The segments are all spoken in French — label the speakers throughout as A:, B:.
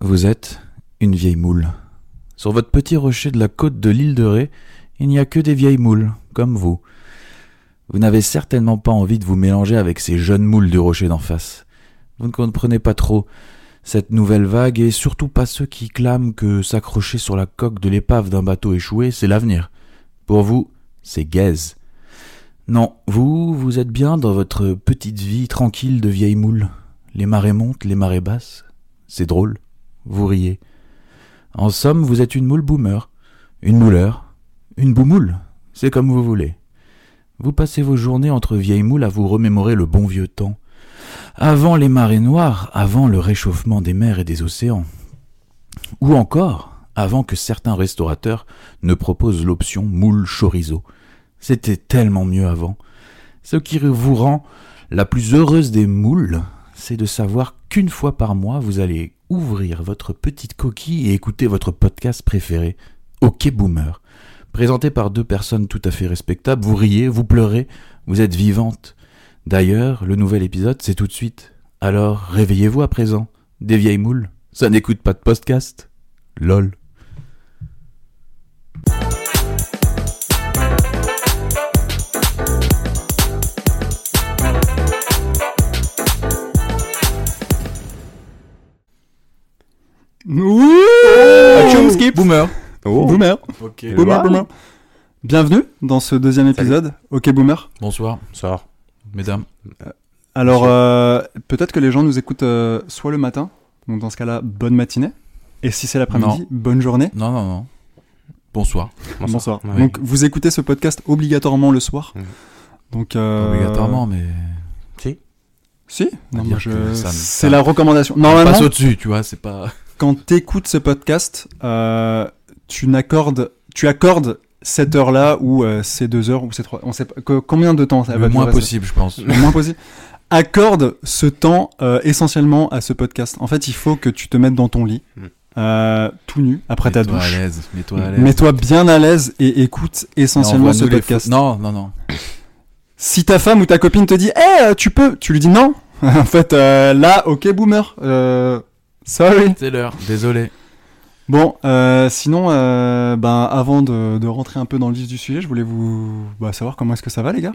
A: Vous êtes une vieille moule. Sur votre petit rocher de la côte de l'île de Ré, il n'y a que des vieilles moules, comme vous. Vous n'avez certainement pas envie de vous mélanger avec ces jeunes moules du rocher d'en face. Vous ne comprenez pas trop cette nouvelle vague et surtout pas ceux qui clament que s'accrocher sur la coque de l'épave d'un bateau échoué, c'est l'avenir. Pour vous, c'est gaze. Non, vous, vous êtes bien dans votre petite vie tranquille de vieille moule. Les marées montent, les marées basses. C'est drôle. Vous riez. En somme, vous êtes une moule boomer, une mouleur, une boumoule. C'est comme vous voulez. Vous passez vos journées entre vieilles moules à vous remémorer le bon vieux temps. Avant les marées noires, avant le réchauffement des mers et des océans. Ou encore, avant que certains restaurateurs ne proposent l'option moule chorizo. C'était tellement mieux avant. Ce qui vous rend la plus heureuse des moules, c'est de savoir qu'une fois par mois, vous allez ouvrir votre petite coquille et écouter votre podcast préféré, OK Boomer. Présenté par deux personnes tout à fait respectables, vous riez, vous pleurez, vous êtes vivante. D'ailleurs, le nouvel épisode, c'est tout de suite. Alors, réveillez-vous à présent. Des vieilles moules, ça n'écoute pas de podcast. LOL.
B: skip Oh. Boomer. Boomer.
C: Ok.
B: Boomer, boomer. Bienvenue dans ce deuxième épisode. Ok, boomer.
A: Bonsoir. Bonsoir. Mesdames.
B: Alors, euh, peut-être que les gens nous écoutent euh, soit le matin, donc dans ce cas-là, bonne matinée. Et si c'est l'après-midi, bonne journée.
A: Non, non, non. Bonsoir.
B: Bonsoir.
C: Ah oui.
B: Donc, vous écoutez ce podcast obligatoirement le soir.
C: Mhm.
B: Donc, euh,
A: Obligatoirement, mais.
B: Si.
A: On va
B: Non,
A: dire
B: moi,
A: que
B: je-
A: ça me-
B: C'est
A: ça-
B: la recommandation.
A: On
B: Normalement,
A: passe au-dessus, tu vois, c'est pas.
B: quand t'écoutes ce podcast, euh, tu n'accordes, tu accordes cette heure-là ou euh, ces deux heures ou ces trois, on sait pas, que- combien de temps ça va
A: le moins
B: durer, ça
A: possible, je pense.
B: le moins possible. Accorde ce temps euh, essentiellement à ce podcast. En fait, il faut que tu te mettes dans ton lit,
C: Mm.
B: euh, tout nu, après ta
A: Mets-toi à
B: douche.
A: l'aise, mets-toi à l'aise.
B: Mets-toi bien à l'aise et écoute
A: Et
B: essentiellement ce
A: envoie-nous les
B: podcast.
A: fo- Non, non, non.
B: Si ta femme ou ta copine te dit Eh, euh, tu peux !» Tu lui dis « Non !» En fait, euh, là, ok, boomer. Euh, sorry.
A: C'est l'heure. Désolé.
B: Bon, euh, sinon, euh, ben, avant de, de rentrer un peu dans le vif du sujet, je voulais vous bah, savoir comment est-ce que ça va, les gars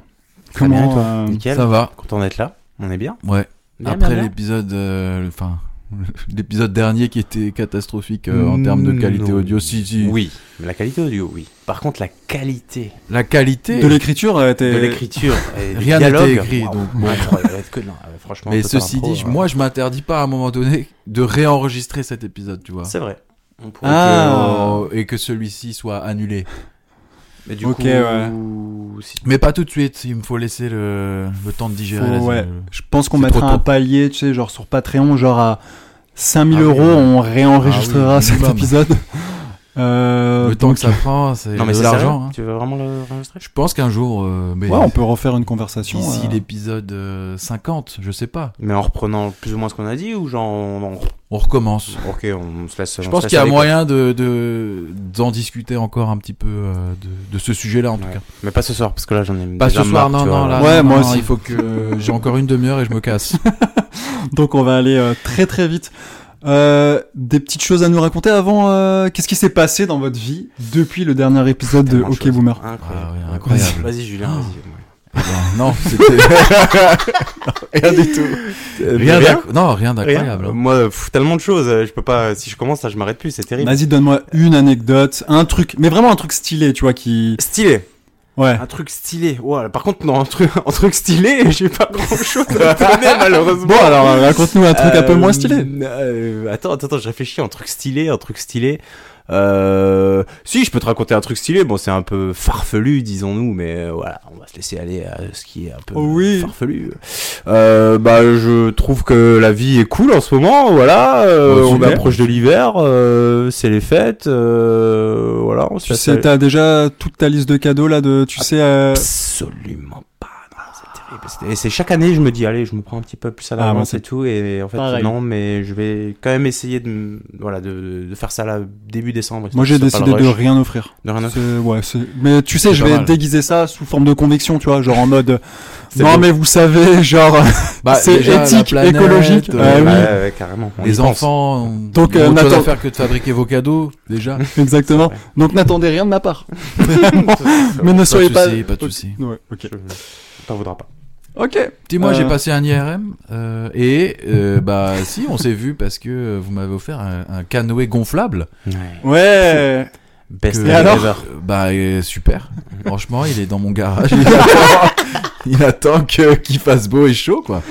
C: Très bien, et toi
B: euh,
C: Nickel.
A: Ça va.
C: Content d'être là. On est bien.
A: Ouais.
C: Bien,
A: Après
C: bien, bien.
A: l'épisode, euh, le- enfin, l'épisode dernier qui était catastrophique euh, en termes
B: Mmh,
A: de qualité
C: Non.
A: audio. Si, si.
C: Oui. Mais la qualité audio, oui. Par contre, la qualité
A: La qualité.
B: de l'écriture, euh, t'es-
C: de l'écriture et
A: Rien
C: des
A: n'était
C: dialogues.
A: écrit, donc bon.
C: Incroyable. Est-ce que- non, euh, franchement.
A: Mais
C: on peut faire
A: ceci
C: un pro,
A: dit, je-
C: euh,
A: moi, je m'interdis pas à un moment donné de réenregistrer cet épisode, tu vois.
C: C'est vrai. On pourrait
B: Ah.
A: Euh, et que celui-ci soit annulé.
C: que- Mais du
B: Ok,
C: coup, si-
A: Mais pas tout de suite, il me faut laisser le, le temps de digérer.
B: Faut-
A: la-
B: ouais. Je pense qu'on
A: C'est trop
B: mettra un
A: tôt.
B: palier, tu sais, genre sur Patreon, genre à 5000
A: Ah oui,
B: euros,
A: ouais.
B: on réenregistrera
A: Ah oui,
B: cet
A: minimum.
B: épisode. Euh,
A: Le temps
B: donc,
A: que ça prend, c'est
C: Non, mais
A: de
C: c'est
A: l'argent.
C: l'argent.
A: hein.
C: Tu veux vraiment le enregistrer
A: Je pense qu'un jour, euh, mais
B: Ouais, on peut refaire une conversation.
A: d'ici
B: euh,
A: l'épisode euh, 50, je sais pas,
C: Mais en reprenant plus ou moins ce qu'on a dit ou genre. on-
A: on recommence.
C: on- Ok, on se laisse.
A: Je
C: on
A: pense
C: se laisse
A: qu'il y a
C: aller, quoi.
A: moyen de de- d'en discuter encore un petit peu euh, de, de ce sujet-là en tout
C: Ouais.
A: cas.
C: Mais pas ce soir, parce que là j'en ai
A: Pas
C: déjà
A: ce soir,
C: marre,
A: non,
C: tu vois,
A: non, là.
C: là.
B: Ouais,
A: non,
B: moi
A: non,
B: aussi.
A: Il faut que euh, j'ai encore une demi-heure et je me casse.
B: Donc on va aller euh, très très vite. Euh, des petites choses à nous raconter avant. euh, Qu'est-ce qui s'est passé dans votre vie depuis le dernier épisode de
C: Tellement
B: Ok
C: chose.
B: Boomer
C: Incroyable.
A: Ah ouais, incroyable.
C: Vas-y, Julien,
A: Oh.
C: vas-y. ouais.
A: Ben, non, c'était
B: Rien du tout.
A: rien,
C: Rien
A: d'ac- non, rien
C: Rien.
A: d'incroyable.
C: Euh,
A: hein.
C: Moi, pff, tellement de choses. euh, Je peux pas. Si je commence, là, je m'arrête plus. C'est terrible.
B: Vas-y, donne-moi une anecdote, un truc, mais vraiment un truc stylé, tu vois, qui.
C: Stylé.
B: Ouais.
C: Un truc stylé. Ouah, par contre, non, un truc, un truc stylé, j'ai pas grand chose à te donner, malheureusement.
B: Bon, alors euh, raconte-nous un truc un peu
C: Euh,
B: moins stylé.
C: euh, attends, attends, attends, je réfléchis. Un truc stylé, un truc stylé. Euh, si, je peux te raconter un truc stylé. Bon, c'est un peu farfelu, disons-nous, mais euh, voilà, on va se laisser aller à ce qui est un peu
B: Oh oui.
C: farfelu. Euh, bah, je trouve que la vie est cool en ce moment. Voilà, euh,
A: Bon,
C: on
A: super.
C: approche de l'hiver, euh, c'est les fêtes. euh, voilà, on se
B: Tu
C: laisse
B: sais,
C: aller. Ah,
B: t'as déjà toute ta liste de cadeaux là de, tu sais. euh,
C: absolument pas. non, c'est terrible. Et c'est chaque année, je me dis, allez, je me prends un petit peu plus à
B: Ah, moi,
C: l'avance
B: c'est
C: et tout. Et en fait,
B: pareil.
C: non, mais je vais quand même essayer de, m- voilà, de, de faire ça là, début décembre.
B: Moi, j'ai
C: histoire que ce soit
B: décidé
C: pas le
B: de
C: rush.
B: rien offrir.
C: De rien offrir.
B: C'est- ouais, c'est- mais tu sais,
C: C'est
B: je
C: pas
B: vais
C: mal.
B: déguiser ça sous forme de conviction, tu vois, genre en mode.
C: C'est
B: Non,
C: beau.
B: mais vous savez, genre.
A: Bah,
B: C'est
A: déjà, la
B: éthique,
A: planète,
B: écologique,
A: euh,
B: Ah oui.
C: Ouais, ouais, ouais, carrément. On
A: les
C: y pense.
A: enfants ont
B: Donc,
A: ont
B: euh,
A: autre chose à
B: Nathan-
A: faire que de fabriquer vos cadeaux, déjà.
B: Exactement.
C: C'est vrai.
B: Donc n'attendez rien de ma part. mais ne soyez
A: de
B: pas.
A: souci, pas de souci.
B: Ouais, ok.
C: Je- on T'en voudra pas.
B: Ok.
A: Dis moi,
B: Euh.
A: j'ai passé un IRM euh, et euh, bah si, on s'est vu parce que euh, vous m'avez offert un, un canoë gonflable.
B: Ouais.
C: Best
A: Que-
C: day
B: Et alors
C: ever.
A: Euh, bah euh, super. Franchement, il est dans mon garage. Il attend, il attend que qu'il fasse beau et chaud quoi.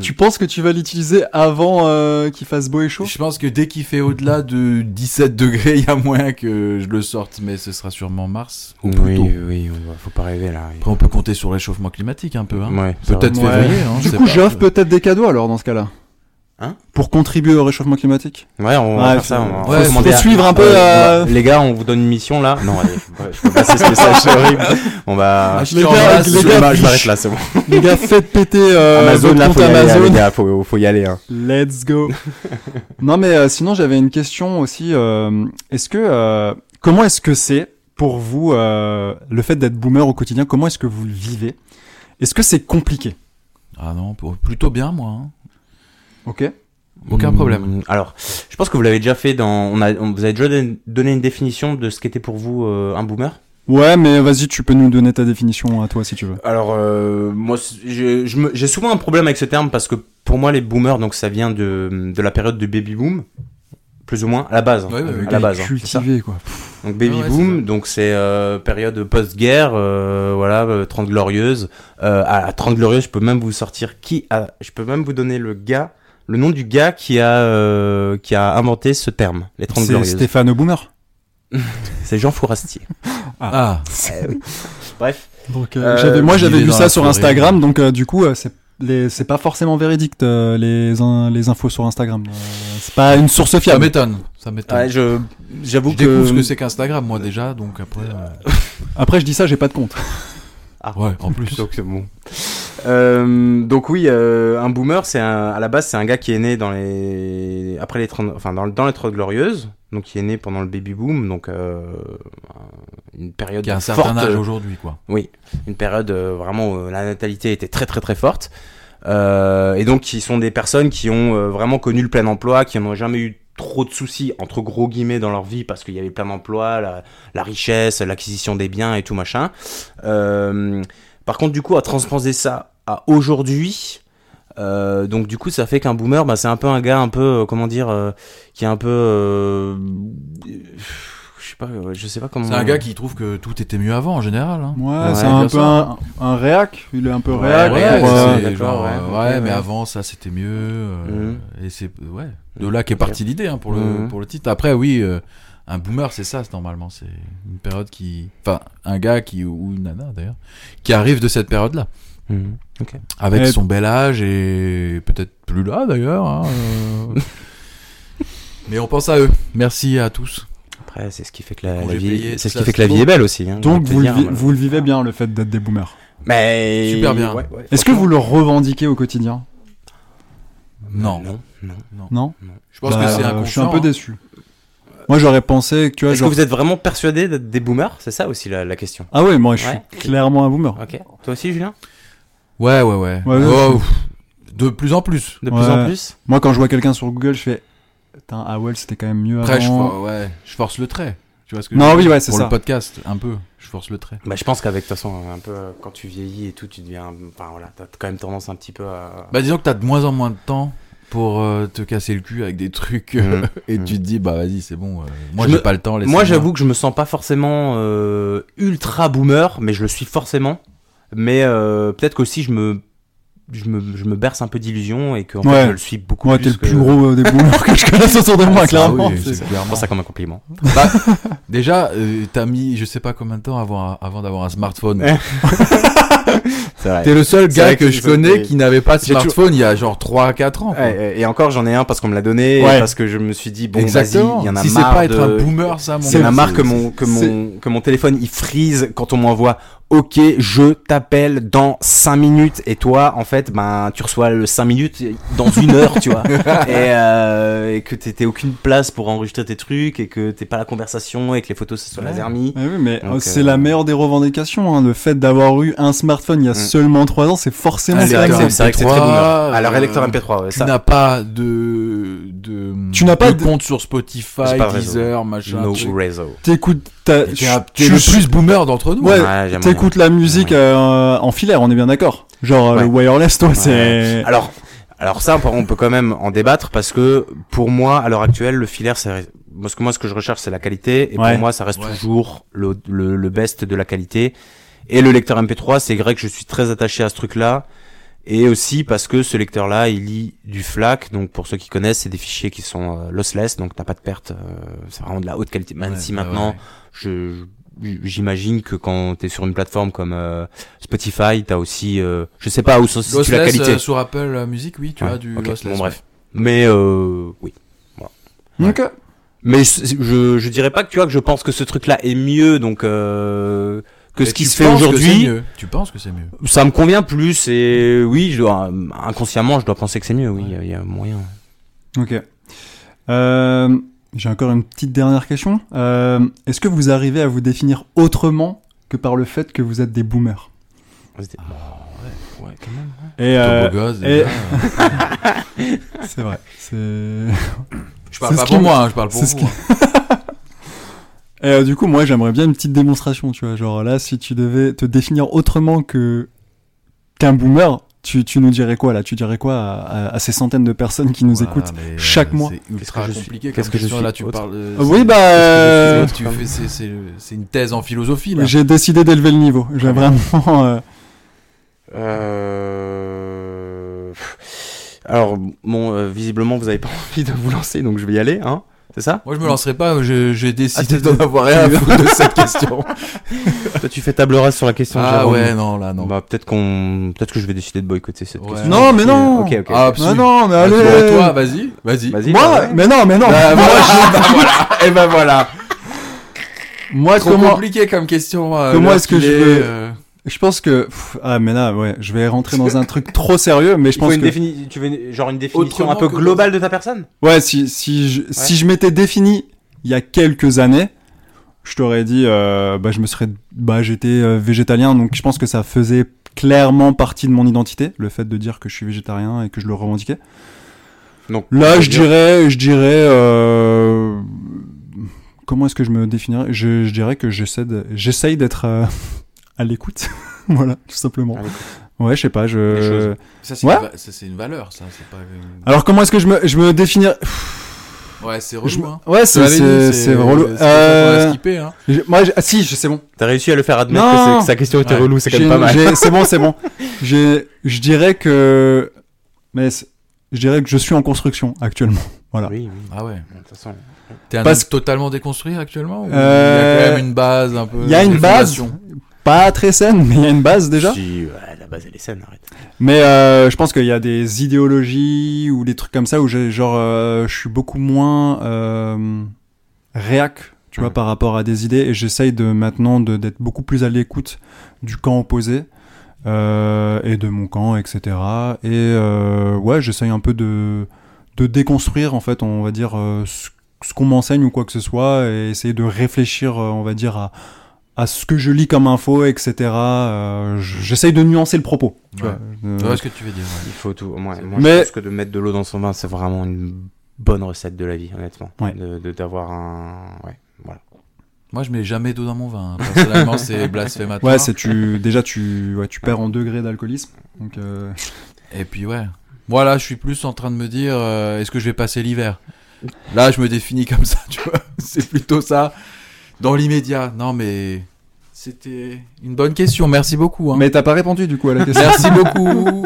B: Tu penses que tu vas l'utiliser avant euh, qu'il fasse beau et chaud
A: Je pense que dès qu'il fait au-delà de 17 degrés, il y a moyen que je le sorte, mais ce sera sûrement mars ou plus
C: Oui,
A: tôt.
C: oui, on va- faut pas rêver là.
A: Après, on peut compter sur le réchauffement climatique un peu. Hein.
C: Ouais, c'est
A: Peut-être
B: Mm. Ouais.
A: février. Hein, je
B: Du
A: sais
B: coup,
A: pas.
B: j'offre peut-être des cadeaux alors dans ce cas-là.
C: Hein
B: Pour contribuer au réchauffement climatique.
C: vrai. Ouais, on
B: Ouais,
C: va faire
B: faut-
C: ça. On va
A: faut-
C: on va
A: faut
C: demander à-
B: suivre un peu,
C: Euh,
B: euh,
C: Les gars, on vous donne une mission là. Non, allez, je peux pas- je peux passer ce message c'est horrible. On va.
A: Ah, je
B: Les
A: t'en
B: gars,
A: embrasse,
B: les
A: je-
B: gars,
C: Dommage, je m'arrête là, c'est bon.
B: Les gars, faites péter euh,
C: Amazon,
B: votre
C: là,
B: compte
C: faut y aller,
B: Amazon.
C: les gars, faut, faut y aller. Hein.
B: Let's go. non mais euh, sinon j'avais une question aussi. euh, est-ce que euh, comment est-ce que c'est pour vous euh, le fait d'être boomer au quotidien Comment est-ce que vous le vivez Est-ce que c'est compliqué
A: Ah non, pour- plutôt bien moi. hein.
B: Ok.
A: Aucun
C: Hmm,
A: problème.
C: Alors, je pense que vous l'avez déjà fait dans. On a, on- vous avez déjà donné- donné une définition de ce qu'était pour vous euh, un boomer
B: Ouais, mais vas-y, tu peux nous donner ta définition à toi si tu veux.
C: Alors, euh, moi, c'est- j'ai je me- j'ai souvent un problème avec ce terme parce que pour moi, les boomers, donc ça vient de, de la période de baby boom, plus ou moins, à la base. hein,
A: Ouais, ouais,
C: à
A: ouais.
C: la base. hein, c'est ça.
B: Cultivé Euh, quoi.
C: Donc baby
A: Ouais, ouais,
C: boom,
A: c'est ça.
C: donc Ah c'est euh, période post-guerre, euh, voilà, euh, 30 glorieuses. Euh, à à 30 glorieuses, je peux même vous sortir qui a, je peux même vous donner le gars, le nom du gars qui a euh, qui a inventé ce terme, les 30
B: C'est
C: glorieuses.
B: Stéphane Boomer.
C: C'est Jean Fourastier.
A: Ah,
C: Bref,
B: Donc
C: Euh,
B: j'avais, moi j'avais
A: il est
B: vu
A: dans
B: ça
A: la
B: sur
A: forêt.
B: Instagram, donc euh, du coup euh, c'est les- c'est pas forcément véridique euh, les in- les infos sur Instagram. Euh, c'est pas une source
A: ça
B: fiable.
A: m'étonne. Ça m'étonne.
C: ouais, je j'avoue
A: Je
C: que
A: découvre ce que c'est qu'Instagram, moi déjà, donc après. euh,
B: Après je dis ça, j'ai pas de compte.
C: Ah.
A: Ouais, en plus.
C: Donc, c'est bon. Euh, donc oui, euh, un boomer, c'est un- à la base c'est un gars qui est né dans les après les 30, enfin dans, dans les 30 glorieuses, donc qui est né pendant le baby boom, donc euh, une période
A: Qui a un certain
C: forte,
A: âge aujourd'hui, quoi.
C: une période euh, vraiment où la natalité était très très très forte. Euh, et donc qui sont des personnes qui ont euh, vraiment connu le plein emploi, qui n'ont jamais eu trop de soucis entre gros guillemets dans leur vie parce qu'il y avait le plein emploi, la, la richesse, l'acquisition des biens et tout machin. Euh, par contre du coup à transposer ça à aujourd'hui, euh, donc du coup ça fait qu'un boomer bah, c'est un peu un gars un peu euh, comment dire euh, qui est un peu euh, je sais pas euh, je sais pas comment
A: C'est un gars qui trouve que tout était mieux avant en général. hein.
B: Ouais,
C: Ouais,
B: c'est
C: bien
B: un
A: sûr.
B: peu un, un réac. Il est un peu
C: Ouais,
A: Ouais,
B: réac.
A: ouais,
B: pour,
A: c'est-
B: euh,
C: ouais,
A: c'est
C: d'accord,
A: genre,
C: ouais,
A: euh,
C: ok,
A: ouais,
C: ouais. Mm.
A: mais avant ça c'était mieux. euh, Et c'est ouais, de là qu'est
C: Ok.
A: partie l'idée hein, pour le
C: Mhm.
A: pour le titre. Après oui, euh, un boomer c'est ça c'est normalement, c'est une période qui, enfin un gars qui ou une nana d'ailleurs qui arrive de cette période là
C: Mhm.
A: avec
B: Et-
A: son bel âge et peut-être plus là d'ailleurs. hein, euh. mais on pense à eux. Merci à tous.
C: Après, c'est ce qui fait que la,
A: Congé
C: la vie,
A: payé,
C: c'est
A: tout
C: ce qui
A: ça,
C: fait que la
A: c'est
C: vie
A: beau.
C: est belle aussi. hein,
B: Donc
C: j'ai
B: vous,
C: envie
B: le
C: de
B: vi-
C: dire, voilà.
B: vous le vivez bien le fait d'être des boomers.
C: Mais
A: Super bien.
C: Ouais, ouais,
B: Est-ce que vous
C: franchement.
B: le revendiquez au quotidien
A: Non.
C: Non. non.
B: Non
A: Je pense
B: Bah,
A: que c'est
B: Je suis un
A: inconscient.
B: peu
A: hein.
B: déçu. Moi j'aurais pensé que tu vois
C: Est-ce
B: genre...
C: que vous êtes vraiment persuadé d'être des boomers C'est ça aussi la, la question.
B: Ah ouais, moi je suis
C: Ouais.
B: clairement un boomer.
C: Ok. Toi aussi, Julien
A: Ouais, ouais, ouais.
B: Ouais, ouais,
A: Oh, pff, hein. de plus en plus.
C: De
B: Ouais.
C: plus en plus
B: Moi quand je vois quelqu'un sur Google, je fais Putain, ah ouais, c'était quand même mieux
A: Après, je,
B: avant.
A: for- ouais, je force le trait. Tu vois ce que
B: Non,
A: je veux
B: oui,
A: dire
B: ouais, c'est
A: Pour
B: ça.
A: le podcast, un peu. Je force le trait.
C: bah, je pense qu'avec de toute façon un peu euh, quand tu vieillis et tout tu deviens enfin voilà t'as quand même tendance un petit peu à
A: Bah, disons que t'as de moins en moins de temps pour euh, te casser le cul avec des trucs euh,
C: Mhm.
A: et
C: Mhm.
A: tu te dis, bah, vas-y, c'est bon. euh, moi,
C: Je
A: j'ai
C: me-
A: pas le temps.
C: moi j'avoue que je me sens pas forcément euh, ultra boomer mais je le suis forcément mais euh, peut-être qu'aussi je me je me, je me berce un peu d'illusions et que en fait,
B: Ouais.
C: je le suis beaucoup
B: Moi,
C: plus
B: t'es le
C: que-
B: plus gros euh, des boomers que je connaisse autour
A: Ah,
B: de moi, clairement. C'est-
C: je prends ça comme un compliment
A: Déjà, euh, t'as mis je sais pas combien de temps avant, avant d'avoir un smartphone.
C: C'est vrai.
A: T'es le seul
C: C'est
A: gars
C: vrai
A: que
C: que
A: je
C: c'est-
A: connais qui n'avait pas de
C: J'ai toujours-
A: smartphone il y a genre 3 à 4 ans. quoi.
C: Ouais, et encore, j'en ai un parce qu'on me l'a donné, et
B: Ouais.
C: parce que je me suis dit, bon, vas-y,
A: Exactement.
C: il y en a
A: si c'est
C: marre.
A: pas être
C: de-
A: un boomer, ça, mon
C: Il y en
A: gars,
C: a marre
A: c'est-
C: que mon, que,
B: c'est-
C: mon, que mon téléphone il freeze quand on m'envoie Ok, je t'appelle dans 5 minutes et toi en fait ben tu reçois le 5 minutes dans une heure tu vois et, euh, et que t'étais aucune place pour enregistrer tes trucs et que t'es pas la conversation et que les photos c'est sur
A: Ouais.
C: la zermie.
B: Ah oui, mais
C: Donc,
B: euh, c'est
C: euh,
B: la meilleure des revendications. hein. Le fait d'avoir eu un smartphone il y a
C: Mm.
B: seulement 3 ans, c'est forcément
A: Ah,
B: ça.
A: vrai que
C: c'est vrai que c'est très
A: MP3,
C: boomer. Alors
A: euh,
C: électeur MP3 ouais,
A: Tu
C: ça.
A: n'as pas de, de.
B: Tu n'as pas
A: de
B: de-
A: compte sur Spotify,
C: C'est pas raison.
A: Deezer, machin.
C: No
A: truc.
C: réseau.
B: T'écoutes, ta-
A: T'es
B: tu-
A: un- t'es
B: tu-
A: le plus boomer d'entre nous. hein.
B: Ouais,
C: j'aime bien.
B: t'écoutes la musique
C: Ouais.
B: euh, en filaire, on est bien d'accord. Genre euh, le wireless, toi, c'est.
C: Alors, alors ça, on peut quand même en débattre parce que pour moi, à l'heure actuelle, le filaire, c'est parce que moi, ce que je recherche, c'est la qualité, et
B: Ouais.
C: pour moi, ça reste
A: Ouais.
C: toujours le, le, le best de la qualité. Et le lecteur MP3, c'est vrai que je suis très attaché à ce truc-là, et aussi parce que ce lecteur-là, il lit du FLAC. Donc, pour ceux qui connaissent, c'est des fichiers qui sont euh, lossless, donc t'as pas de perte. euh, c'est vraiment de la haute qualité. Même
A: Ouais,
C: si
A: bah
C: maintenant,
A: ouais.
C: je je- j'imagine que quand t'es sur une plateforme comme euh, Spotify, t'as aussi, euh, je sais pas où se situe la
A: Lossless,
C: qualité.
A: euh, sur Apple euh, Music, oui, tu
C: Ouais,
A: as du
C: ok,
A: lossless,
C: bon, bref. Mais euh, oui.
A: Ouais.
B: Ok.
C: Mais je, je, je dirais pas que tu vois que je pense que ce truc-là est mieux donc euh, que
A: Mais
C: ce qui
A: tu
C: se fait
A: penses que c'est
C: aujourd'hui,
A: mieux. Tu penses que c'est mieux
C: ça me convient plus et oui, je dois euh, inconsciemment je dois penser que c'est mieux. Oui, il y a- il y, a moyen.
B: Ok. Euh, J'ai encore une petite dernière question. Euh, Est-ce que vous arrivez à vous définir autrement que par le fait que vous êtes des boomers
C: Ah,
A: Ouais, quand même.
B: Et euh, et- c'est vrai. C'est.
A: Je parle
B: C'est
A: pas
B: ce
A: pour
B: qui-
A: moi, hein, je parle pour
B: c'est ce
A: vous.
B: qui-
A: hein.
B: Et euh, du coup, moi, j'aimerais bien une petite démonstration, tu vois. Genre là, si tu devais te définir autrement que qu'un boomer, tu, tu nous dirais quoi là Tu dirais quoi à, à- à ces centaines de personnes qui nous
A: Voilà,
B: écoutent
A: mais,
B: chaque
A: euh,
B: mois.
A: C'est ultra
C: Qu'est-ce que je suis-
A: compliqué.
C: qu'est-ce
A: comme
C: que je
A: question,
C: suis
A: Là, tu
C: autre
A: parles. euh,
B: Oui,
A: c'est-
B: bah,
A: qu'est-ce que je suis
C: euh,
A: autre Tu fais, c'est- c'est c'est une thèse en philosophie là.
B: J'ai décidé d'élever le niveau. J'ai vraiment. euh,
C: Euh... Alors bon, euh, visiblement vous avez pas envie de vous lancer donc je vais y aller, hein C'est ça
A: Moi, je me lancerai pas. je- J'ai décidé
C: Ah,
A: d'en avoir rien à foutre de cette question.
C: Toi tu fais table rase sur la question. de
A: Ah
C: Jérôme.
A: ouais, non, là, non.
C: Bah peut-être qu'on, peut-être que je vais décider de boycotter cette
A: Ouais.
C: question.
B: Non, mais non.
C: Ok, ok.
A: Ah,
C: ok.
B: Ah
A: absolument.
B: non, mais
A: Bah,
B: allez.
A: toi, toi, vas-y, vas-y.
C: Vas-y.
B: Moi,
C: vas-y.
B: mais eh non, mais non.
A: Bah, moi,
C: Et ben voilà.
B: Moi,
A: Trop
B: comment
A: compliqué comme question. euh,
B: Comment
A: l'heure
B: est-ce que
A: qu'il
B: je
A: est,
B: veux-
A: euh,
B: Je pense que pff, ah mais là ouais, je vais rentrer dans un truc trop sérieux, mais je
C: Je pense
B: pense
C: une
B: que
C: défini- tu veux une- genre une définition
A: Autrement
C: un peu
A: que-
C: globale de ta personne
B: ouais si si je, si je m'étais défini il y a quelques années, je t'aurais dit euh, bah je me serais bah j'étais euh, végétalien donc je pense que ça faisait clairement partie de mon identité le fait de dire que je suis végétarien et que je le revendiquais.
C: Non.
B: Là je dirais je dirais euh, comment est-ce que je me définirais je, je dirais que j'essaie de- j'essaye d'être euh, à l'écoute voilà tout simplement.
C: À l'écoute.
B: Ouais je sais pas je
C: Des choses.
A: Ça, c'est
B: Ouais.
A: une va- ça, c'est une valeur, ça. C'est pas. une-
B: Alors comment est-ce que je me, je me définirais
A: Ouais, c'est
B: Je-
A: relou. hein.
B: Ouais,
A: Je te
B: c'est
A: l'avais
B: c'est-
A: dit,
B: c'est relou.
A: c'est- on va
B: Euh,
A: skipper, hein.
B: j'ai- moi, j'ai- ah si, j'ai- c'est bon.
C: T'as réussi à le faire admettre que,
B: Non.
C: c'est- que sa question était
A: Ouais.
C: relou, c'est quand même
B: J'ai-
C: pas mal.
B: j'ai- C'est bon, c'est bon. J'ai- Je dirais que, mais c'est- je dirais que je suis en construction actuellement. Voilà.
C: Oui, oui.
A: Ah ouais.
C: De toute façon.
A: T'es un
B: Parce-
A: homme totalement déconstruit actuellement ou Il y a
B: Euh,
A: quand même une base un peu.
B: Il y a une base,
A: fondation
B: pas très saine, mais il y a une base déjà.
C: Si, ouais, la base elle est saine, arrête.
B: Mais euh, je pense qu'il y a des idéologies ou des trucs comme ça où j'ai genre euh, je suis beaucoup moins euh, réac, tu vois,
C: Mhm.
B: par rapport à des idées et j'essaye de maintenant de- d'être beaucoup plus à l'écoute du camp opposé euh, et de mon camp, etc. Et euh, ouais, j'essaye un peu de de déconstruire en fait, on va dire euh, ce, ce qu'on m'enseigne ou quoi que ce soit et essayer de réfléchir, euh, on va dire à à ce que je lis comme info, etc. Euh, j- j'essaye de nuancer le propos. Tu
A: Ouais.
B: vois. Euh,
A: Tu vois ce que tu veux dire. ouais.
C: Il faut tout. Moi, moi,
B: Mais-
C: je pense que de mettre de l'eau dans son vin, c'est vraiment une bonne recette de la vie, honnêtement.
B: Ouais.
C: De de- d'avoir un. Ouais.
A: Moi, je mets jamais d'eau dans mon vin. hein. Personnellement, c'est blasphématoire.
B: Ouais, c'est tu déjà tu ouais, tu perds en degré d'alcoolisme. Donc euh,
A: Et puis ouais. Moi là, je suis plus en train de me dire, euh, est-ce que je vais passer l'hiver Là, je me définis comme ça, tu vois. C'est plutôt ça. Dans l'immédiat. Non, mais c'était une bonne question. Merci beaucoup. hein.
B: mais t'as pas répondu du coup à la question.
A: Merci beaucoup.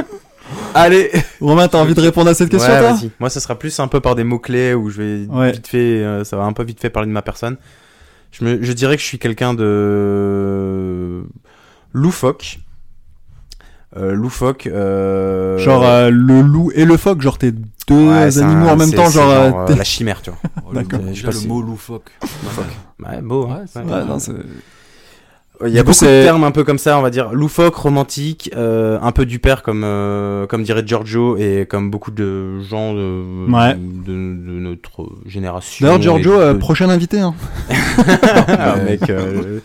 A: Allez.
B: Romain, t'as envie de répondre à cette question
C: Ouais,
B: toi
C: vas-y. Moi, ça sera plus un peu par des mots-clés où je vais
B: Ouais.
C: vite fait, euh, ça va un peu vite fait parler de ma personne. Je, me, je dirais que je suis quelqu'un de loufoque, euh, loufoque. euh,
B: Genre euh, le loup et le phoque, genre t'es deux
C: ouais, c'est
B: animaux
C: un-
B: en même
C: c'est-
B: temps,
C: c'est
B: genre. euh,
C: euh,
B: t'es-
C: la chimère, tu vois.
B: D'accord.
A: Déjà,
C: Je sais pas
A: Oh, le
C: si-
A: mot loufoque.
C: Ouais, beau. hein.
A: Ouais, c'est
C: Ouais.
B: Ouais, non, c'est-
C: Il y a
B: Du coup,
C: beaucoup
B: c'est-
C: de termes un peu comme ça, on va dire loufoque, romantique, euh, un peu du père comme euh, comme dirait Giorgio et comme beaucoup de gens de,
B: Ouais.
C: de, de notre génération.
B: D'ailleurs, Giorgio,
C: et de-
B: euh, prochain invité. Hein.
C: Ah, mec, euh,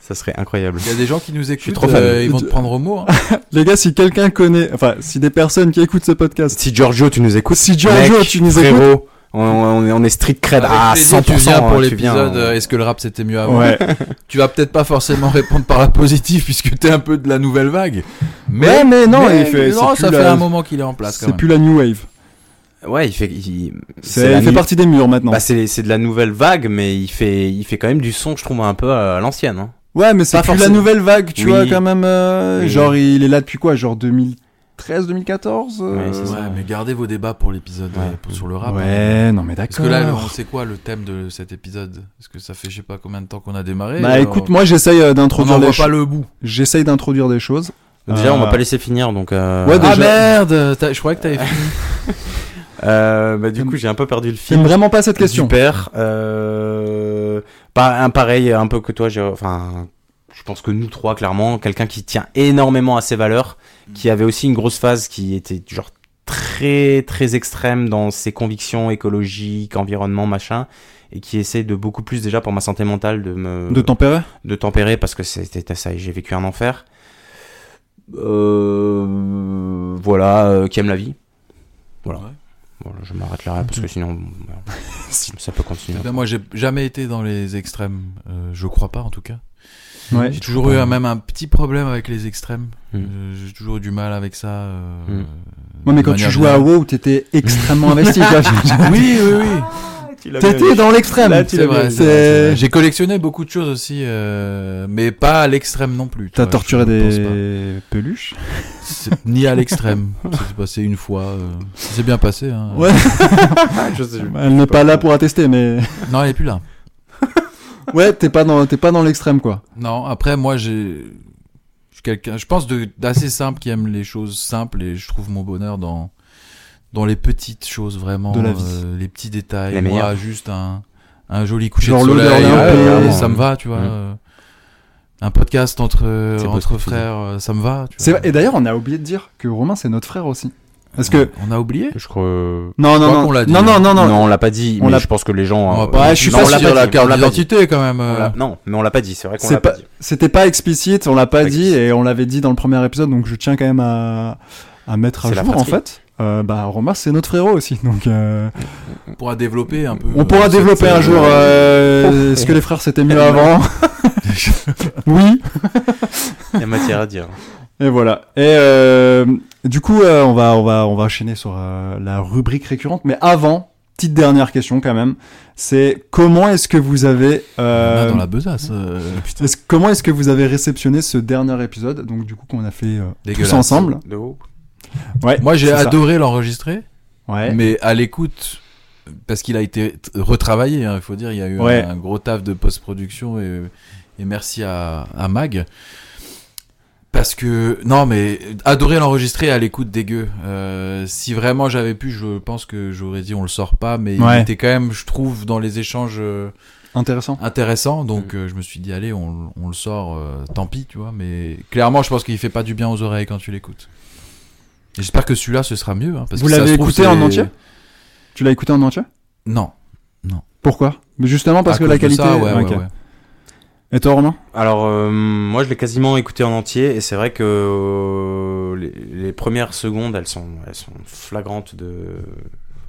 C: ça serait incroyable.
A: Il y a des gens qui nous écoutent,
C: trop fan.
A: euh, ils vont te prendre au mot. hein.
B: Les gars, si quelqu'un connaît, enfin, si des personnes qui écoutent ce podcast,
C: Si Giorgio, tu nous écoutes,
B: si Giorgio,
C: mec,
B: tu nous écoutes,
C: frérot, on, on est on est street
B: Ah,
C: cred
A: Avec
C: à
A: plaisir,
C: 100%.
A: tu viens pour
C: hein, tu viens,
A: l'épisode
C: hein.
A: euh, Est-ce que le rap c'était mieux avant
B: ouais,
A: Tu vas peut-être pas forcément répondre par la positive puisque t'es un peu de la nouvelle vague. Mais,
B: Ouais, mais non, il fait-
A: non,
B: c'est
A: ça
B: plus
A: fait
B: la-
A: un moment qu'il est en place quand
B: c'est
A: même.
B: plus la new wave.
C: Ouais, il fait. Il,
B: C'est,
C: la
B: il fait
C: nu-
B: partie des murs maintenant.
C: Bah, c'est c'est de la nouvelle vague, mais il fait il fait quand même du son, je trouve un peu à, à l'ancienne. Hein.
B: ouais, mais c'est
C: pas
B: plus la
C: forcément.
B: nouvelle vague, tu
C: Oui.
B: vois, quand même. euh,
C: Oui.
B: Genre, il est là depuis quoi Genre 2013, 2014 euh,
C: Ouais, c'est ça. Ah,
A: Ouais, mais gardez vos débats pour l'épisode
C: Ouais.
A: euh, pour- sur le rap. hein.
B: Ouais, non, mais
A: Parce
B: d'accord.
A: que là, le- on sait quoi le thème de cet épisode Parce que ça fait je sais pas combien de temps qu'on a démarré.
B: Bah
A: alors,
B: écoute, moi j'essaye euh,
A: on
B: d'introduire
A: n'en
B: des
A: voit pas
B: choses.
A: le bout.
B: J'essaye d'introduire des choses.
C: Déjà,
B: Euh,
C: on m'a pas laissé finir, donc. Euh...
B: Ouais, déjà.
A: Ah merde t'as- Je croyais que t'avais fini.
C: Euh, bah, du coup, j'ai un peu perdu le
B: J'aime
C: film.
B: vraiment pas cette question.
C: Super. Euh... Pas un pareil, un peu que toi. j'ai- Enfin, je pense que nous trois, clairement, quelqu'un qui tient énormément à ses valeurs, qui avait aussi une grosse phase qui était genre très très extrême dans ses convictions écologiques, environnement, machin, et qui essaie de beaucoup plus déjà pour ma santé mentale de me
B: De tempérer
C: de tempérer parce que c'était ça et j'ai vécu un enfer. Euh, voilà, euh, qui aime la vie. Voilà.
A: Ouais.
C: Voilà, je m'arrête là
B: Mm.
C: parce que sinon bon, ça peut continuer.
A: Eh ben, moi, j'ai jamais été dans les extrêmes. euh, je crois pas, en tout cas.
B: Ouais. Hmm.
A: J'ai
C: euh,
A: toujours eu un- même un petit problème avec les extrêmes.
C: Mm.
A: Euh, J'ai toujours eu du mal avec ça. euh,
C: Mm.
B: Ouais, mais
A: de
B: quand tu
A: manière
B: jouais à
A: générale.
B: WoW, t'étais extrêmement investi. tu vois.
A: Ah, Oui, oui, oui.
B: Ah, T'étais dans l'extrême.
C: Là, tu
A: C'est
C: l'as
A: vrai,
C: bien.
A: c'est vrai, c'est vrai.
B: C'est-
A: J'ai collectionné beaucoup de choses aussi, euh, mais pas à l'extrême non plus. tu
B: T'as
A: vois,
B: torturé
A: je pense pas.
B: des peluches
A: C'est- Ni à l'extrême. Ça s'est passé une fois. euh, ça s'est bien passé. hein.
B: Ouais.
A: Bah,
B: Elle n'est pas là pour attester, mais.
A: Non, elle est plus là.
B: Ouais, t'es pas dans, t'es pas dans l'extrême, quoi.
A: Non, après, moi, j'ai. Je suis quelqu'un, je pense, de- d'assez simple qui aime les choses simples et je trouve mon bonheur dans, dans les petites choses vraiment.
B: De la vie.
A: euh, les petits détails.
C: Les
A: moi,
C: meilleurs.
A: juste un, un joli coucher
B: Genre
A: de
B: l'odeur
A: soleil.
B: d'un
A: euh,
B: thé.
A: ça me va, tu vois.
C: Mm.
A: euh, Un podcast entre,
C: C'est beau ce que
A: entre
C: tu dis.
A: frères, euh, ça me va. Tu
B: C'est...
A: vois.
B: Et d'ailleurs, on a oublié de dire que Romain, c'est notre frère aussi. Parce que.
A: On a oublié
C: Je crois. euh,
B: Non, non,
A: crois
B: non.
A: qu'on l'a dit.
B: non, non, non,
C: Non,
B: non.
C: on l'a pas dit,
B: On
C: mais
B: l'a-
C: je pense que les
A: On
C: gens.
A: va
C: euh,
A: pas-
B: Ouais, je suis
C: non, on
B: facile
C: l'a
B: sur
C: pas
A: la
C: dit,
A: carte
C: on l'a pas dit.
A: d'identité quand même.
C: On
A: euh.
C: l'a- Non, mais on l'a pas dit, c'est vrai qu'on
B: C'est
C: l'a pas
B: pas-
C: dit.
B: C'était pas explicite, on l'a pas
C: Pas
B: dit et on l'avait dit dans le premier épisode, donc je tiens quand même à, à mettre à
C: C'est la
B: jour, en
C: fratrie.
B: fait. Euh, bah, Romain, c'est notre frérot aussi, donc. euh,
A: On pourra développer un peu.
B: On pourra
A: euh,
B: développer
A: cette-
B: un jour. euh, Est-ce que les frères c'était mieux avant Oui.
C: Il y a matière à dire.
B: Et voilà. Et euh, du coup, euh, on va on va on va enchaîner sur euh, la rubrique récurrente. Mais avant, petite dernière question quand même. C'est comment est-ce que vous avez
A: Ah,
B: euh,
A: dans la besace. euh,
B: est-ce- comment est-ce que vous avez réceptionné ce dernier épisode Donc du coup qu'on a fait euh, tous
A: dégueulasse.
B: ensemble.
C: De haut.
B: Ouais.
A: Moi, j'ai
B: c'est ça.
A: adoré l'enregistrer.
B: Ouais.
A: Mais à l'écoute, parce qu'il a été t- retravaillé, hein, il faut dire, il y a eu un-
B: Ouais.
A: un, gros taf de post-production et, et merci à, à Mag. Parce que, non, mais adorer l'enregistrer à l'écoute dégueu. Euh, si vraiment j'avais pu, je pense que j'aurais dit on le sort pas, mais il
B: Ouais.
A: était quand même, je trouve, dans les échanges euh,
B: Intéressant.
A: intéressants. Donc
C: Mm.
A: euh, je me suis dit, allez, on, on le sort, euh, tant pis, tu vois. Mais clairement, je pense qu'il fait pas du bien aux oreilles quand tu l'écoutes. Et J'espère que celui-là, ce sera mieux. hein, parce
B: Vous
A: que ça
B: l'avez
A: se trouve,
B: écouté en
A: c'est-
B: entier Tu l'as écouté en entier
A: Non.
B: Pourquoi Mais justement parce
A: À
B: que
A: cause
B: la
A: de
B: qualité.
A: ça, ouais, ouais,
B: Ok.
A: ouais.
B: Et toi Romain
C: Alors, euh, moi, je l'ai quasiment écouté en entier, et c'est vrai que euh, les, les premières secondes, elles sont, elles sont flagrantes de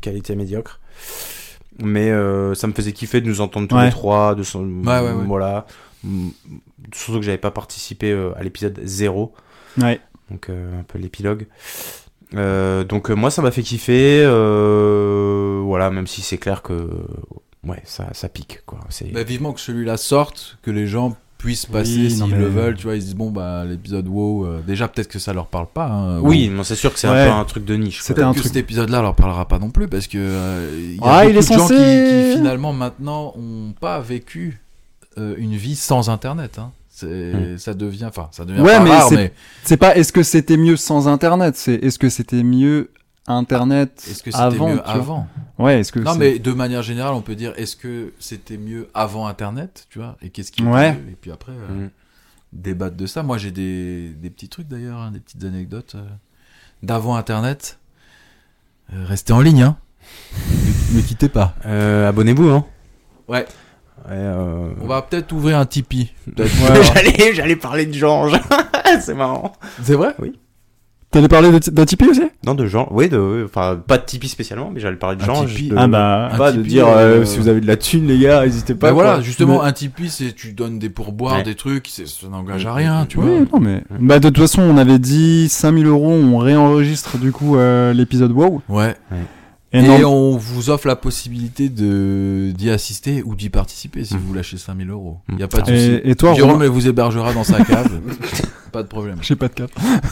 C: qualité médiocre. Mais euh, ça me faisait kiffer de nous entendre tous
B: Ouais.
C: les trois, de son,
A: Ouais, ouais, ouais.
C: voilà. Mm, Surtout que j'avais pas participé euh, à l'épisode 0,
B: Ouais.
C: donc euh, un peu l'épilogue. Euh, donc euh, moi ça m'a fait kiffer, euh, voilà même si c'est clair que euh, ouais ça ça pique quoi. C'est
A: Bah, vivement que celui-là sorte, que les gens puissent passer
B: Oui, non,
A: s'ils
B: mais-
A: le veulent. Tu vois, ils se disent bon bah l'épisode wow. euh, déjà peut-être que ça leur parle pas. hein,
C: oui
A: wow.
C: non, c'est sûr que c'est
B: Ouais.
C: un peu un truc de niche. quoi.
B: C'était un
A: Que
B: truc.
A: cet épisode-là leur parlera pas non plus parce que euh, il y a
B: Ah, il
A: beaucoup
B: est
A: de gens
B: censé-
A: qui, qui, finalement maintenant ont pas vécu euh, une vie sans Internet. hein. C'est- Ça devient, enfin, ça devient
B: Ouais,
A: pas
B: mais
A: rare,
B: c'est-
A: mais
B: C'est pas est-ce que c'était mieux sans Internet, c'est est-ce que c'était mieux Internet
A: est-ce que c'était
B: avant,
A: mieux
B: tu vois
A: avant
B: Ouais, est-ce que
A: Non,
B: c'est-
A: mais de manière générale, on peut dire est-ce que c'était mieux avant Internet, tu vois Et qu'est-ce qui était
B: Ouais.
A: mieux Et puis après, euh, débattre de ça. Moi, j'ai des, des petits trucs d'ailleurs, hein, des petites anecdotes euh, d'avant Internet. Euh, restez en ligne, hein. ne, ne quittez pas.
C: Euh, Abonnez-vous, hein.
A: Ouais.
C: Ouais, euh,
A: On va peut-être ouvrir un Tipeee. peut-être.
C: j'allais, j'allais parler de Georges. c'est marrant.
A: C'est vrai
B: T'allais parler de- d'un Tipeee aussi
C: Non, de Georges. Oui, de. Enfin, pas de Tipeee spécialement, mais j'allais parler de
A: Un
C: Georges.
A: Tipeee.
C: de-
A: Ah
B: bah.
A: Un
C: Pas de
A: Tipeee,
C: dire euh,
A: euh,
C: si vous avez de la thune, les gars, n'hésitez pas.
A: Bah voilà,
C: quoi.
A: justement,
B: Mais-
A: un Tipeee, c'est tu donnes des pourboires,
C: Ouais.
A: des trucs, c'est- ça n'engage à
C: Mm,
A: rien,
C: mm,
A: tu
B: Oui,
A: vois.
B: non mais. Bah de toute façon, on avait dit 5000 euros, on réenregistre du coup euh, l'épisode WoW.
A: Ouais.
B: Et,
A: Et,
B: non,
A: on vous offre la possibilité de d'y assister ou d'y participer si
C: Mm.
A: vous lâchez 5000 euros. Il
C: Mm.
A: n'y a pas de souci.
B: et, et toi,
A: Jérôme
B: Romain-
A: vous hébergera dans sa cave. pas de problème.
B: j'ai pas de cap.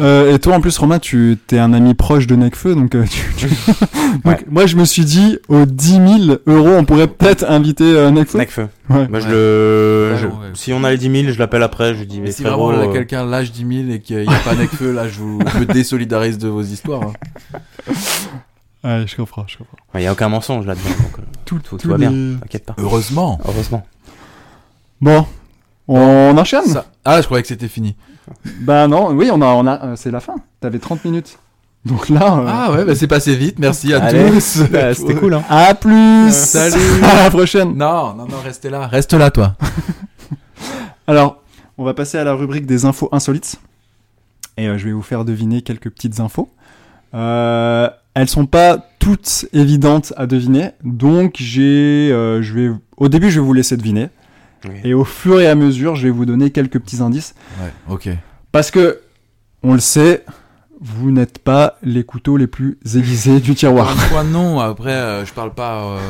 B: Euh, et toi, en plus, Romain, tu t'es un ami proche de Necfeu, donc. euh, tu- tu- donc,
C: Ouais.
B: moi, je me suis dit, aux 10 000 euros, on pourrait peut-être inviter euh, Necfeu.
C: Necfeu.
B: Ouais.
C: Moi, je le.
A: Ouais,
C: je-
A: ouais.
C: Si on a les 10 000, je l'appelle après. Je lui dis, mais
A: Mais si
C: frérot,
A: vraiment là,
C: euh,
A: quelqu'un lâche 10 000 et qu'il n'y a pas Necfeu, là, je vous je me désolidarise de vos histoires. hein.
B: Ouais, je comprends, je comprends.
C: Il n'y a aucun mensonge là-dedans. donc, euh,
B: Tout,
C: tout,
B: tous
C: tout va bien.
B: les-
C: T'inquiète pas.
A: Heureusement.
C: Heureusement.
B: Bon, on enchaîne
A: Ça- Ah, je croyais que c'était fini.
B: Bah non, oui, on a, on a, euh, c'est la fin. T'avais 30 minutes. Donc là, euh,
A: Ah ouais, bah, c'est passé vite. Merci à
C: Allez.
A: tous.
C: Bah, C'était cool, hein.
B: à plus
A: Salut.
B: À la prochaine
A: Non, non, non, restez là. Reste là, toi.
B: Alors, on va passer à la rubrique des infos insolites. Et euh, je vais vous faire deviner quelques petites infos. Euh, elles sont pas toutes évidentes à deviner, donc j'ai, euh, je vais, au début je vais vous laisser deviner, et au fur et à mesure je vais vous donner quelques petits indices,
A: Ouais, ok.
B: parce que on le sait, vous n'êtes pas les couteaux les plus aiguisés du
A: Encore
B: tiroir.
A: une fois, non. Après, euh, je parle pas euh,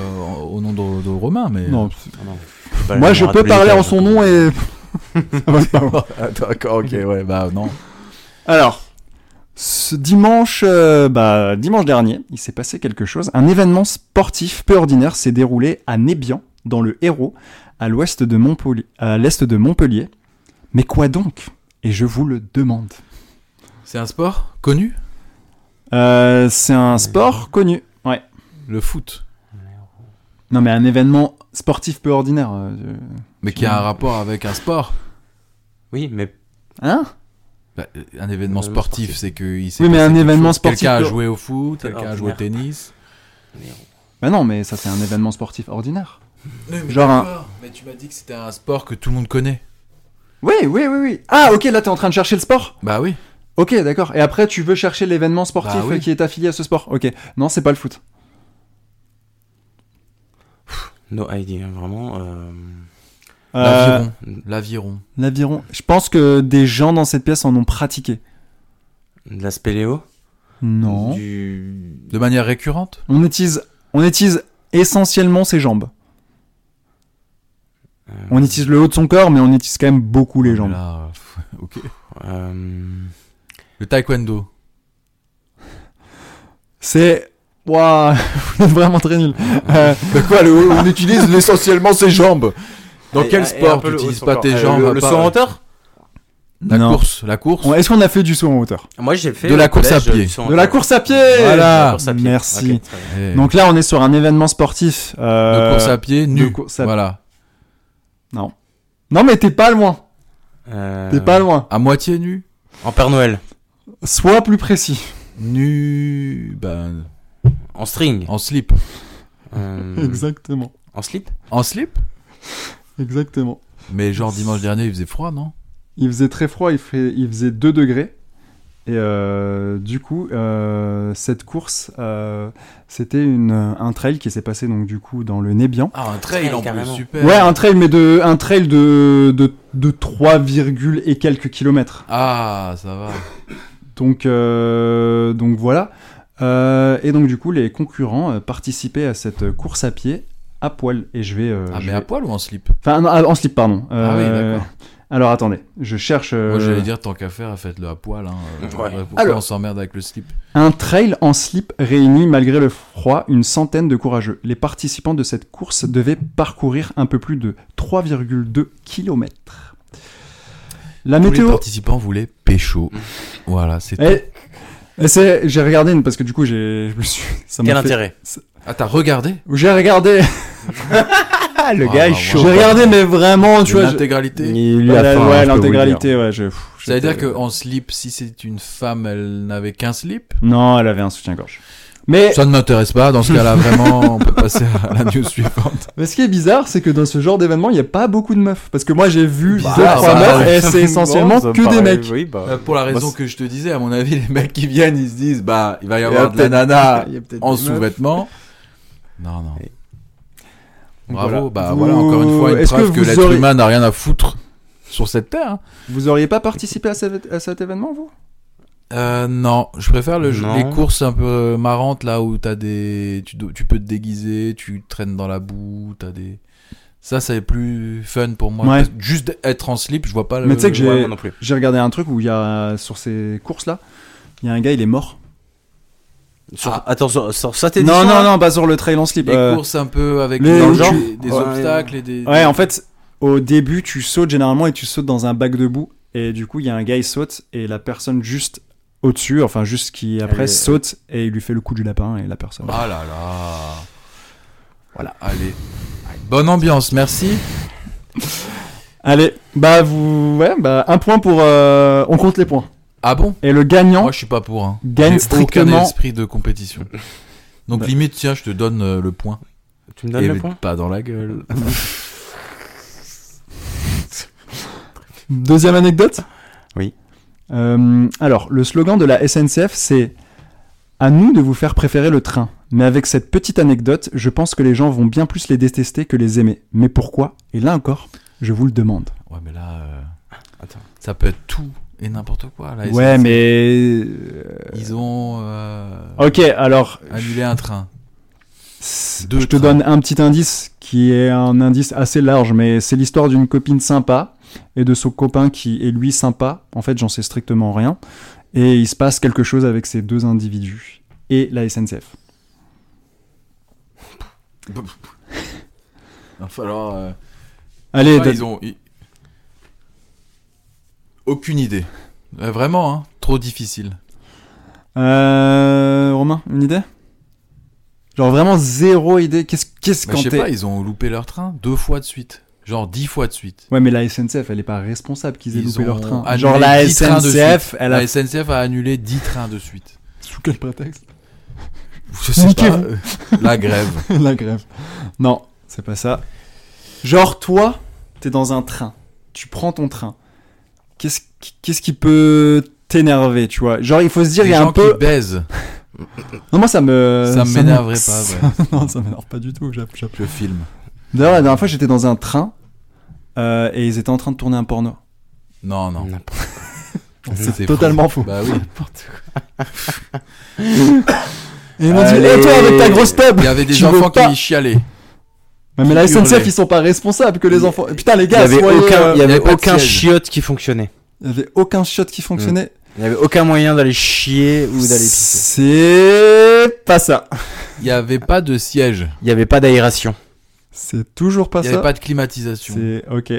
A: au nom de, de Romain, mais.
B: Non,
C: Ah non, je peux pas
B: Moi,
C: le
B: je
C: nommer à
B: peux
C: tous les
B: parler en
C: détails,
B: son
C: donc,
B: nom
C: euh,
B: et. Ça va pas, hein. moi.
A: Ah, D'accord, ok, ouais, bah non.
B: Alors, ce dimanche, euh, bah, dimanche dernier, il s'est passé quelque chose. Un événement sportif peu ordinaire s'est déroulé à Nébian, dans le Hérault, à l'ouest de Montpellier, à l'est de Montpellier. Mais quoi donc Et je vous le demande.
A: C'est un sport connu
B: Euh, c'est un sport connu. Ouais.
A: Le foot.
B: Non, mais un événement sportif peu ordinaire. euh, je-
A: Mais qui a un rapport avec un sport.
C: Oui, mais.
B: Hein
A: Bah, euh, un événement
C: Un événement
A: sportif,
C: sportif.
A: c'est que il s'est
B: Oui, mais
A: passé
B: un
A: quelque
B: événement
A: chose.
B: sportif
A: Quelqu'un a
B: peut-
A: joué au foot,
C: C'est
A: quelqu'un a joué au
C: ordinaire.
A: tennis.
B: Bah non, mais ça, c'est un événement sportif ordinaire. mais Genre un-
A: Mais tu m'as dit que c'était un sport que tout le monde connaît.
B: Oui, oui, oui, oui. Ah, ok, là, t'es en train de chercher le sport
A: Bah oui.
B: Ok, d'accord. Et après, tu veux chercher l'événement sportif
A: Bah oui.
B: euh, qui est affilié à ce sport. Ok. Non, c'est pas le foot.
C: No idea, vraiment. euh,
B: Euh,
A: L'aviron. L'aviron.
B: L'aviron. Je pense que des gens dans cette pièce en ont pratiqué.
C: De la spéléo
B: Non.
C: Du.
A: De manière récurrente
B: On utilise, on utilise essentiellement ses jambes.
C: euh,
B: On utilise le haut de son corps, mais on utilise quand même beaucoup les
A: Mais
B: jambes.
A: là, euh, pff, ok.
C: euh,
A: Le taekwondo.
B: C'est. Waouh, vous êtes vraiment très Euh, nul.
A: Mais quoi, on utilise essentiellement ses jambes. Dans
C: et- et
A: quel
C: un
A: sport tu
C: peu le haut
A: n'utilises
C: sur
A: pas
C: le
A: tes
C: corps. Euh,
A: jambes
C: Le,
A: à
C: le
A: part-
C: saut en hauteur
A: La
B: Non.
A: course, la course.
B: Est-ce qu'on a fait du saut en hauteur
C: Moi, j'ai fait.
A: De la
C: au
A: course à
C: collège,
A: pied.
C: du saut en
B: De la
C: hauteur.
B: course à pied
A: Voilà.
C: De la course à pied.
B: Merci.
C: Ok, très bien.
A: Eh,
B: Donc là, on est sur un événement sportif.
A: de
B: euh,
A: course à pied,
B: de
A: nu.
B: course à-
A: Voilà.
B: Non, mais t'es pas loin.
C: Euh,
B: T'es pas loin.
A: À moitié nu
C: En Père Noël.
B: Sois plus précis.
A: Nu. Ben.
C: En string.
A: En slip.
C: Euh,
B: Exactement.
C: En slip
A: En slip
B: Exactement.
A: Mais genre dimanche dernier, il faisait froid, non
B: Il faisait très froid, il, fait- il faisait 2 degrés. Et euh, du coup, euh, cette course, euh, c'était une- un trail qui s'est passé donc du coup dans le Nébian.
A: Ah, un
C: Trail, carrément.
A: super.
B: Ouais, un trail, mais de, un trail de, de, de 3, virgule et quelques kilomètres.
A: Ah, ça
B: Euh,
A: va.
B: Donc, euh, donc voilà. Euh, et donc du coup, les concurrents euh, participaient à cette course à pied à poil. Et je vais... euh,
A: Ah,
B: je
A: mais
B: vais-
A: à poil ou en slip
B: Enfin, non, en slip, pardon.
A: Ah oui,
B: Euh,
A: d'accord.
B: Alors attendez, je cherche... euh,
A: Moi, j'allais dire, tant qu'à faire, faites-le à poil. Hein. Euh,
C: Ouais.
A: Pourquoi
B: Alors-
A: on s'emmerde avec le slip
B: Un trail en slip réunit malgré le froid une centaine de courageux. Les participants de cette course devaient parcourir un peu plus de 3,2 km. La
A: Tous les
B: météo.
A: participants voulaient pécho.
C: Mm.
A: Voilà, c'est tout.
B: Eh, eh, c'est- j'ai regardé une parce que du coup j'ai, je me suis, ça m'a
C: Quel
B: fait-
C: intérêt
A: Ah, t'as regardé
B: J'ai regardé,
C: Ah, le
A: Ah, bah,
B: j'ai
A: Ouais.
B: regardé, mais vraiment, tu vois, j'ai-
A: L'intégralité
C: Il lui a
B: la- ouais,
C: faim, je peux vous le
B: l'intégralité, ouais, j'ai. pff,
A: Ça veut dire
B: j'étais-
A: qu'en slip, si c'est une femme, elle n'avait qu'un slip
B: Non, elle avait un soutien-gorge. Mais,
A: Ça ne m'intéresse pas, dans ce cas-là, vraiment, on peut passer à la news suivante.
B: mais ce qui est bizarre, c'est que dans ce genre d'événement, il n'y a pas beaucoup de meufs. Parce que moi, j'ai vu deux,
A: Bah,
B: trois
A: ça
B: meufs,
A: arrive.
B: et Eh, c'est
C: Bon,
B: essentiellement
C: ça me
B: que des
C: paraît-
B: mecs.
C: oui, bah.
A: Euh, pour la raison
C: Bah,
A: que je te disais, à mon avis, les mecs qui viennent, ils se disent, bah, il va y
B: Il y a
A: avoir de la
B: peut-être-
A: nana
B: il y a peut-être
A: en
B: des meufs.
A: sous-vêtements. Non, non.
C: Et-
A: Bravo,
B: Voilà.
A: bah
B: Vous-
A: voilà, encore une fois, une
B: est-ce
A: preuve
B: que
A: que,
B: vous
A: l'être
B: aurez-
A: humain n'a rien à foutre sur cette terre. hein.
B: Vous auriez pas participé à cet, à cet événement, vous
A: Euh, non, je préfère le jeu-
C: Non.
A: les courses un peu marrantes là où t'as des, tu, do- tu peux te déguiser, tu traînes dans la boue, t'as des, ça c'est plus fun pour moi.
B: Ouais.
A: Parce que Juste être en slip, je vois pas.
B: Mais tu sais que j'ai-
C: Ouais, moi non plus.
B: J'ai regardé un truc où il y a, sur ces courses-là, il y a un gars, il est mort.
C: Sur- Ah, Attends, sur, sur cette édition
B: Non, non, non, pas sur le trail en slip.
A: les
B: euh,
A: courses un peu avec
B: les-
A: des,
B: Dans le
A: des-
B: genre
A: des
C: Ouais.
A: obstacles et des.
B: Ouais, en fait, au début, tu sautes généralement et tu sautes dans un bac de boue. Et du coup, il y a un gars, il saute et la personne juste au-dessus, enfin juste qui après
C: est-
B: saute et il lui fait le coup du lapin et la personne.
A: Ah là là. Voilà, allez. Bonne ambiance, merci.
B: Allez, bah vous, ouais, bah un point pour, euh, on compte les points.
A: Ah bon
B: Et le gagnant,
A: Moi je suis pas pour. Hein.
B: Gagne
A: J'ai
B: strictement-
A: Aucun esprit de compétition. Donc
B: Bah.
A: limite, tiens, je te donne euh, le point.
C: Tu me donnes
A: Et
C: le point
A: pas dans la gueule.
B: deuxième anecdote.
C: Oui.
B: Euh, alors, le slogan de la SNCF, c'est à nous de vous faire préférer le train. Mais avec cette petite anecdote, je pense que les gens vont bien plus les détester que les aimer. Mais pourquoi Et là encore, je vous le demande.
A: Ouais, mais là, euh,
C: Attends.
A: ça peut être tout et n'importe quoi. Là,
B: Ouais,
A: SNCF.
B: mais. Oh,
A: Ils ont euh,
B: Ok, alors.
A: annulé un train. Deux
B: je te
A: trains.
B: donne un petit indice qui est un indice assez large, mais c'est l'histoire d'une copine sympa et de son copain qui est lui sympa. En fait, j'en sais strictement rien. Et il se passe quelque chose avec ces deux individus et la SNCF.
A: Il va falloir. euh,
B: Allez,
A: ouais,
B: donne-
A: ils ont. ils- Aucune idée. Euh, vraiment, hein, trop difficile.
B: euh, Romain, une idée Genre vraiment zéro idée. Qu'est-ce qu'est-ce
A: Bah, je
B: quand
A: sais
B: t'es-
A: pas, ils ont loupé leur train deux fois de suite. Genre dix fois de suite.
B: Ouais, mais la SNCF, elle est pas responsable qu'ils aient
A: Ils
B: loupé
A: ont
B: leur train.
A: annulé
B: Genre la
A: 10 trains de
B: SNCF, elle a.
A: La SNCF a annulé 10 trains de suite.
B: Sous quel prétexte
A: Je sais pas,
B: Niquez-vous.
A: euh, la grève.
B: La grève. Non, c'est pas ça. Genre, toi, t'es dans un train. Tu prends ton train. Qu'est-ce qui, qu'est-ce qui peut t'énerver, tu vois Genre, il faut se dire, il
A: Les
B: y a
A: gens
B: un peu.
A: qui baisent,
B: Non, moi, ça me.
A: ça
B: me-
A: m'énerverait pas. ouais.
B: non, ça m'énerve pas du tout. j'app- j'app-
A: Je filme.
B: D'ailleurs, la dernière fois, j'étais dans un train euh, et ils étaient en train de tourner un porno.
A: Non, non.
C: N'importe
A: C'est
B: C'est
A: fou.
B: totalement faux.
A: Bah oui.
B: Et ils m'ont dit,
C: Allez.
B: Eh, toi, avec ta grosse tub
A: Il y avait des
B: Tu veux
A: enfants
B: pas
A: qui chialaient.
B: Ouais, Mais la
A: qui
B: SNCF,
A: hurlaient.
B: ils sont pas responsables que les enfants. Putain, les
C: Il y
B: gars,
C: avait
B: soyez,
C: aucun,
B: euh,
C: il y
A: y
C: avait
A: avait pas de
C: aucun
A: siège.
C: chiotte qui fonctionnait.
B: il y avait aucun shot qui fonctionnait.
C: Il n'y avait aucun moyen d'aller chier ou d'aller pisser.
B: C'est pas ça.
A: Il n'y avait pas de siège.
C: Il n'y avait pas d'aération.
B: C'est toujours pas
A: Il n'y avait
B: Ah, ça.
A: pas de climatisation.
B: C'est ok.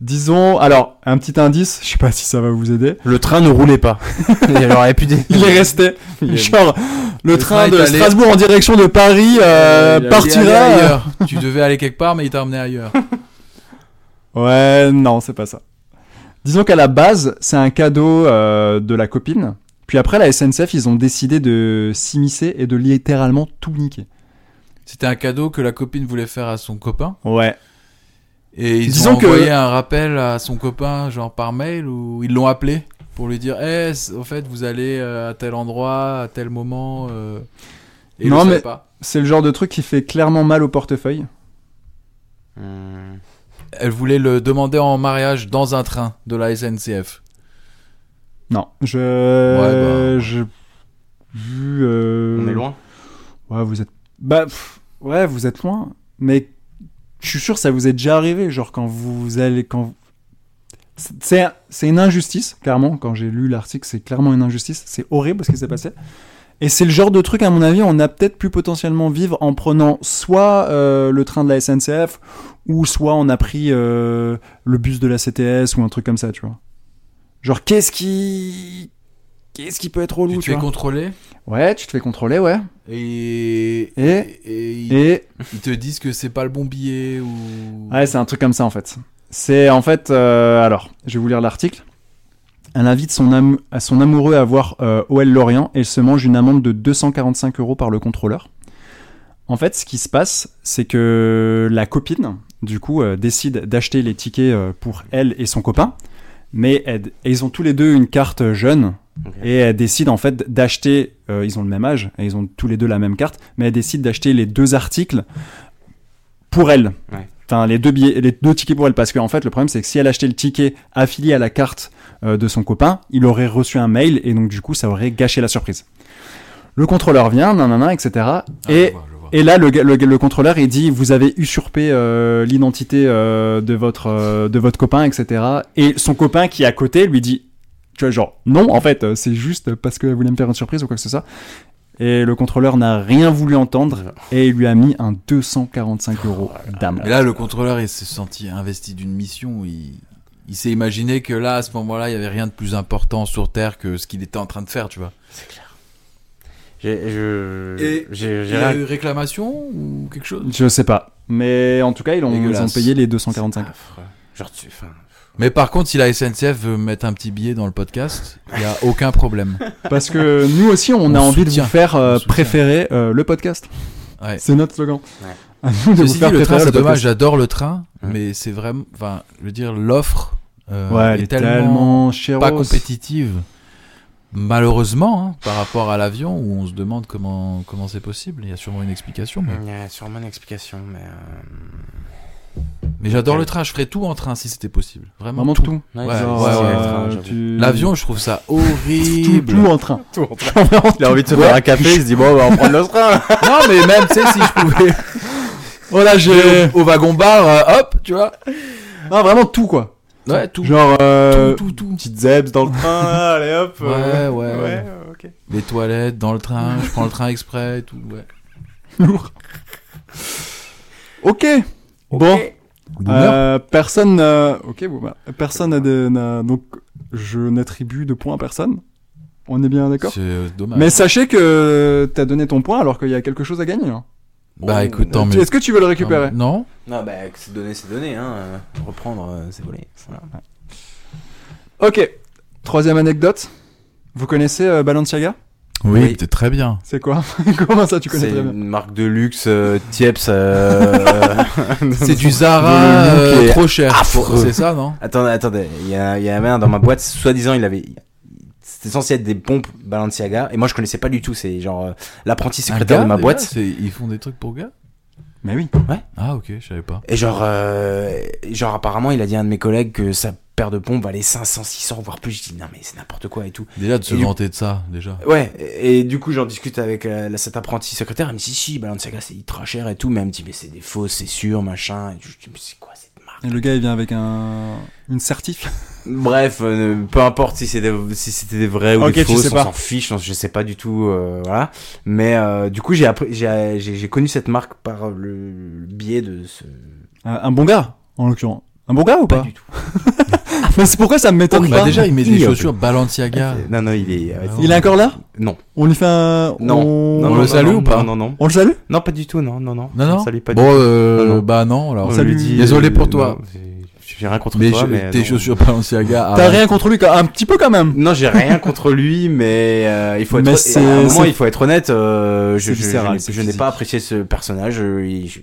B: Disons, alors, un petit indice, je sais pas si ça va vous aider.
C: Le train ne roulait pas. Il y aurait pu des-
B: Il est resté. Genre, le,
A: train
B: train, de
A: est allé-
B: Strasbourg en direction de Paris euh,
A: Il est allé
B: partira. euh,
A: ailleurs. tu devais aller quelque part, mais il t'a emmené ailleurs.
B: Ouais, non, c'est pas ça. Disons qu'à la base, c'est un cadeau euh, de la copine. Puis après, la SNCF, ils ont décidé de s'immiscer et de littéralement tout niquer.
A: C'était un cadeau que la copine voulait faire à son copain.
B: Ouais.
A: Et ils
B: Disons
A: ont
B: que-
A: envoyé un rappel à son copain, genre par mail, ou ils l'ont appelé pour lui dire Eh, c- au fait, vous allez euh, à tel endroit, à tel moment. euh, Et il
B: Non,
A: le savait
B: mais-
A: pas.
B: C'est le genre de truc qui fait clairement mal au portefeuille.
C: Hmm.
A: Elle voulait le demander en mariage dans un train de la SNCF.
B: Non, je.
A: Ouais, bah.
B: je- vu, euh,
C: On est loin.
B: Ouais, vous êtes. Bah, pff, ouais, vous êtes loin. Mais je suis sûr que ça vous est déjà arrivé. Genre, quand vous allez. Quand... C'est- C'est c'est une injustice, clairement. Quand j'ai lu l'article, c'est clairement une injustice. C'est horrible ce qui s'est passé. Et c'est le genre de truc, à mon avis, on a peut-être pu potentiellement vivre en prenant soit euh, le train de la SNCF, ou soit on a pris euh, le bus de la CTS ou un truc comme ça, tu vois. Genre, qu'est-ce qui. Qu'est-ce qui peut être relou,
A: Tu
B: tu,
A: te fais
B: vois
A: contrôler
B: Ouais, tu te fais contrôler, ouais.
A: et.
B: Et-
A: ils-
B: Et.
A: ils te disent que c'est pas le bon billet ou.
B: Ouais, c'est un truc comme ça, en fait. C'est en fait. euh, alors, je vais vous lire l'article. Elle invite son, am- à son amoureux à voir euh, OL Lorient et elle se mange une amende de 245 euros par le contrôleur. En fait, ce qui se passe, c'est que la copine, du coup, euh, décide d'acheter les tickets euh, pour elle et son copain. Mais elle- et ils ont tous les deux une carte euh, jeune
C: Ok.
B: et elle décide en fait d'acheter. euh, ils ont le même âge et ils ont tous les deux la même carte, mais elle décide d'acheter les deux articles pour elle.
C: Ouais.
B: Enfin, les deux billets, les deux tickets pour elle, parce qu'en fait, le problème, c'est que si elle achetait le ticket affilié à la carte euh, de son copain, il aurait reçu un mail et donc, du coup, ça aurait gâché la surprise. Le contrôleur vient, nanana, etc.
A: Ah,
B: et
A: je vois, je vois.
B: et là, le, gars- le, gars- le contrôleur, il dit, vous avez usurpé euh, l'identité euh, de, votre, euh, de votre copain, etc. Et son copain qui est à côté lui dit, tu vois, genre, non, en fait, euh, c'est juste parce que vous voulez me faire une surprise ou quoi que ce soit. Et le contrôleur n'a rien voulu entendre et il lui a mis un 245 euros
A: Mais
B: d'amende.
A: Oh là, le contrôleur, il s'est senti investi d'une mission. Il, il s'est imaginé que là, à ce moment-là, il n'y avait rien de plus important sur Terre que ce qu'il était en train de faire, tu vois.
C: J'ai, je,
A: Et
C: j'ai,
A: Il
C: j'ai
A: y a
B: euh,
C: rien-
A: eu réclamation ou quelque chose
B: Je sais pas. Mais en tout cas, ils ont, ils ont
A: Dégueulasse.
B: payé les 245.
C: Affreux. Genre, tu, enfin,
A: Mais par contre, si la SNCF veut mettre un petit billet dans le podcast, il n'y a aucun problème.
B: Parce que nous aussi, on,
A: On
B: a envie de
A: soutient.
B: vous faire euh,
A: On soutient.
B: préférer euh, le podcast.
A: Ouais.
B: C'est notre slogan.
C: Ouais.
B: À nous de vous
A: Ceci dit,
B: faire
A: le train,
B: préférer
A: c'est
B: le
A: dommage,
B: podcast.
A: j'adore le train,
C: Hum.
A: mais c'est vraiment. Enfin, je veux dire, l'offre euh,
B: Ouais, elle
A: est,
B: est
A: tellement,
B: tellement chéros.
A: pas compétitive, malheureusement, hein, par rapport à l'avion, où on se demande comment comment c'est possible. Il y a sûrement une explication, mais.
C: il y a sûrement une explication, mais. euh,
A: Mais j'adore le train, je ferais tout en train si c'était possible. Vraiment,
B: Vraiment
A: tout.
B: tout.
C: ouais,
A: Ouais, ouais,
C: c'est-
B: Genre,
C: c'est-
A: ouais,
C: c'est-
A: ouais.
B: euh,
C: j'avoue.
B: tu-
A: L'avion, je trouve ça
B: tout,
A: horrible.
B: tout en train.
C: Il a envie de se faire un café, il se dit bon, on va en prendre le train.
A: non, mais même, tu sais, si je pouvais.
B: Oh là, j'ai.
A: Au wagon-bar, euh, hop, tu vois.
B: Non, vraiment tout quoi.
A: Ouais, tout.
B: Genre. euh,
A: tout, tout, tout.
C: Petite zebs dans le train, là, allez hop. euh,
A: Ouais, ouais.
C: ouais, euh, ok.
A: Les toilettes, dans le train, je prends le train exprès et tout, ouais.
B: Ok. Bon.
A: Euh,
B: Euh, personne. euh, Ok, boomer. Personne n'a de- n'a- Donc, je n'attribue de points à personne. On est bien d'accord.
A: C'est euh,
C: bah.
A: dommage.
B: Mais sachez que t'as donné ton point alors qu'il y a quelque chose à gagner. hein.
A: Bah écoute, tant mieux.
B: Est-ce que tu veux le récupérer
A: Non
C: Oh. Non, bah, que c'est donné, c'est donné, hein. euh, Reprendre, euh, c'est volé. Voilà.
B: Ok. Troisième anecdote. Vous connaissez euh, Balenciaga
A: Oui,
C: Oui.
A: t'es très bien.
B: C'est quoi Comment ça, tu connais
C: C'est
B: très bien
C: une marque de luxe, euh, Tieps. euh,
A: C'est du Zara
C: Le look
A: euh,
C: est
A: trop cher.
C: affreux.
A: Pour- C'est ça, non
C: Attendez, attendez, il y a, il y a un mec dans ma boîte, soi-disant, il avait. C'était censé être des pompes Balenciaga, et moi je connaissais pas du tout, c'est genre euh, l'apprenti
A: Un
C: secrétaire
A: gars,
C: de ma
A: déjà,
C: boîte.
A: c'est- Ils font des trucs pour gars
B: Mais oui.
A: Ah ok, je savais pas.
C: Et genre, euh, genre apparemment, il a dit à un de mes collègues que sa paire de pompes valait 500, 600, voire plus. Je dis non, mais c'est n'importe quoi et tout.
A: Déjà de se
C: Et du-
A: vanter de ça, déjà.
C: Ouais, et, et du coup, j'en discute avec euh, la- cet apprenti secrétaire. Elle me dit, si, Balenciaga, c'est ultra cher et tout. Mais elle me dit, mais c'est des fausses, c'est sûr, machin. Et je dis, mais c'est quoi cette marque
B: Et le gars, il vient avec un une certif.
C: Bref, euh, peu importe si c'était si c'était des vrais ou
B: Ok,
C: des
B: tu
C: fausses,
B: sais
C: on
B: pas.
C: s'en fiche, on- je sais pas du tout, euh, voilà. Mais euh, du coup, j'ai appris- j'ai j'ai- j'ai connu cette marque par le, le biais de ce.
B: Un, euh, un bon gars, en l'occurrence. Un bon gars ou
C: Pas
B: pas,
C: du tout.
B: Mais c'est pourquoi ça me m'étonne
A: Bah
B: pas.
A: déjà, il met des
C: Il est
A: chaussures Balenciaga.
C: Non, non, il est.
A: Ah
C: euh,
A: ouais.
B: Il est encore là
C: Non.
B: On lui fait un.
C: Non.
B: On,
C: non,
A: le
C: non, non,
A: salue
C: non,
A: ou pas
C: Non, non, non.
B: on le salue
C: Non, pas du tout, non, non, non.
A: Non,
C: On
A: non.
C: salue pas
A: Bon, euh,
C: Non, non.
A: bah non, alors.
C: On
B: salut.
C: lui dit,
A: Désolé pour
C: euh,
A: toi.
C: non, j'ai- J'ai rien contre
A: Mais
C: toi,
A: je-
C: mais.
A: tes
C: non.
A: chaussures Balenciaga. ah,
B: T'as rien contre lui, quoi un petit peu quand même.
C: Non, j'ai rien contre lui, mais euh, il faut être.
B: Mais
C: à un
B: c'est-
C: moment,
B: c'est-
C: il faut être honnête. euh, je
B: C'est
C: je- je
B: viscéral,
C: n'ai-
B: c'est
C: je n'ai
B: physique.
C: pas apprécié ce personnage. euh, il- je-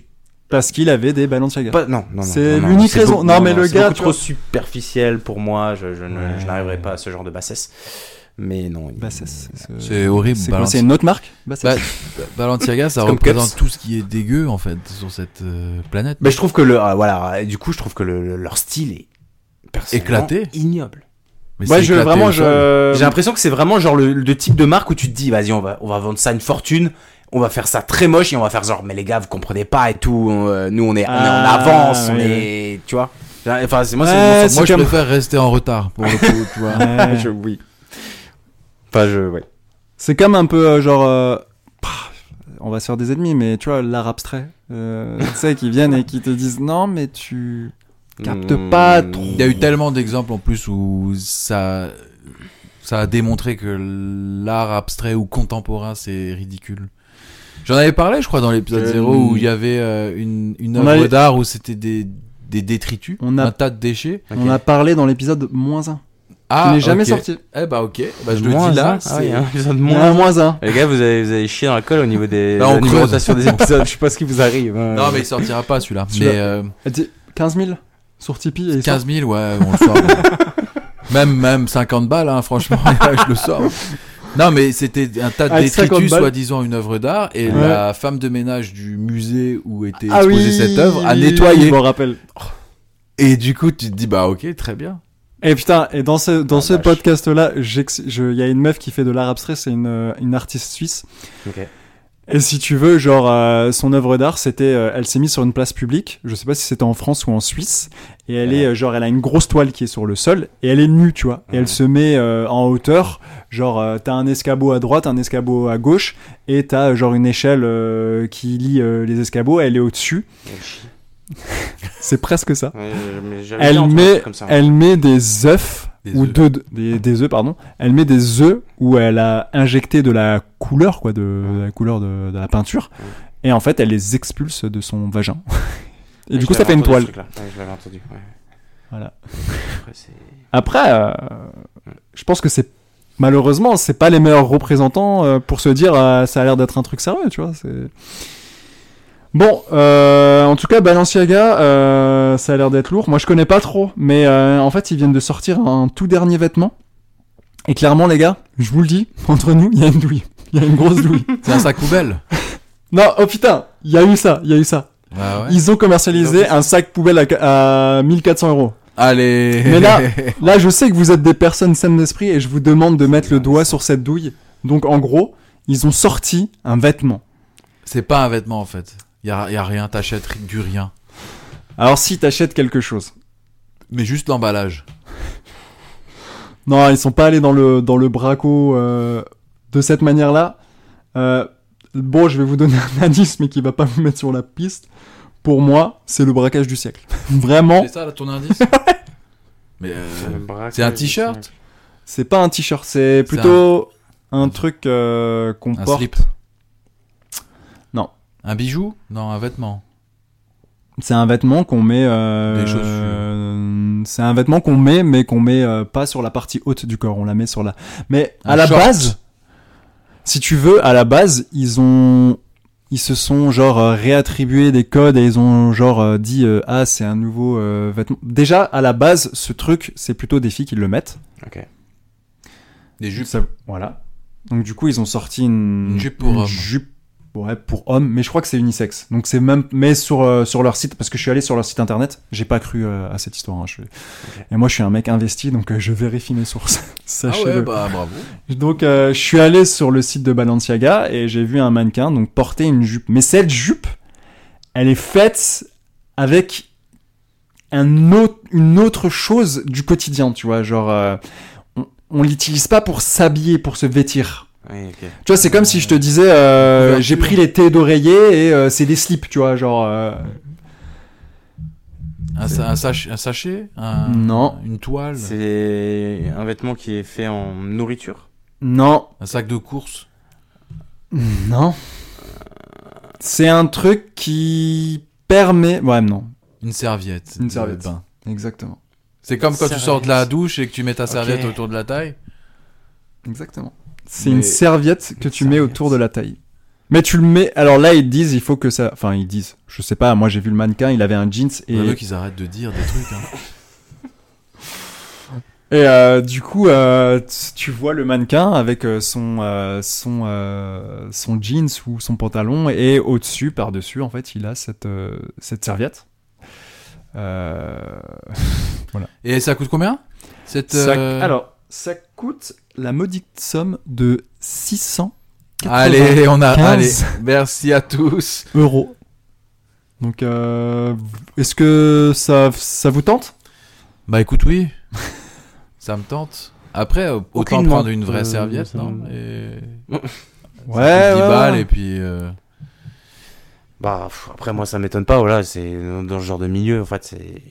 B: Parce qu'il avait des Balenciaga.
C: Pas- non, non, non,
B: C'est
C: non, non,
B: l'unique raison.
C: beaucoup-
B: Non, mais le
C: c'est
B: gars,
C: beaucoup
B: tu
C: trop
B: vois.
C: superficiel pour moi. Je, je ne- je
B: Ouais.
C: n'arriverai pas à ce genre de bassesse. Mais non. il-
B: Bah, c'est- c'est-
A: C'est horrible,
B: c'est quoi
A: Balenciaga.
B: C'est une autre marque bah, c'est-
A: Bah, Balenciaga, ça
C: C'est comme
A: représente
C: Cups.
A: tout ce qui est dégueu en fait sur cette euh, planète.
C: Mais je trouve que le, ah, voilà. Du coup, je trouve que le- le- leur style est personnellement
A: Éclaté.
C: ignoble.
A: Mais
B: Ouais,
A: c'est
B: je euh,
A: éclaté au
B: vraiment,
A: sol.
B: je.
C: J'ai l'impression que c'est vraiment genre le, le type de marque où tu te dis, vas-y, on va, on va vendre ça une fortune. On va faire ça très moche et on va faire genre, mais les gars, vous comprenez pas et tout. on, euh, nous, on est, on est
B: Ah,
C: en avance, on
B: oui,
C: est, tu vois. Enfin, c'est moi, c'est
B: Ouais,
C: mon
B: c'est
A: Moi, je
B: comme-
A: préfère rester en retard
B: Ah,
A: pour le coup, tu vois.
B: Ouais.
C: Je, oui. Enfin, je, ouais.
B: C'est comme un peu euh, genre. euh, pah, On va se faire des ennemis, mais tu vois, l'art abstrait. Euh, tu sais, qui viennent et qui te disent non, mais tu. capte pas
C: Mmh.
B: trop.
A: Il y a eu tellement d'exemples en plus où ça, ça a démontré que l'art abstrait ou contemporain, c'est ridicule. J'en avais parlé, je crois, dans l'épisode
C: Euh,
A: 0 où il y avait euh, une, une
B: on
A: œuvre
B: allait-
A: d'art où c'était des, des détritus,
B: On a-
A: un tas de déchets.
C: Ok.
B: On a parlé dans l'épisode moins 1.
A: Ah,
B: qui n'est jamais
A: ok.
B: sorti.
A: Eh bah, ok. Bah, je
C: Moins
A: le dis là.
C: un, ah
A: c'est-
C: oui,
B: hein.
C: un épisode moins Bah,
B: Moins, moins 1.
C: Les gars, vous avez, vous avez chié dans la colle au niveau des
A: Là, on
C: de la
A: creuse.
C: numérotation des épisodes. Je sais pas ce qui vous arrive. hein.
A: Non, mais il sortira pas celui-là. Mais
B: Celui-là.
A: euh,
B: 15 000 sur Tipeee. Et il
A: 15 000, ouais, on le sort. même, même 50 balles, hein, franchement, je le sors. Non, mais c'était un tas de
B: Ah, Avec 50
A: détritus,
B: balles.
A: soi-disant une œuvre d'art, et
B: Ouais.
A: la femme de ménage du musée où était
B: sort. Ah
A: exposée
B: oui,
A: cette œuvre a
B: oui,
A: nettoyé.
B: Je m'en rappelle.
A: Et du coup, tu te dis, bah ok, très bien.
B: Et putain, et dans ce, dans
C: Ah,
B: ce
C: vache.
B: podcast-là, j'ex- je- il y a une meuf qui fait de l'art abstrait, c'est une, euh, une artiste suisse.
C: Ok.
B: Et si tu veux, genre, euh, son œuvre d'art, c'était, euh, elle s'est mise sur une place publique, je sais pas si c'était en France ou en Suisse, et elle est, euh, genre, elle a une grosse toile qui est sur le sol, et elle est nue, tu vois, et
C: Mhm.
B: elle se met euh, en hauteur, genre, euh, t'as un escabeau à droite, un escabeau à gauche, et t'as, euh, genre, une échelle euh, qui lie euh, les escabeaux, elle est au-dessus, c'est presque ça.
C: Ouais, mais j'avais déjà
B: Elle
C: entendu un
B: met,
C: truc comme ça.
B: elle met des œufs
A: Des
B: ou
A: œufs.
B: deux des, des œufs pardon. Elle met des œufs où elle a injecté de la couleur quoi, de, de la couleur de, de la peinture. Et en fait, elle les expulse de son vagin. Et
C: Ouais,
B: du
C: Ah, je
B: coup, ça
C: l'avais
B: fait une
C: entendu,
B: toile.
C: ce truc-là. Ouais, je l'avais entendu. ouais.
B: Voilà.
C: Après, c'est-
B: Après, euh, je pense que c'est malheureusement, c'est pas les meilleurs représentants euh, pour se dire euh, ça a l'air d'être un truc sérieux, tu vois. c'est- Bon, euh, en tout cas, Balenciaga, euh, ça a l'air d'être lourd. Moi, je connais pas trop, mais euh, en fait, ils viennent de sortir un tout dernier vêtement. Et clairement, les gars, je vous le dis, entre nous, il y a une douille. Il y a une grosse douille.
A: C'est un sac poubelle.
B: non, oh putain, il y a eu ça, il y a eu ça.
A: Ah ouais.
B: Ils ont commercialisé un sac poubelle à, à 1400 euros.
A: Allez.
B: Mais là- Là, je sais que vous êtes des personnes saines d'esprit et je vous demande de mettre le doigt sur cette douille. Donc, en gros, ils ont sorti un vêtement.
A: c'est pas un vêtement en fait. Y a, y a rien, t'achètes ri- du rien.
B: Alors, si t'achètes quelque chose.
A: Mais juste l'emballage.
B: Non, ils sont pas allés dans le, dans le braco euh, de cette manière-là. Euh, bon, je vais vous donner un indice, mais qui va pas vous mettre sur la piste. Pour moi, c'est le braquage du siècle. Vraiment,
A: C'est ça là, ton indice Mais euh, c'est un t-shirt
B: c'est pas un t-shirt, c'est plutôt un, truc euh, qu'on
A: Un
B: porte.
A: slip Un bijou Non, un vêtement.
B: C'est un vêtement qu'on met. euh,
A: Des chaussures.
B: euh, c'est un vêtement qu'on met, mais qu'on met euh, pas sur la partie haute du corps. On la met sur la. Mais à
A: Un
B: la
A: short.
B: base, si tu veux, à la base, ils ont, ils se sont genre euh, réattribué des codes et ils ont genre euh, dit euh, ah c'est un nouveau euh, vêtement. Déjà à la base, ce truc, c'est plutôt des filles qui le mettent.
A: Des jupes.
B: Ça- voilà. Donc du coup, ils ont sorti une,
A: Une jupe pour homme.
B: jupe, ouais, pour homme, mais je crois que c'est unisexe. Donc c'est même, mais sur euh, sur leur site, parce que je suis allé sur leur site internet, j'ai pas cru euh, à cette histoire. hein, je- Et moi, je suis un mec investi, donc euh, je vérifie mes sources.
A: Ah
B: Sachez-le.
A: ouais, bah bravo.
B: Donc euh, je suis allé sur le site de Balenciaga et j'ai vu un mannequin donc porter une jupe. Mais cette jupe, elle est faite avec un autre, une autre chose du quotidien, tu vois, genre euh, on, on l'utilise pas pour s'habiller, pour se vêtir.
C: Oui, ok.
B: Tu vois, c'est comme si je te disais euh,
A: Couverture.
B: j'ai pris les thés d'oreiller et euh, c'est des slips, tu vois, genre euh,
A: Un, sa- un sach- un sachet un-
B: Non.
A: Une toile
C: C'est un vêtement qui est fait en nourriture.
B: non,
A: Un sac de course
B: non. C'est un truc qui permet ouais, non.
A: Une serviette
B: Une
A: de
B: serviette.
A: bain.
B: Exactement.
A: C'est comme quand tu
C: Serviette.
A: sors de la douche et que tu mets ta serviette
C: Ok.
A: autour de la taille
B: Exactement. C'est
A: Mais-
B: une serviette que
C: Une
B: tu mets
C: serviette.
B: autour de la taille. Mais tu le mets. Alors là, ils disent, il faut que ça. Enfin, ils disent. Je sais pas. Moi, j'ai vu le mannequin. Il avait un jeans et.
A: Et veut Bah, qu'ils arrêtent de dire des trucs. hein.
B: Et euh, du coup, euh, tu- tu vois le mannequin avec euh, son euh, son euh, son jeans ou son pantalon et au-dessus, par-dessus, en fait, il a cette euh, cette serviette. Euh,
A: Et ça coûte combien Cette,
B: ça-
A: euh,
B: Alors, ça coûte la modique somme de 600
A: Allez, on a.
B: 95.
A: Allez, merci à tous.
B: euros. Donc, euh, est-ce que ça, ça vous tente
A: Bah écoute, oui. ça me tente. Après, euh, autant
C: Aucunement.
A: prendre une vraie
C: Euh,
A: serviette,
C: ça
A: non
C: me-
A: et...
B: Ouais,
A: 10 balles et puis. euh,
C: Bah pff, après moi ça m'étonne pas. Voilà, c'est dans ce genre de milieu en fait c'est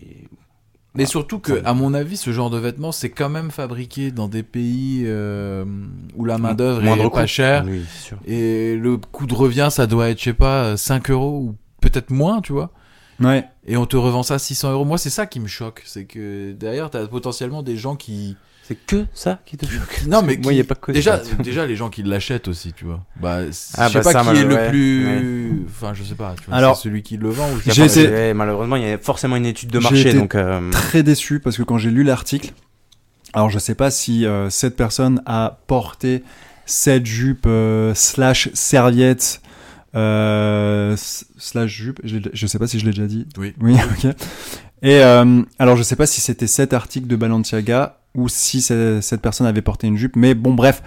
A: Mais surtout que, à mon avis, ce genre de vêtements, c'est quand même fabriqué dans des pays euh, où la main d'œuvre est
C: Moindre coût.
A: pas chère.
C: Oui, c'est sûr.
A: Et le coût de revient, ça doit être, je sais pas, 5 euros ou peut-être moins, tu vois.
B: Ouais.
A: Et on te revend ça 600 euros. Moi, c'est ça qui me choque. C'est que derrière, t'as potentiellement des gens qui.
C: C'est que ça qui te choque.
A: Non, mais
C: moi,
A: qui-
C: il y a pas que
A: déjà,
C: ça.
A: déjà, les gens qui l'achètent aussi, tu vois. Bah,
C: Ah,
A: je sais
C: bah,
A: pas
C: ça,
A: qui est
C: mal-
A: le
C: ouais,
A: plus. Enfin, je sais pas. Tu vois,
B: Alors-
A: c'est celui qui le vend ou
C: Il y a
B: J'ai
C: pas-
B: essayé-
C: ouais, Malheureusement, il y a forcément une étude de
B: J'ai
C: marché,
B: été
C: donc. euh,
B: Très déçu parce que quand j'ai lu l'article, alors je sais pas si euh, cette personne a porté cette jupe euh, slash serviette euh, s- slash jupe, je, l'ai- je sais pas si je l'ai déjà dit.
A: Oui.
B: Oui, ok. Et euh, alors je sais pas si c'était cet article de Balenciaga ou si c'est- cette personne avait porté une jupe, mais bon bref,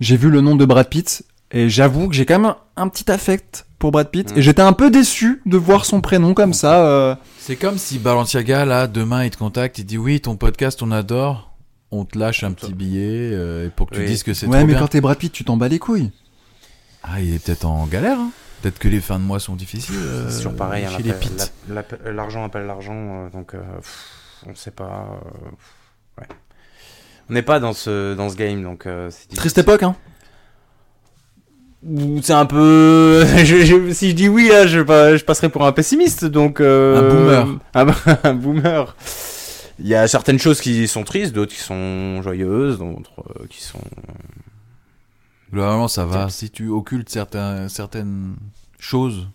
B: j'ai vu le nom de Brad Pitt et j'avoue que j'ai quand même un, un petit affect pour Brad Pitt
C: Mm.
B: et j'étais un peu déçu de voir son prénom comme ça. euh,
A: C'est comme si Balenciaga, là, demain, il te contacte, il dit oui, ton podcast, on adore, on te lâche un petit billet euh, et pour que tu
C: Oui.
A: dises que c'est
B: Ouais,
A: trop
B: mais
A: bien.
B: quand t'es Brad Pitt, tu t'en bats les couilles.
A: Ah, il est peut-être en galère, hein. Peut-être que les fins de mois sont difficiles. euh,
C: C'est toujours pareil, hein,
A: Chez les
C: l'appel-
A: Pitt.
C: la- la- l'argent appelle l'argent, euh, donc euh, pff, on ne sait pas. euh, pff, ouais. On n'est pas dans ce, dans ce game, donc euh, c'est difficile.
B: Triste époque, hein.
C: Ou C'est un peu. je- je- si je dis oui, là, je, pa- je passerai pour un pessimiste, donc. euh,
A: Un boomer.
C: Un, un boomer. Il y a certaines choses qui sont tristes, d'autres qui sont joyeuses, d'autres euh, qui sont.
A: Globalement, ça va. Si tu occultes certains, certaines choses.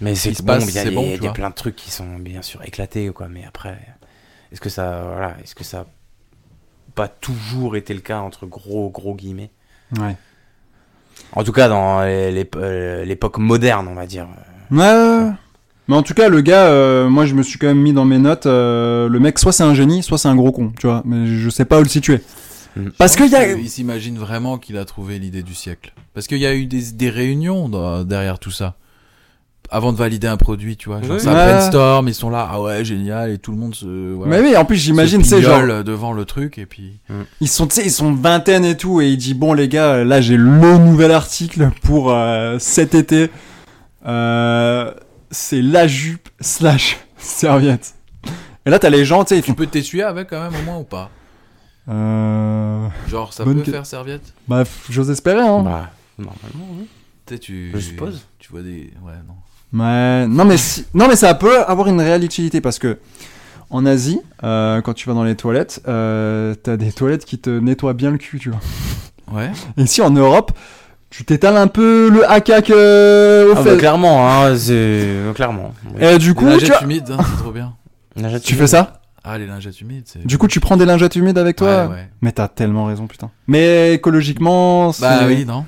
C: Mais c'est
A: se
C: bon,
A: passe,
C: il y a,
A: c'est
C: des-
A: bon,
C: il y a
A: tu
C: des
A: vois.
C: plein de trucs qui sont bien sûr éclatés, quoi. Mais après, est-ce que ça, voilà, est-ce que ça a pas toujours été le cas entre gros gros guillemets
B: Ouais.
C: En tout cas, dans les- les- euh, l'époque moderne, on va dire.
B: Ouais, ouais, ouais. Mais en tout cas, le gars, euh, moi, je me suis quand même mis dans mes notes. euh, le mec, soit c'est un génie, soit c'est un gros con, tu vois. Mais je sais pas où le situer.
C: Mhm.
B: Parce qu'il y a.
A: Il s'imagine vraiment qu'il a trouvé l'idée du siècle. Parce qu'il y a eu des, des réunions dans- derrière tout ça. Avant de valider un produit, tu vois. Genre,
C: Oui.
A: ça
B: Ouais.
A: brainstorm, ils sont là, ah ouais, génial, et tout le monde se. voilà.
B: Mais oui, en plus, j'imagine,
A: se
B: c'est genre.
A: pignole devant le truc et puis
B: Ils sont, tu sais, ils sont vingtaine et tout. Et il dit, bon, les gars, là, j'ai le nouvel article pour euh, cet été. Euh, c'est la jupe slash serviette. Et là, t'as les gens, tu sais, ils
A: tu
B: font.
A: peux t'essuyer avec quand même au moins ou pas
B: Euh.
A: genre ça
B: Bonne
A: peut
B: que-
A: faire serviette
B: Bah, f- j'ose espérer, hein.
C: Bah, normalement, oui.
A: tu sais tu
C: Je suppose.
A: tu vois des ouais non
B: Ouais, non mais si- non mais ça peut avoir une réelle utilité parce que en Asie, euh, quand tu vas dans les toilettes, euh, t'as des toilettes qui te nettoient bien le cul, tu vois.
A: ouais
B: Et Ici en Europe, tu t'étales un peu le hackhack euh, au
C: Ah bah,
B: fait.
C: clairement, hein, c'est clairement. Oui.
B: Et du
A: les
B: coup, tu,
A: lingettes
B: vois-
A: humides hein, c'est trop bien
C: Najat,
B: tu fais ça
A: ah les lingettes humides c'est
B: Du coup, tu prends des lingettes humides avec toi.
A: ouais, ouais.
B: Mais t'as tellement raison, putain. Mais écologiquement, c'est...
A: bah oui non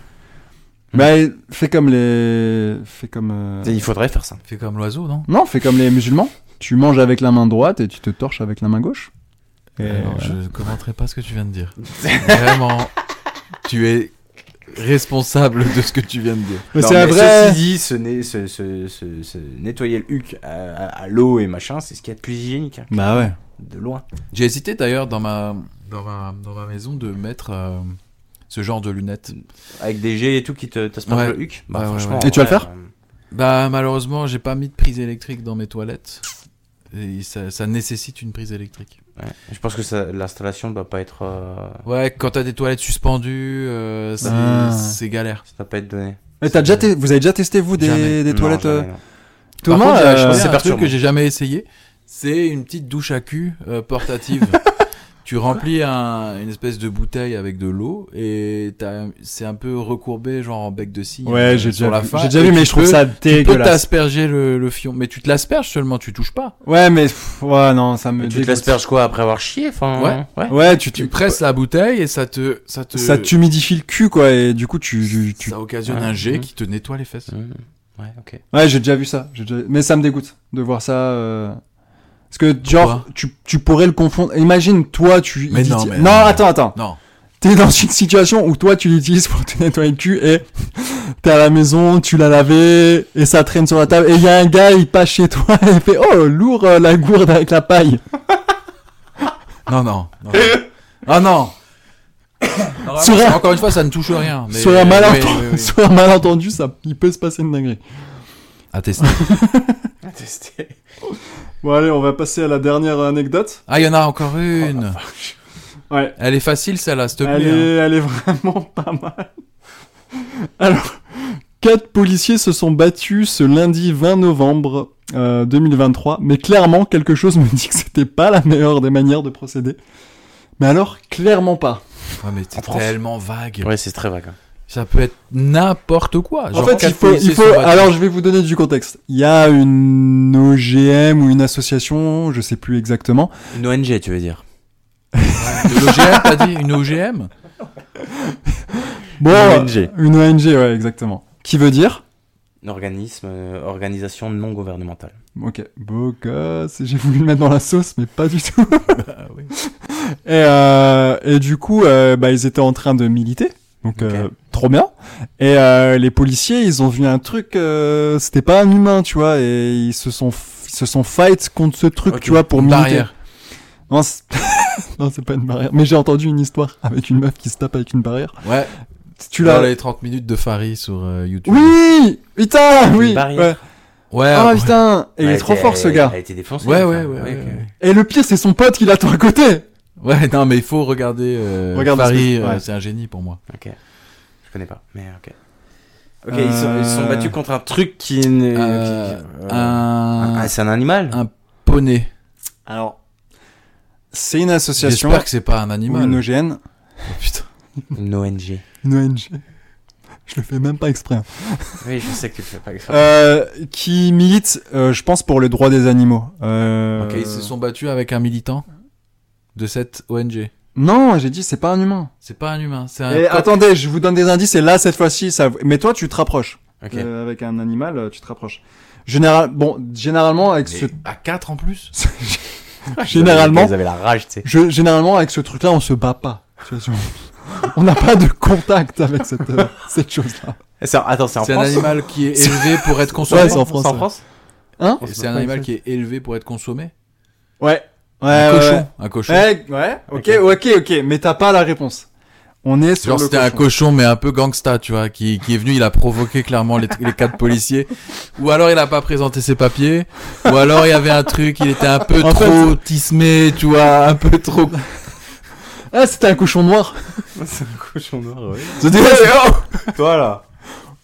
B: Bah, fais comme les, fais comme. euh,
C: Il faudrait faire ça.
A: fais comme l'oiseau non
B: Non, fais comme les musulmans. Tu manges avec la main droite et tu te torches avec la main gauche. Et
A: Alors, Euh,
B: voilà.
A: je ne commenterai pas ce que tu viens de dire vraiment tu es responsable de ce que tu viens de dire
B: Mais
C: Non,
B: c'est un
C: mais
B: vrai.
C: Ceci dit, se, né- se- se- se- se nettoyer le huc à, à- à l'eau et machin, c'est ce qu'il y a de plus hygiénique, hein,
B: Bah ouais.
C: de loin.
A: j'ai hésité d'ailleurs dans ma dans ma dans ma maison de mettre euh, ce genre de lunettes
C: Avec des jets et tout qui te t'aspergent
A: Ouais.
C: le huc.
A: Ouais,
C: Bah,
A: ouais,
C: franchement,
A: ouais.
B: Et tu vas le faire
C: euh,
A: Bah malheureusement j'ai pas mis de prise électrique dans mes toilettes. Et ça, ça nécessite une prise électrique.
C: ouais. Je pense que ça- l'installation doit pas être. euh,
A: Ouais, quand t'as des toilettes suspendues, euh, c'est
B: Ah.
A: c'est galère.
C: Ça doit pas être donné.
B: Mais t'as déjà te- vous avez déjà testé vous des,
A: Jamais.
B: des
C: Non,
B: toilettes
C: jamais,
B: euh,
C: non.
B: Thomas
A: Par contre, j'ai-
B: euh,
A: je connais
C: c'est
A: un truc
C: perturbant.
A: que j'ai jamais essayé, c'est une petite douche à cul euh, portative. tu remplis un- une espèce de bouteille avec de l'eau et t'as- c'est un peu recourbé genre en bec de scie. euh,
B: Ouais, j'ai
A: sur
B: déjà,
A: la
B: vu-
A: fin,
B: j'ai déjà
A: et
B: vu,
A: tu
B: mais je trouve
A: peux-
B: ça
A: Tu peux
B: dégueulasse.
A: t'asperger le, le fion, mais tu te l'asperges seulement, tu touches pas.
B: Ouais, mais pff, ouais, non, ça me
C: Mais tu te
B: dégoûte.
C: l'asperges quoi après avoir chié enfin,
A: Ouais.
C: ouais.
B: Ouais, tu,
A: Tu
B: tu
A: presses euh, la bouteille et ça te ça te
B: ça t'humidifie le cul quoi et du coup tu, tu- tu- Ah, hum.
A: Ça occasionne
C: Ouais.
A: un jet
C: Mhm.
A: qui te nettoie les fesses.
C: Mmh. Ouais, ok.
B: Ouais, j'ai déjà vu ça. j'ai déjà- Mais ça me dégoûte de voir ça. euh, Parce que genre
A: Pourquoi
B: tu, tu pourrais le confondre. Imagine toi tu.
A: Mais
B: il dit-
A: non, mais-
B: attends attends.
A: Non.
B: T'es dans une situation où toi tu l'utilises pour te nettoyer le cul et t'es à la maison, tu l'as lavé et ça traîne sur la table et il y a un gars il passe chez toi et il fait oh lourd euh, la gourde avec la paille.
A: Non, non. non. ah non Alors,
B: Sur un-
A: Encore Ah, une fois, ça ne touche rien. Mais...
B: sur, un malentendu,
A: oui, oui, oui.
B: sur un malentendu, ça il peut se passer une dinguerie.
A: À tester.
C: À tester.
B: Bon, allez, on va passer à la dernière anecdote.
A: Ah, il y en a encore une.
B: Oh, Ouais.
A: Elle est facile, celle-là, s'il te
B: Elle
A: plaît. hein.
B: est, elle est vraiment pas mal. Alors, quatre policiers se sont battus ce lundi 20 novembre euh, 2023, mais clairement, quelque chose me dit que c'était pas la meilleure des manières de procéder. Mais alors, clairement pas.
A: Ouais, Ah, mais c'est
C: En France.
A: tellement vague.
C: Ouais, c'est très vague. hein.
A: Ça peut être n'importe quoi.
B: en
A: Genre,
B: fait,
A: quatre
B: il faut,
A: policiers
B: il faut.
A: se battent.
B: Alors, je vais vous donner du contexte. Il y a une OGM ou une association, je sais plus exactement.
C: Une ONG, tu veux dire
A: L'OGM, t'as dit une OGM
B: Bon,
C: Une
B: euh,
C: ONG.
B: Une ONG, ouais, exactement. Qui veut dire
C: Un organisme, euh, organisation non gouvernementale.
B: Ok, beau gosse, j'ai voulu le mettre dans la sauce, mais pas du tout.
A: Bah oui.
B: et, euh, et du coup, euh, bah, ils étaient en train de militer, donc
C: Ok.
B: euh, trop bien. Et euh, les policiers, ils ont vu un truc, euh, c'était pas un humain, tu vois, et ils se sont, f- ils se sont fight contre ce truc,
A: Ok,
B: tu vois, pour
A: une
B: militer.
A: barrière.
B: Non, c'est... non, c'est pas une barrière. Mais j'ai entendu une histoire avec une meuf qui se tape avec une barrière.
A: Ouais,
B: Tu
A: dans
B: l'as.
A: les 30 minutes de Farid sur euh, YouTube.
B: Oui, putain, oui.
C: barrière.
B: ouais.
A: Ouais,
B: Ah
A: ouais.
B: putain, et il
C: Elle
B: est
C: a
B: trop
C: été-
B: fort ce
C: elle-
B: gars.
C: Elle a été défoncée.
A: ouais, ouais,
C: enfin,
A: ouais,
C: ouais,
A: ouais,
C: ok.
A: ouais.
B: Et le pire, c'est son pote qui l'attend à côté.
A: Ouais, non, mais il faut regarder euh,
B: Regarde
A: Farid,
B: ce que-
A: euh,
B: ouais.
A: c'est un génie pour moi.
C: Je connais pas, mais ok. Ok,
B: Euh,
C: ils, sont, ils se sont battus contre un truc qui. n'est-
A: Euh,
C: qui- qui- euh,
A: Un
C: un- c'est un animal
A: un poney.
B: Alors, c'est une association
A: J'espère que c'est pas un
B: ou
A: animal.
B: une OGN,
A: Oh, putain.
C: Une ONG.
B: une ONG. Je le fais même pas exprès. hein.
C: Oui, je sais que tu le fais pas. exprès.
B: Euh, qui milite, euh, je pense, pour les droits des animaux. Euh,
A: Ok, ils se sont battus avec un militant de cette ONG.
B: Non, j'ai dit, c'est pas un humain.
A: C'est pas un humain, c'est
C: Ah,
A: un.
B: Et
A: coq.
B: attendez, je vous donne des indices. Et là, cette fois-ci, ça. Mais toi, tu te rapproches.
C: Ok.
B: Euh, avec un animal, euh, tu te rapproches. Général... Bon, généralement avec
A: Mais À 4 en plus
B: ce.
C: Ah,
B: généralement,
C: Ils avaient la rage, tu sais.
B: Je- généralement, avec ce truc-là, on se bat pas. Tu vois, si on- On n'a pas de contact avec cette, euh, cette chose-là.
C: C'est- Attends, c'est en
A: C'est un
C: France
A: animal qui est élevé pour être consommé.
B: Ouais, c'est en France.
C: C'est en
B: ouais.
C: France
B: Hein
A: C'est un animal qui est élevé pour être consommé.
B: Ouais. Ouais,
A: un
B: ouais,
A: cochon.
B: ouais.
A: Un cochon.
B: Ouais, ouais. Ok, ok, ok. Mais t'as pas la réponse. On est sur
A: Genre
B: le
A: c'était un cochon mais un peu gangsta, tu vois, qui, qui est venu, il a provoqué clairement les, les quatre policiers. Ou alors il a pas présenté ses papiers. Ou alors il y avait un truc, il était un peu
B: En fait,
A: trop tismé, tu vois, un peu trop.
B: Ah, c'était un cochon noir.
C: C'est un cochon noir, ouais.
B: C'était-
C: Toi là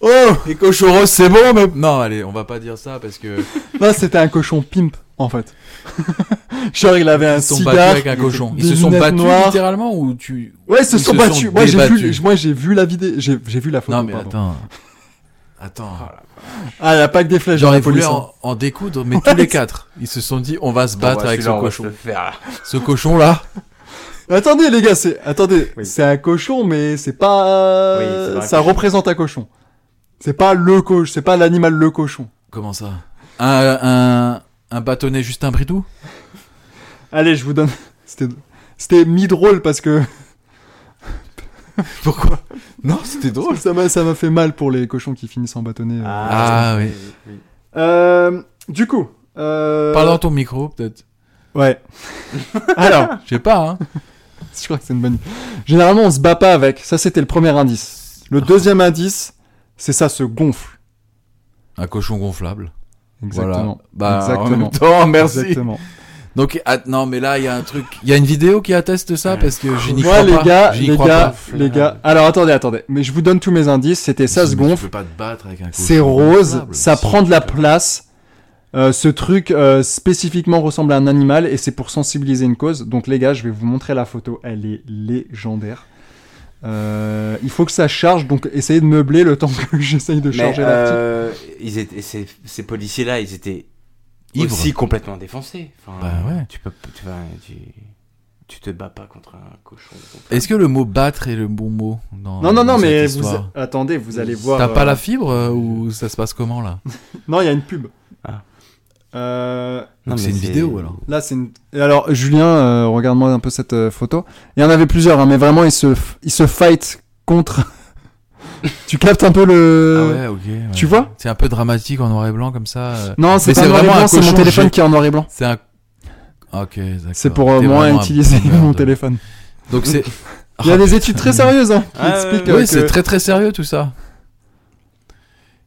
B: oh
A: Les cochons roses, c'est bon, mais non, allez, on va pas dire ça parce que
B: Non, c'était un cochon pimp, en fait. Genre, il avait un
A: ils se sont
B: cigare.
A: battus avec un cochon. Ils
B: des
A: se sont
B: lunettes
A: battus
B: noires.
A: littéralement ou tu
B: Ouais, ils se
A: Ils
B: sont
A: se
B: battus.
A: sont
B: moi, j'ai vu,
A: débattus.
B: moi, j'ai vu la vidéo. J'ai, j'ai vu la photo.
A: Non mais
B: pardon.
A: attends, attends.
B: Ah, la pack des flèches. dans
A: Genre
B: la
A: ils voulaient
B: police, hein.
A: en, en découdre, mais tous les quatre, ils se sont dit bah, on va se
C: Bah,
A: battre avec ce cochon.
C: faire.
A: Ce cochon là,
B: Attendez les gars, c'est attendez,
C: Oui.
B: c'est un cochon mais c'est pas
C: Oui, c'est pas un
B: ça
C: cochon.
B: représente un cochon. C'est pas le cochon, c'est pas l'animal le cochon.
A: comment ça Un un un bâtonnet Justin Bridoux
B: Allez, je vous donne c'était c'était mi drôle parce que
A: Pourquoi Non, c'était drôle.
B: ça m'a ça m'a fait mal pour les cochons qui finissent en bâtonnet. euh.
A: Ah, oui.
B: Euh, du coup, euh
A: Parle dans ton micro, peut-être.
B: Ouais. Alors,
A: Je sais pas, hein.
B: je crois que c'est une bonne Généralement, on se bat pas avec. Ça c'était le premier indice. Le deuxième indice, c'est ça se gonfle.
A: Un cochon gonflable.
B: Exactement.
A: Voilà. Bah, en
B: Exactement.
A: même temps, merci.
B: Exactement.
A: Donc, ah, non, mais là, il y a un truc. Il y a une vidéo qui atteste ça parce que je n'y
B: Moi,
A: crois
B: les
A: pas.
B: gars,
A: J'y
B: les
A: crois
B: gars,
A: pas.
B: les gars. Alors, attendez, attendez. Mais je vous donne tous mes indices. C'était ça se
A: Mais tu
B: gonfle.
A: peux pas te battre avec un cochon
B: C'est rose.
A: gonflable.
B: Ça
A: Si.
B: prend de la place. Euh, ce truc euh, spécifiquement ressemble à un animal et c'est pour sensibiliser une cause. Donc, les gars, je vais vous montrer la photo. Elle est légendaire. Euh, il faut que ça charge. Donc, essayez de meubler le temps que j'essaye de
C: Mais
B: charger la petite.
C: euh, ils étaient, ces, ces policiers-là, ils étaient
A: Ivre.
C: aussi complètement défoncés. Enfin,
A: Bah ouais.
C: Tu peux, tu, vas- tu, tu te bats pas contre un cochon.
A: Est-ce que le mot battre est le bon mot dans,
B: Non, non, non,
A: dans Oh, cette
B: mais vous,
A: histoire
B: attendez, vous allez voir.
A: T'as pas
B: euh,
A: la fibre euh, ou ça se passe comment là
B: Non, il y a une pub.
C: Ah.
B: Euh,
C: Non, mais
A: C'est une vidéo alors.
B: Là, c'est une... Et alors, Julien, euh, regarde-moi un peu cette euh, photo. Il y en avait plusieurs, hein, mais vraiment, ils se, f- ils se fight contre... tu captes un peu le...
A: ah ouais, ok. ouais.
B: Euh, tu vois
A: C'est un peu dramatique en noir et blanc comme ça. euh.
B: Non, c'est
A: Mais
B: pas
A: c'est
B: noir et
A: vraiment
B: blanc,
A: un
B: c'est mon
A: cochon
B: téléphone
A: gé-
B: qui est en noir et blanc.
A: C'est un. Ok, d'accord.
B: C'est pour euh,
A: T'es
B: moins
A: vraiment un Ah.
B: utiliser
A: boomer
B: mon
A: de-
B: téléphone.
A: Donc c'est.
B: Il y a des études très sérieuses hein, qui
C: Ah, ouais,
B: expliquent
C: ouais,
B: euh,
A: Oui, c'est
B: que-
A: très très sérieux tout ça.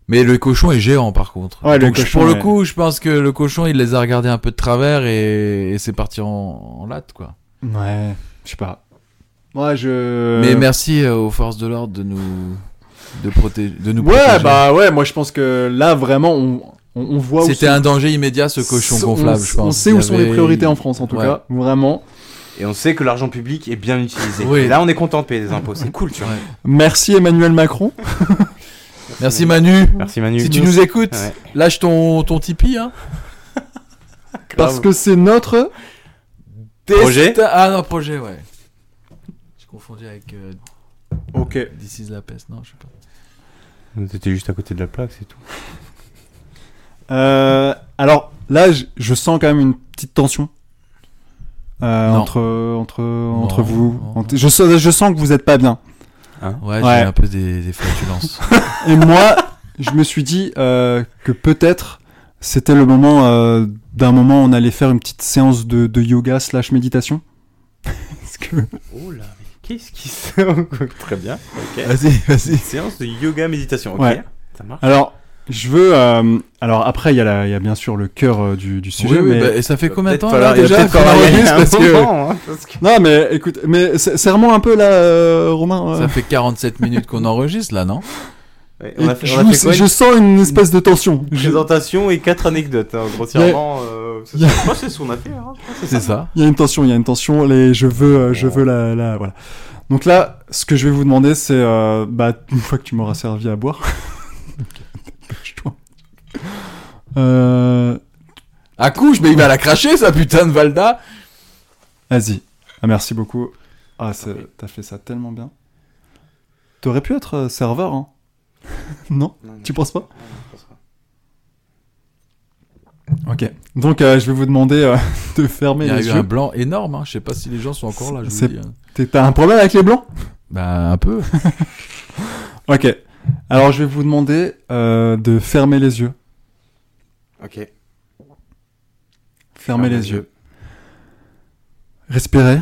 A: Mais le cochon est géant par contre.
B: Ouais, le
A: Donc, je-
B: cochon,
A: pour
B: ouais.
A: le coup, je pense que le cochon, il les a regardés un peu de travers et, et c'est parti en, en latte quoi.
B: Ouais, je sais pas. Moi, je.
A: Mais merci euh, aux forces de l'ordre de nous de protéger, de nous
B: Ouais,
A: protéger.
B: bah ouais, moi je pense que là vraiment on, on, on voit. où
A: C'était
B: sont-
A: un danger immédiat ce cochon
B: on-
A: gonflable, je pense.
B: On sait
A: Il
B: où
A: y
B: sont les
A: avait-
B: priorités en France en tout
A: Ouais.
B: cas, vraiment.
C: Et on sait que l'argent public est bien utilisé.
A: Oui.
C: Et là, on est content de payer des impôts. C'est cool, tu vois.
A: Ouais.
B: Merci Emmanuel Macron.
A: Merci Manu.
C: Merci Manu.
A: Si tu nous écoutes,
C: Ouais.
A: lâche ton ton Tipeee hein.
B: Parce que c'est notre.
C: Projet
A: Destin- Ah non, projet, ouais. J'ai confondu avec euh,
B: Ok.
A: This is la peste, non, je sais pas.
C: T'étais juste à côté de la plaque, c'est tout.
B: Euh, alors là, je, je sens quand même une petite tension euh,
A: Non.
B: entre entre entre vous.
A: non,
B: Entre- je sens je sens que vous êtes pas bien.
A: Ouais,
B: Ouais.
A: j'ai un peu des, des flatulences.
B: Et moi, je me suis dit euh, que peut-être c'était le moment euh, d'un moment on allait faire une petite séance de, de yoga slash méditation. Parce que
C: Oh là, mais qu'est-ce qui se. Très bien. Ok.
A: vas-y, vas-y.
C: Séance de yoga méditation. Ok.
B: Ouais.
C: Ça marche.
B: alors je veux euh, alors après il y a la- il y a bien sûr le cœur euh, du, du
A: Oui,
B: sujet
A: oui,
B: mais
A: bah, et ça fait combien de temps
C: Peut-être falloir-
A: là,
C: il va
A: déjà
C: peut-être
A: qu'on
B: Bah,
C: falloir y aller
A: enregistre
C: un
A: parce que-
C: moment, hein, parce que-
B: non mais écoute mais c'est- serre-moi un peu là euh, Romain. euh.
A: Ça fait 47 minutes qu'on enregistre là, non
C: Ouais,
B: Et
C: On a fait,
B: je,
C: on a
B: vous-
C: fait quoi
B: je sens une espèce de tension.
C: Une
B: Je-
C: présentation et quatre anecdotes, hein, grossièrement. euh, c'est-
B: y a-
C: je crois que c'est ce qu'on a fait. hein, je crois que
A: C'est ça.
B: Il y a une tension, il y a une tension. Les, je veux, euh, je veux la, la, voilà. Donc là, ce que je vais vous demander, c'est, euh, bah, une fois que tu m'auras servi à boire. Dépêche-toi. euh,
A: À couche, mais il va la cracher, sa putain de Valda.
B: vas-y. Ah, merci beaucoup. Ah, c'est- t'as fait ça tellement bien. T'aurais pu être euh, serveur, hein Non
C: Non, non,
B: Tu penses pas
C: non, je pense pas.
B: Ok. Donc, euh, je vais vous demander euh, de fermer
A: Il y a
B: les
A: eu un
B: yeux.
A: blanc énorme. Hein. Je sais pas si les gens sont encore là. Je vous
B: C'est-
A: le dis, hein.
B: T'es- T'as un problème avec les blancs
A: Bah un peu.
B: Ok. Alors, je vais vous demander euh, de fermer les yeux.
C: Ok.
B: Fermez les yeux. Respirez.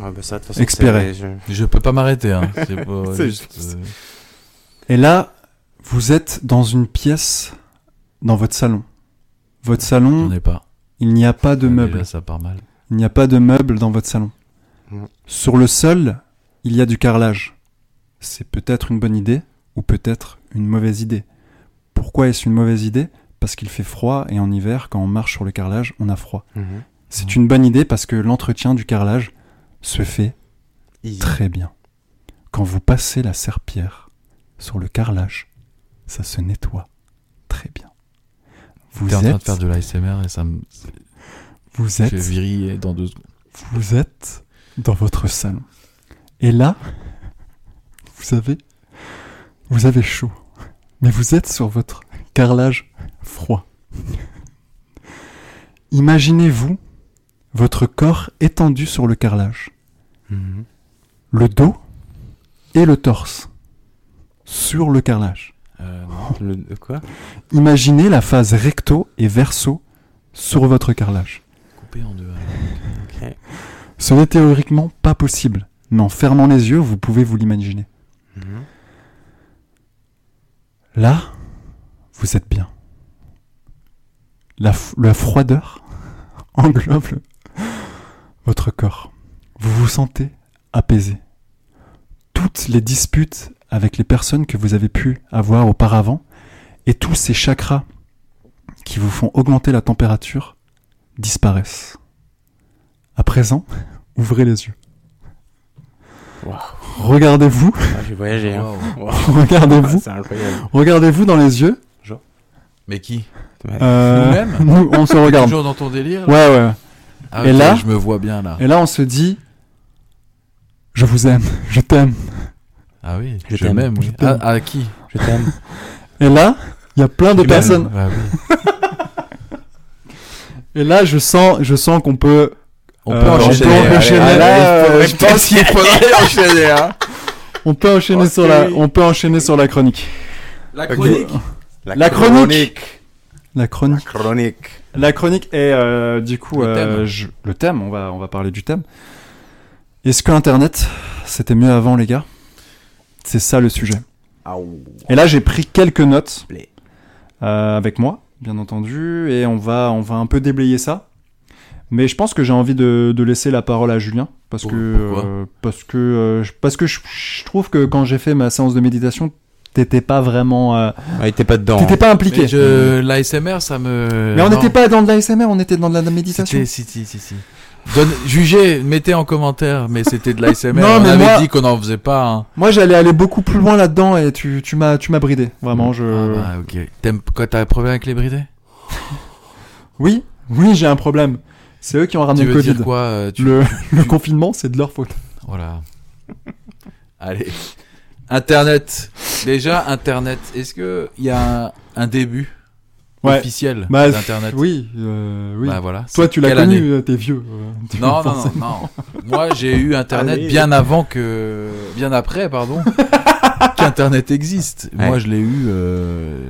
C: Ouais, bah ça, de toute façon,
B: Expirez.
C: c'est- je-
A: Je peux pas m'arrêter. Hein. C'est pas
C: C'est
A: juste.
C: juste-
A: euh,
B: Et là, vous êtes dans une pièce, dans votre salon. Votre salon,
A: J'en ai pas.
B: il n'y a pas de
A: Ah,
B: meubles.
A: déjà, ça part mal.
B: Il n'y a pas de meubles dans votre salon.
C: Non.
B: Sur le sol, il y a du carrelage. C'est peut-être une bonne idée ou peut-être une mauvaise idée. Pourquoi est-ce une mauvaise idée Parce qu'il fait froid et en hiver, quand on marche sur le carrelage, on a froid.
C: Mhm.
B: C'est une bonne idée parce que l'entretien du carrelage se fait
C: Easy.
B: Très bien. Quand vous passez la serpillère sur le carrelage, ça se nettoie très bien. Vous
A: T'es en train de
B: êtes,
A: faire de l'ASMR et ça me.
B: vous
A: Je
B: êtes,
A: virer dans deux secondes.
B: vous êtes dans votre salon. Et là, vous avez, vous avez chaud, mais vous êtes sur votre carrelage froid. Imaginez-vous votre corps étendu sur le carrelage.
C: Mhm.
B: le dos et le torse sur le carrelage.
A: Euh, non.
C: Le- Quoi
B: Imaginez la phase recto et verso sur votre carrelage.
A: Coupé en deux. hein. alors.
B: Ce n'est théoriquement pas possible, mais en fermant les yeux, vous pouvez vous l'imaginer.
C: Mhm.
B: Là, vous êtes bien. La, f- la froideur englobe le- votre corps. Vous vous sentez apaisé. Toutes les disputes avec les personnes que vous avez pu avoir auparavant et tous ces chakras qui vous font augmenter la température disparaissent. À présent, ouvrez les yeux.
C: Waouh.
B: Regardez-vous,
C: Ah, J'ai voyagé. hein.
A: Waouh.
C: Waouh.
B: regardez-vous,
C: C'est incroyable.
B: regardez-vous dans les yeux.
A: Mais qui
B: Euh,
A: Nous-mêmes
B: nous, on se regarde.
A: Toujours dans ton délire. là
B: Ouais, ouais.
A: Ah,
B: Et
A: ok,
B: là
A: je me vois bien là.
B: Et là, on se dit, je vous aime, je t'aime.
A: Ah oui.
C: Je
A: Je
C: t'aime.
A: m'aime. oui.
B: Je t'aime.
A: Ah, à qui
C: Je t'aime.
B: Et là, il y a plein de
C: Tu m'aimes.
B: personnes.
A: Ah, oui.
B: Et là, je sens, je sens qu'on peut.
A: On
B: euh,
A: peut enchaîner.
B: On peut
A: allez,
B: enchaîner.
C: Ah,
A: allez,
B: Là,
A: allez,
B: euh,
A: je pense qu'il faudrait enchaîner. Hein.
B: on peut enchaîner
C: Ok.
B: sur la, on peut enchaîner sur la chronique.
A: La
C: chronique.
B: La chronique. La
C: La
B: chronique.
C: chronique.
B: La chronique est euh, du coup
A: Le
B: euh,
A: thème.
B: je- le thème. On va, on va parler du thème. Est-ce que Internet, c'était mieux avant, les gars C'est ça le sujet.
C: Aouh.
B: Et là, j'ai pris quelques notes
C: Play.
B: euh, avec moi, bien entendu, et on va, on va un peu déblayer ça. Mais je pense que j'ai envie de, de laisser la parole à Julien parce
A: Pour-
B: que
A: pourquoi
B: euh, parce que euh, je- parce que je, je trouve que quand j'ai fait ma séance de méditation, t'étais pas vraiment, euh,
C: Ah, il était pas dedans.
B: t'étais pas
A: Mais
B: impliqué.
A: je- l'ASMR, ça me.
B: Mais on
A: Non.
B: n'était pas dans de l'ASMR, on était dans de la méditation.
A: C'était, si, si, si, si. Donne- jugez, mettez en commentaire, mais c'était de l'ASMR.
B: Non,
A: on
B: mais
A: avait
B: moi-
A: dit qu'on n'en faisait pas. hein.
B: Moi, j'allais aller beaucoup plus loin là-dedans et tu, tu m'as, tu m'as bridé. Vraiment, je.
A: Ah bah, ok. T'aimes quand t'as un problème avec les bridés
B: Oui, oui, j'ai un problème. C'est eux qui ont
A: Tu
B: ramené
A: veux
B: le Covid.
A: dire quoi euh, tu-
B: Le, le confinement, c'est de leur faute.
A: Voilà. Allez. Internet. Déjà, Internet. Est-ce que il y a un, un début
B: Ouais.
A: officiel
B: Bah,
A: d'Internet
B: Oui, euh, oui.
A: Bah, voilà.
B: Toi,
A: C'est
B: tu l'as
A: quelle année
B: connu, euh, t'es vieux. euh, tu
A: Non,
B: vois,
A: non, non,
B: forcément.
A: non. Moi, j'ai eu Internet
C: Allez.
A: bien avant que. Bien après, pardon. Qu'Internet existe.
C: Ouais.
A: Moi, je l'ai eu. euh,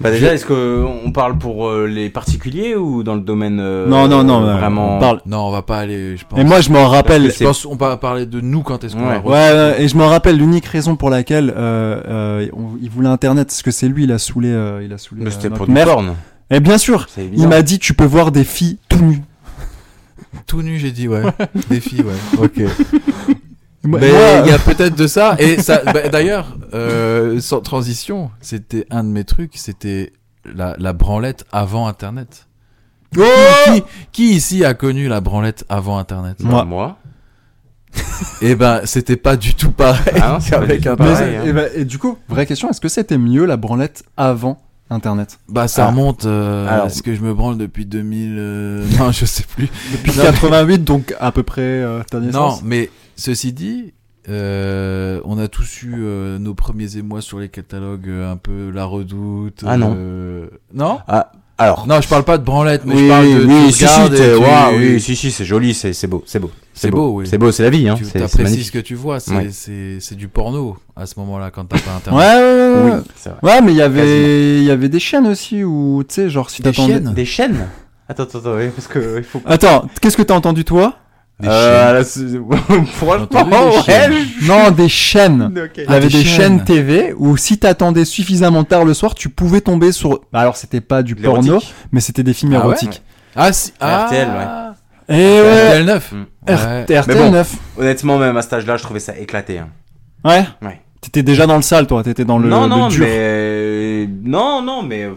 C: Bah déjà, est-ce qu'on parle pour euh, les particuliers ou dans le domaine euh,
B: Non, non, non, euh,
C: vraiment
B: on parle.
A: Non, on va pas aller, je pense.
B: Et moi, je m'en rappelle.
A: je pense qu'on va parler de nous quand est-ce qu'on va
C: Ouais.
B: Ouais, ouais, et je m'en rappelle l'unique raison pour laquelle euh, euh, on- il voulait Internet, parce que c'est lui, il a saoulé, euh, il a saoulé.
C: Mais
B: euh,
C: c'était
B: notre
C: pour du
B: mère.
C: porn.
B: Et bien sûr,
C: C'est
B: il
C: évident.
B: m'a dit, tu peux voir des filles tout nues.
A: Tout nu, j'ai dit, ouais. Des filles, ouais. Ok.
B: Moi-
A: Mais
B: moi,
A: il y a peut-être de ça. Et ça, bah, d'ailleurs, euh, sans transition, c'était un de mes trucs, c'était la, la branlette avant Internet.
B: euh, oh
A: qui, qui ici a connu la branlette avant Internet
C: Bah,
B: Moi.
C: moi.
A: Eh ben, c'était pas du tout pareil.
C: Ah non, c'est pas
A: Avec
C: du tout
A: un
B: Mais-
C: pareil, hein.
B: et, bah, et du coup, vraie question, est-ce que c'était mieux la branlette avant Internet
A: Bah, ça
C: Ah.
A: remonte. Euh,
C: Alors-
A: Est-ce que je me branle depuis 2000 euh, Non, je sais plus.
B: Depuis
A: Non,
B: 88, donc à peu près euh, ta
A: Non,
B: naissance
A: mais ceci dit, euh, on a tous eu euh, nos premiers émois sur les catalogues, euh, un peu la redoute.
C: Ah non.
A: euh, Non
C: Alors.
A: Non, je parle pas de branlette, mais
C: oui,
A: je parle de.
C: oui,
A: tu
C: si, si,
A: regardes et
C: t'es-
A: tu-
C: waouh, oui, si, si, c'est joli, c'est c'est beau, c'est beau.
A: C'est beau, oui.
C: C'est beau, c'est la vie, hein.
A: Tu
C: c'est- C'est
A: apprécies ce
C: magnifique.
A: que tu vois, c'est
C: Ouais.
A: c'est- c'est du porno à ce moment-là quand t'as pas
B: Ouais,
A: internet.
B: ouais, ouais, ouais.
C: Oui, c'est vrai.
B: Ouais, mais il y avait, il y avait des chaînes aussi où, tu sais, genre si
A: Des
B: t'attendais.
A: chiennes
C: Des chaînes Attends, attends, attends, oui, parce que euh, il faut.
B: Attends, qu'est-ce que t'as entendu toi
A: Des
C: Euh,
A: chiennes.
C: là, c'est- Franchement,
A: entendu des
C: Oh, ouais.
B: Non, des chaînes.
C: je- Ok.
B: Il y avait
A: des
B: des chaînes
A: chaînes.
B: TV où si t'attendais suffisamment tard le soir, tu pouvais tomber sur. Bah, Alors c'était pas du
C: L'érotique.
B: porno, mais c'était des films
C: Ah ouais
B: érotiques.
A: Ah, si. Ah,
C: RTL,
B: Et ouais,
A: RTL 9.
C: Mm.
A: Ouais.
B: RTL
C: Mais bon.
B: 9.
C: Honnêtement, même à cet âge-là, je trouvais ça éclaté. hein.
B: Ouais.
C: Ouais.
B: T'étais déjà dans le sale, toi. T'étais dans le,
C: non,
B: le
C: non,
B: dur.
C: mais non, non, mais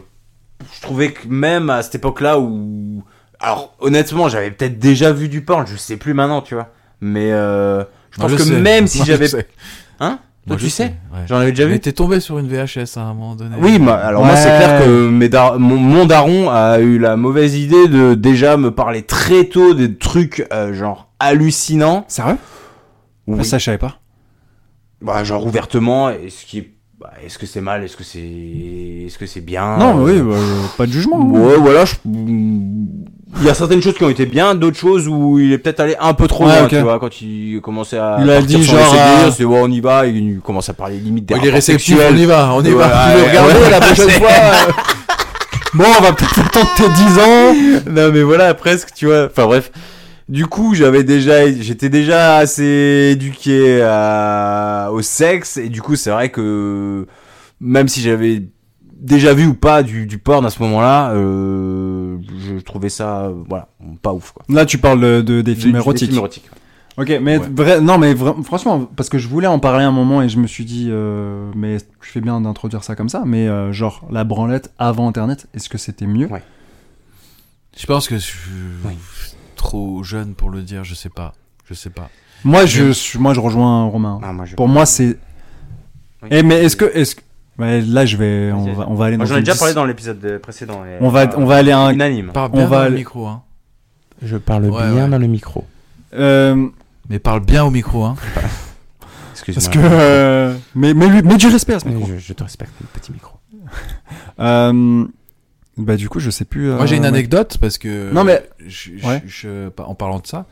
C: je trouvais que même à cette époque-là où, alors honnêtement, j'avais peut-être déjà vu du porn, je sais plus maintenant, tu vois. Mais euh, je
A: Moi,
C: pense que
A: sais.
C: même si
A: Moi, je
C: j'avais,
A: sais.
C: hein,
A: Moi,
C: Toi,
A: je
C: tu sais,
A: ouais.
C: j'en avais déjà
A: Mais
C: vu.
A: t'es tombé sur une VHS hein, à un moment donné.
C: Oui, mais alors moi
B: Ouais.
C: c'est clair que mes dar- mon, mon daron a eu la mauvaise idée de déjà me parler très tôt des trucs euh, genre hallucinants.
B: Sérieux
C: Oui.
B: Ça, je savais pas.
C: Bah, genre ouvertement, est-ce qui bah, est-ce que c'est mal, est-ce que c'est, est-ce que c'est bien
B: non,
C: euh,
B: oui, bah, euh, pas de jugement.
C: Ouais, voilà. je- Il y a certaines choses qui ont été bien, d'autres choses où il est peut-être allé un peu trop
B: Ouais,
C: loin,
B: ok.
C: tu vois, quand il commençait à.
B: Il a
C: partir
B: dit
C: sur les
B: genre,
C: CDI,
B: euh,
C: c'est ouais, on y va, et il commence à parler limite des
A: Il est
C: rapports
A: réceptif, on
C: sexuels.
A: y va, on y
C: Ouais,
A: va. Tu veux
C: ouais,
A: regarder
C: ouais.
A: la prochaine
C: C'est-
A: fois euh,
B: Bon, on va peut-être attendre tes 10 ans.
C: non, mais voilà, presque, tu vois. Enfin, bref. Du coup, j'avais déjà, j'étais déjà assez éduqué à- au sexe, et du coup, c'est vrai que même si j'avais déjà vu ou pas du, du porn à ce moment-là, euh, je trouvais ça, euh, voilà, pas ouf, quoi.
B: Là, tu parles de, des
C: Du-
B: films
C: du-
B: érotiques.
C: Des films érotiques.
B: Ok, mais
A: Ouais.
B: vrai- non, mais vra- franchement, parce que je voulais en parler un moment et je me suis dit, euh, mais tu fais bien d'introduire ça comme ça, mais euh, genre la branlette avant Internet, est-ce que c'était mieux
A: Je pense que je suis
C: Oui.
A: trop jeune pour le dire, je sais pas. Je sais pas.
B: Moi, je, suis- moi, je rejoins Romain.
C: Ah, moi, je-
B: Pour moi, c'est.
C: Oui.
B: Eh, mais est-ce que, est-ce que- ouais, là, je vais,
C: Vas-y,
B: on
C: vas-y.
B: va, on va aller dans.
C: Moi, J'en ai
B: une
C: déjà
B: dis-
C: parlé dans l'épisode euh, précédent. et-
B: On va,
C: euh,
B: on va aller à un.
C: unanime.
A: Parle
B: On
A: bien
B: va
A: dans le
B: aller-
A: micro, hein.
C: Je parle
A: Ouais, bien ouais.
C: dans le micro.
B: euh,
A: Mais parle bien au micro, hein.
C: Excuse-moi.
B: parce que, euh, mais, mais, lui- mais du respect à ce micro.
C: je, te respecte, mon petit micro.
B: Euh, bah, du coup, je sais plus.
A: Moi, j'ai une
B: euh, ouais.
A: anecdote parce que.
B: Non, mais-
A: je- je-
B: Ouais.
A: je- en parlant de ça,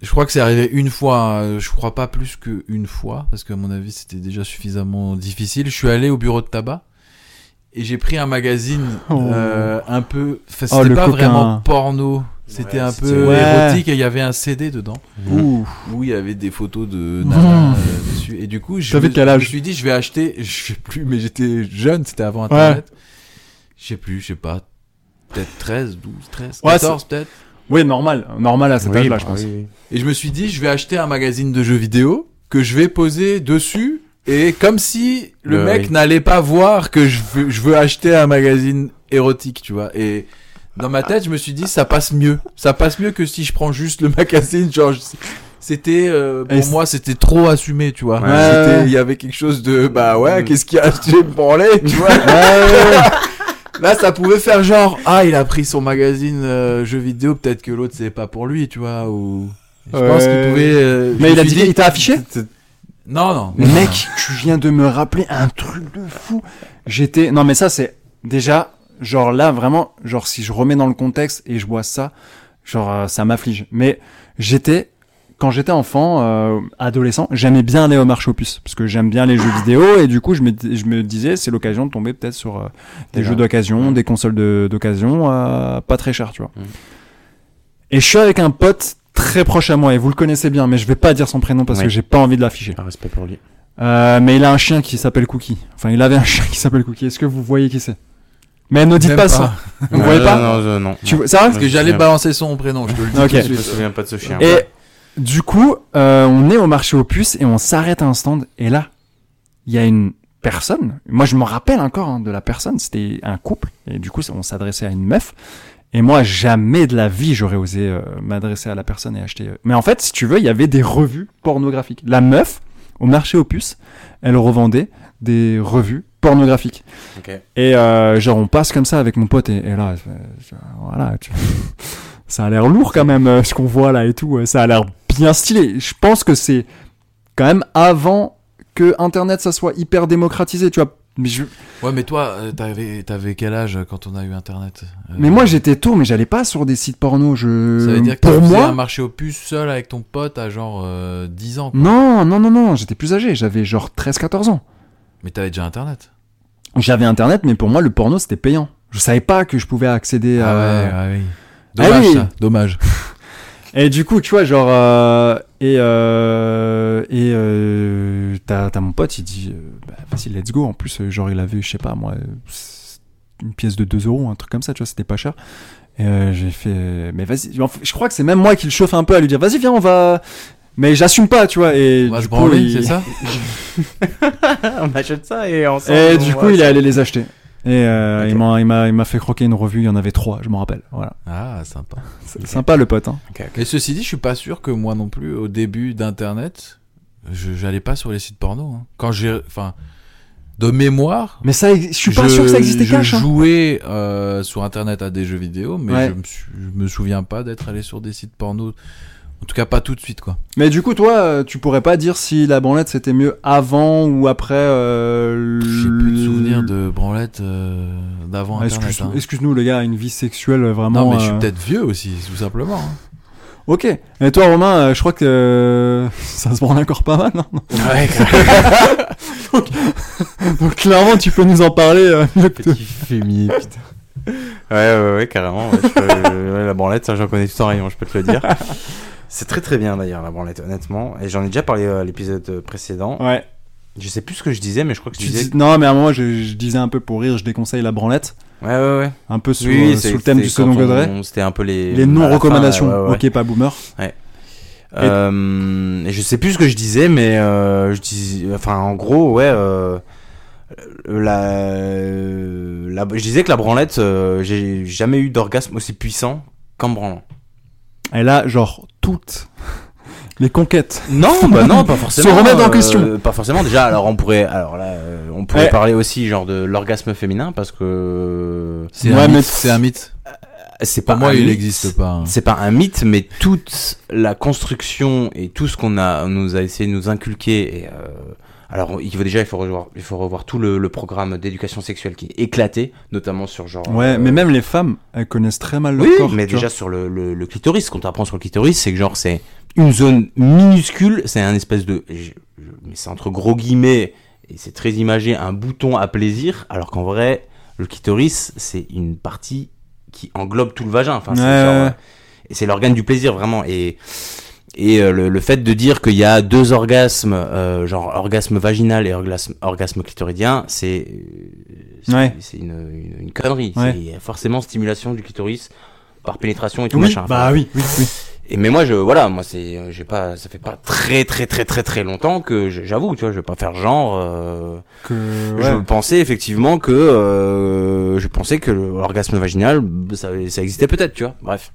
A: je crois que c'est arrivé une fois. euh, Je crois pas plus qu'une fois parce qu'à mon avis, c'était déjà suffisamment difficile. Je suis allé au bureau de tabac et j'ai pris un magazine
B: Oh.
A: euh, un peu. enfin,
B: Oh,
A: c'était
B: le
A: pas
B: coquin.
A: vraiment porno. C'était un
C: c'était-
A: peu
B: Ouais.
A: érotique et il y avait un CD dedans
B: Ouh.
A: où il y avait des photos de nanas,
B: Mmh.
A: euh, dessus. Et du coup, je,
B: T'avais
A: me-
B: quel âge
A: je me suis dit, je vais acheter. Je sais plus, mais j'étais jeune, c'était avant Internet. Je sais plus, je sais pas. Peut-être 13, 12, 13,
B: Ouais,
A: 14 peut-être.
B: Ouais, normal. Normal à cet
C: Oui,
B: âge-là,
C: bah
B: je pense.
C: oui, oui.
A: Et je me suis dit, je vais acheter un magazine de jeux vidéo que je vais poser dessus. Et comme si le
C: Euh,
A: mec
C: oui.
A: n'allait pas voir que je veux, je veux acheter un magazine érotique, tu vois. Et dans ma tête, je me suis dit, ça passe mieux. Ça passe mieux que si je prends juste le magazine. Genre, je- c'était, euh,
B: Et
A: pour
B: c'est-
A: moi, c'était trop assumé, tu vois.
C: Ouais.
A: C'était- Il y avait quelque chose de, bah ouais,
C: Mm.
A: qu'est-ce qu'il y a acheté pour aller, tu vois. Là, ça pouvait faire genre, ah, il a pris son magazine euh, jeux vidéo, peut-être que l'autre, c'est pas pour lui, tu vois, ou. Je pense qu'il
B: Ouais.
A: pouvait. euh, je
B: Mais il
A: me
B: a
A: suis
B: dit, il t'a affiché
A: Non, non.
B: Mec, tu viens de me rappeler un truc de fou. J'étais. Non, mais ça, c'est déjà. Genre là, vraiment, genre si je remets dans le contexte et je vois ça, genre euh, ça m'afflige. Mais j'étais. Quand j'étais enfant, euh, adolescent, j'aimais bien aller au marché aux puces parce que j'aime bien les jeux vidéo et du coup je me, dis- je me disais c'est l'occasion de tomber peut-être sur euh, des
C: Déjà.
B: jeux d'occasion,
C: Ouais.
B: des consoles de- d'occasion, euh, pas très cher, tu vois.
C: Mhm.
B: Et je suis avec un pote très proche à moi et vous le connaissez bien, mais je vais pas dire son prénom parce
C: Ouais.
B: que j'ai pas envie de l'afficher.
C: Un respect pour lui.
B: Euh, mais il a un chien qui s'appelle Cookie. Enfin, il avait un chien qui s'appelle Cookie. Est-ce que vous voyez qui c'est Mais ne dites
A: Même
B: pas, ça. Vous
C: Non,
B: voyez
C: non,
B: pas
C: Euh, Non, non, non.
B: Tu
C: non.
B: vois, ça
A: Parce que j'allais balancer son prénom, je te le dis.
B: Ok.
A: tout de
C: Je me
A: suite.
C: souviens pas de ce chien.
B: Et du coup, euh, on est au marché aux puces et on s'arrête à un stand. Et là, il y a une personne. Moi, je me rappelle encore hein, de la personne. C'était un couple. Et du coup, on s'adressait à une meuf. Et moi, jamais de la vie, j'aurais osé euh, m'adresser à la personne et acheter. euh. Mais en fait, si tu veux, il y avait des revues pornographiques. La meuf, au marché aux puces, elle revendait des revues pornographiques.
C: Ok.
B: Et euh, genre on passe comme ça avec mon pote et, et là, euh, je- voilà, tu- ça a l'air lourd quand même euh, ce qu'on voit là et tout. euh, Ça a l'air bien stylé. Je pense que c'est quand même avant que Internet ça soit hyper démocratisé, tu vois. Mais, je-
A: Ouais, mais toi, euh, t'avais, t'avais quel âge euh, quand on a eu Internet Euh,
B: mais moi j'étais tôt, mais j'allais pas sur des sites porno. Je
A: Ça veut dire que
B: pour
A: tu faisais
B: moi,
A: un marché aux puces seul avec ton pote à genre euh, 10 ans. quoi.
B: non, non, non, non, j'étais plus âgé. J'avais genre 13-14 ans.
A: Mais t'avais déjà Internet.
B: J'avais Internet, mais pour moi le porno c'était payant. Je savais pas que je pouvais accéder à.
A: Ah ouais, ouais, oui.
B: Ah
A: Dommage,
B: oui.
A: ça. Dommage.
B: Et du coup, tu vois, genre, euh, et euh, et euh, t'as t'as mon pote, il dit, euh, bah, vas-y, let's go. En plus, euh, genre, il avait, je sais pas, moi, euh, une pièce de 2 euros, un truc comme ça, tu vois, c'était pas cher. Et euh, j'ai fait, euh, mais vas-y, En fait, je crois que c'est même moi qui le chauffe un peu à lui dire, vas-y, viens, on va. Mais j'assume pas, tu vois. Et
A: On va
B: du
A: se
B: coup,
A: branler,
B: il-
A: c'est ça
C: on achète ça et ensemble.
B: Et du coup, il est allé les acheter. Et euh,
C: Ok.
B: il m'a- il m'a il m'a fait croquer une revue, il y en avait trois, je m'en rappelle. Voilà.
A: Ah, sympa.
B: C'est Sympa le pote. Hein.
A: Mais ceci dit, je suis pas sûr que moi non plus, au début d'Internet, je, j'allais pas sur les sites porno. hein. Quand j'ai. Enfin. De mémoire,
B: Mais ça, ex- je suis pas sûr que ça existait
A: je
B: cash. hein.
A: jouais euh, sur internet à des jeux vidéo, mais
B: Ouais.
A: je, me sou- je me souviens pas d'être allé sur des sites porno. En tout cas, pas tout de suite, quoi.
B: Mais du coup, toi, euh, tu pourrais pas dire si la branlette c'était mieux avant ou après. Euh,
A: J'ai plus de souvenirs de branlette euh, d'avant
B: Ah,
A: internet.
B: excuse-
A: hein.
B: Excuse-nous, les gars, une vie sexuelle euh, vraiment.
A: Non, mais je suis
B: euh,
A: peut-être vieux aussi, tout simplement. hein.
B: Ok. Et toi, Romain, euh, je crois que euh, ça se branle encore pas mal. non
C: Ouais,
B: Donc clairement, tu peux nous en parler. euh, mieux que toi.
C: petit fumier, putain. Ouais, ouais, ouais, carrément. ouais, je peux- ouais, la branlette, ça, j'en connais tout un rayon, je peux te le dire. C'est très très bien d'ailleurs, la branlette, honnêtement. Et j'en ai déjà parlé euh, à l'épisode précédent.
B: Ouais.
C: Je sais plus ce que je disais, mais je crois que je
B: Tu
C: disais.
B: dis- Non, mais à un moment, je, je disais un peu pour rire, je déconseille la branlette,
C: Ouais, ouais, ouais.
B: un peu sous, euh,
C: c'est-
B: sous le thème
C: c'était
B: du second
C: quand on-
B: Godray.
C: C'était un peu les. à
B: Les
C: la fin,
B: non-recommandations.
C: ouais, ouais, ouais.
B: Ok, pas boomer.
C: Euh, et je sais plus ce que je disais, mais euh, je dis, enfin, en gros, ouais, euh, la, la- je disais que la branlette, euh, j'ai jamais eu d'orgasme aussi puissant qu'en branlant.
B: Et là, genre toutes les conquêtes.
C: Non, bah non, pas forcément. euh,
B: Se remettre en question.
C: Pas forcément. Déjà, alors on pourrait, alors là, euh, on pourrait
B: Ouais.
C: parler aussi genre de l'orgasme féminin parce que
A: C'est
B: Ouais,
A: un,
B: mais- Bah,
A: mythe, c'est un mythe.
C: c'est pas
A: Pour moi,
C: un
A: il
C: mythe.
A: n'existe pas. hein.
C: C'est pas un mythe, mais toute la construction et tout ce qu'on a, on nous a essayé de nous inculquer. Et, euh, alors, il faut déjà, il faut revoir, il faut revoir tout le, le programme d'éducation sexuelle qui est éclaté, notamment sur genre.
B: Ouais,
C: euh,
B: mais même les femmes, elles connaissent très mal leur
C: Oui,
B: corps.
C: mais
B: tu vois.
C: déjà sur le, le, le clitoris, ce qu'on t'apprend sur le clitoris, c'est que genre c'est une zone minuscule, c'est un espèce de, je- je- mais c'est entre gros guillemets et c'est très imagé, un bouton à plaisir, alors qu'en vrai le clitoris c'est une partie qui englobe tout le vagin. Enfin, c'est
B: Ouais,
C: genre,
B: ouais.
C: euh, Et c'est l'organe du plaisir, vraiment. Et, et euh, le, le fait de dire qu'il y a deux orgasmes, euh, genre orgasme vaginal et orgasme, orgasme clitoridien, c'est euh, c'est-
B: Ouais.
C: c'est une, une, une connerie.
B: Ouais.
C: C'est- Il y a forcément stimulation du clitoris par pénétration et tout
B: Oui,
C: machin. Enfin,
B: bah oui, oui, oui.
C: et mais moi je voilà moi c'est euh, j'ai pas ça fait pas très très très très très longtemps que je- j'avoue tu vois je vais pas faire genre euh,
B: Que,
C: je
B: ouais.
C: pensais effectivement que euh, je pensais que l'orgasme vaginal ça, ça existait peut-être tu vois bref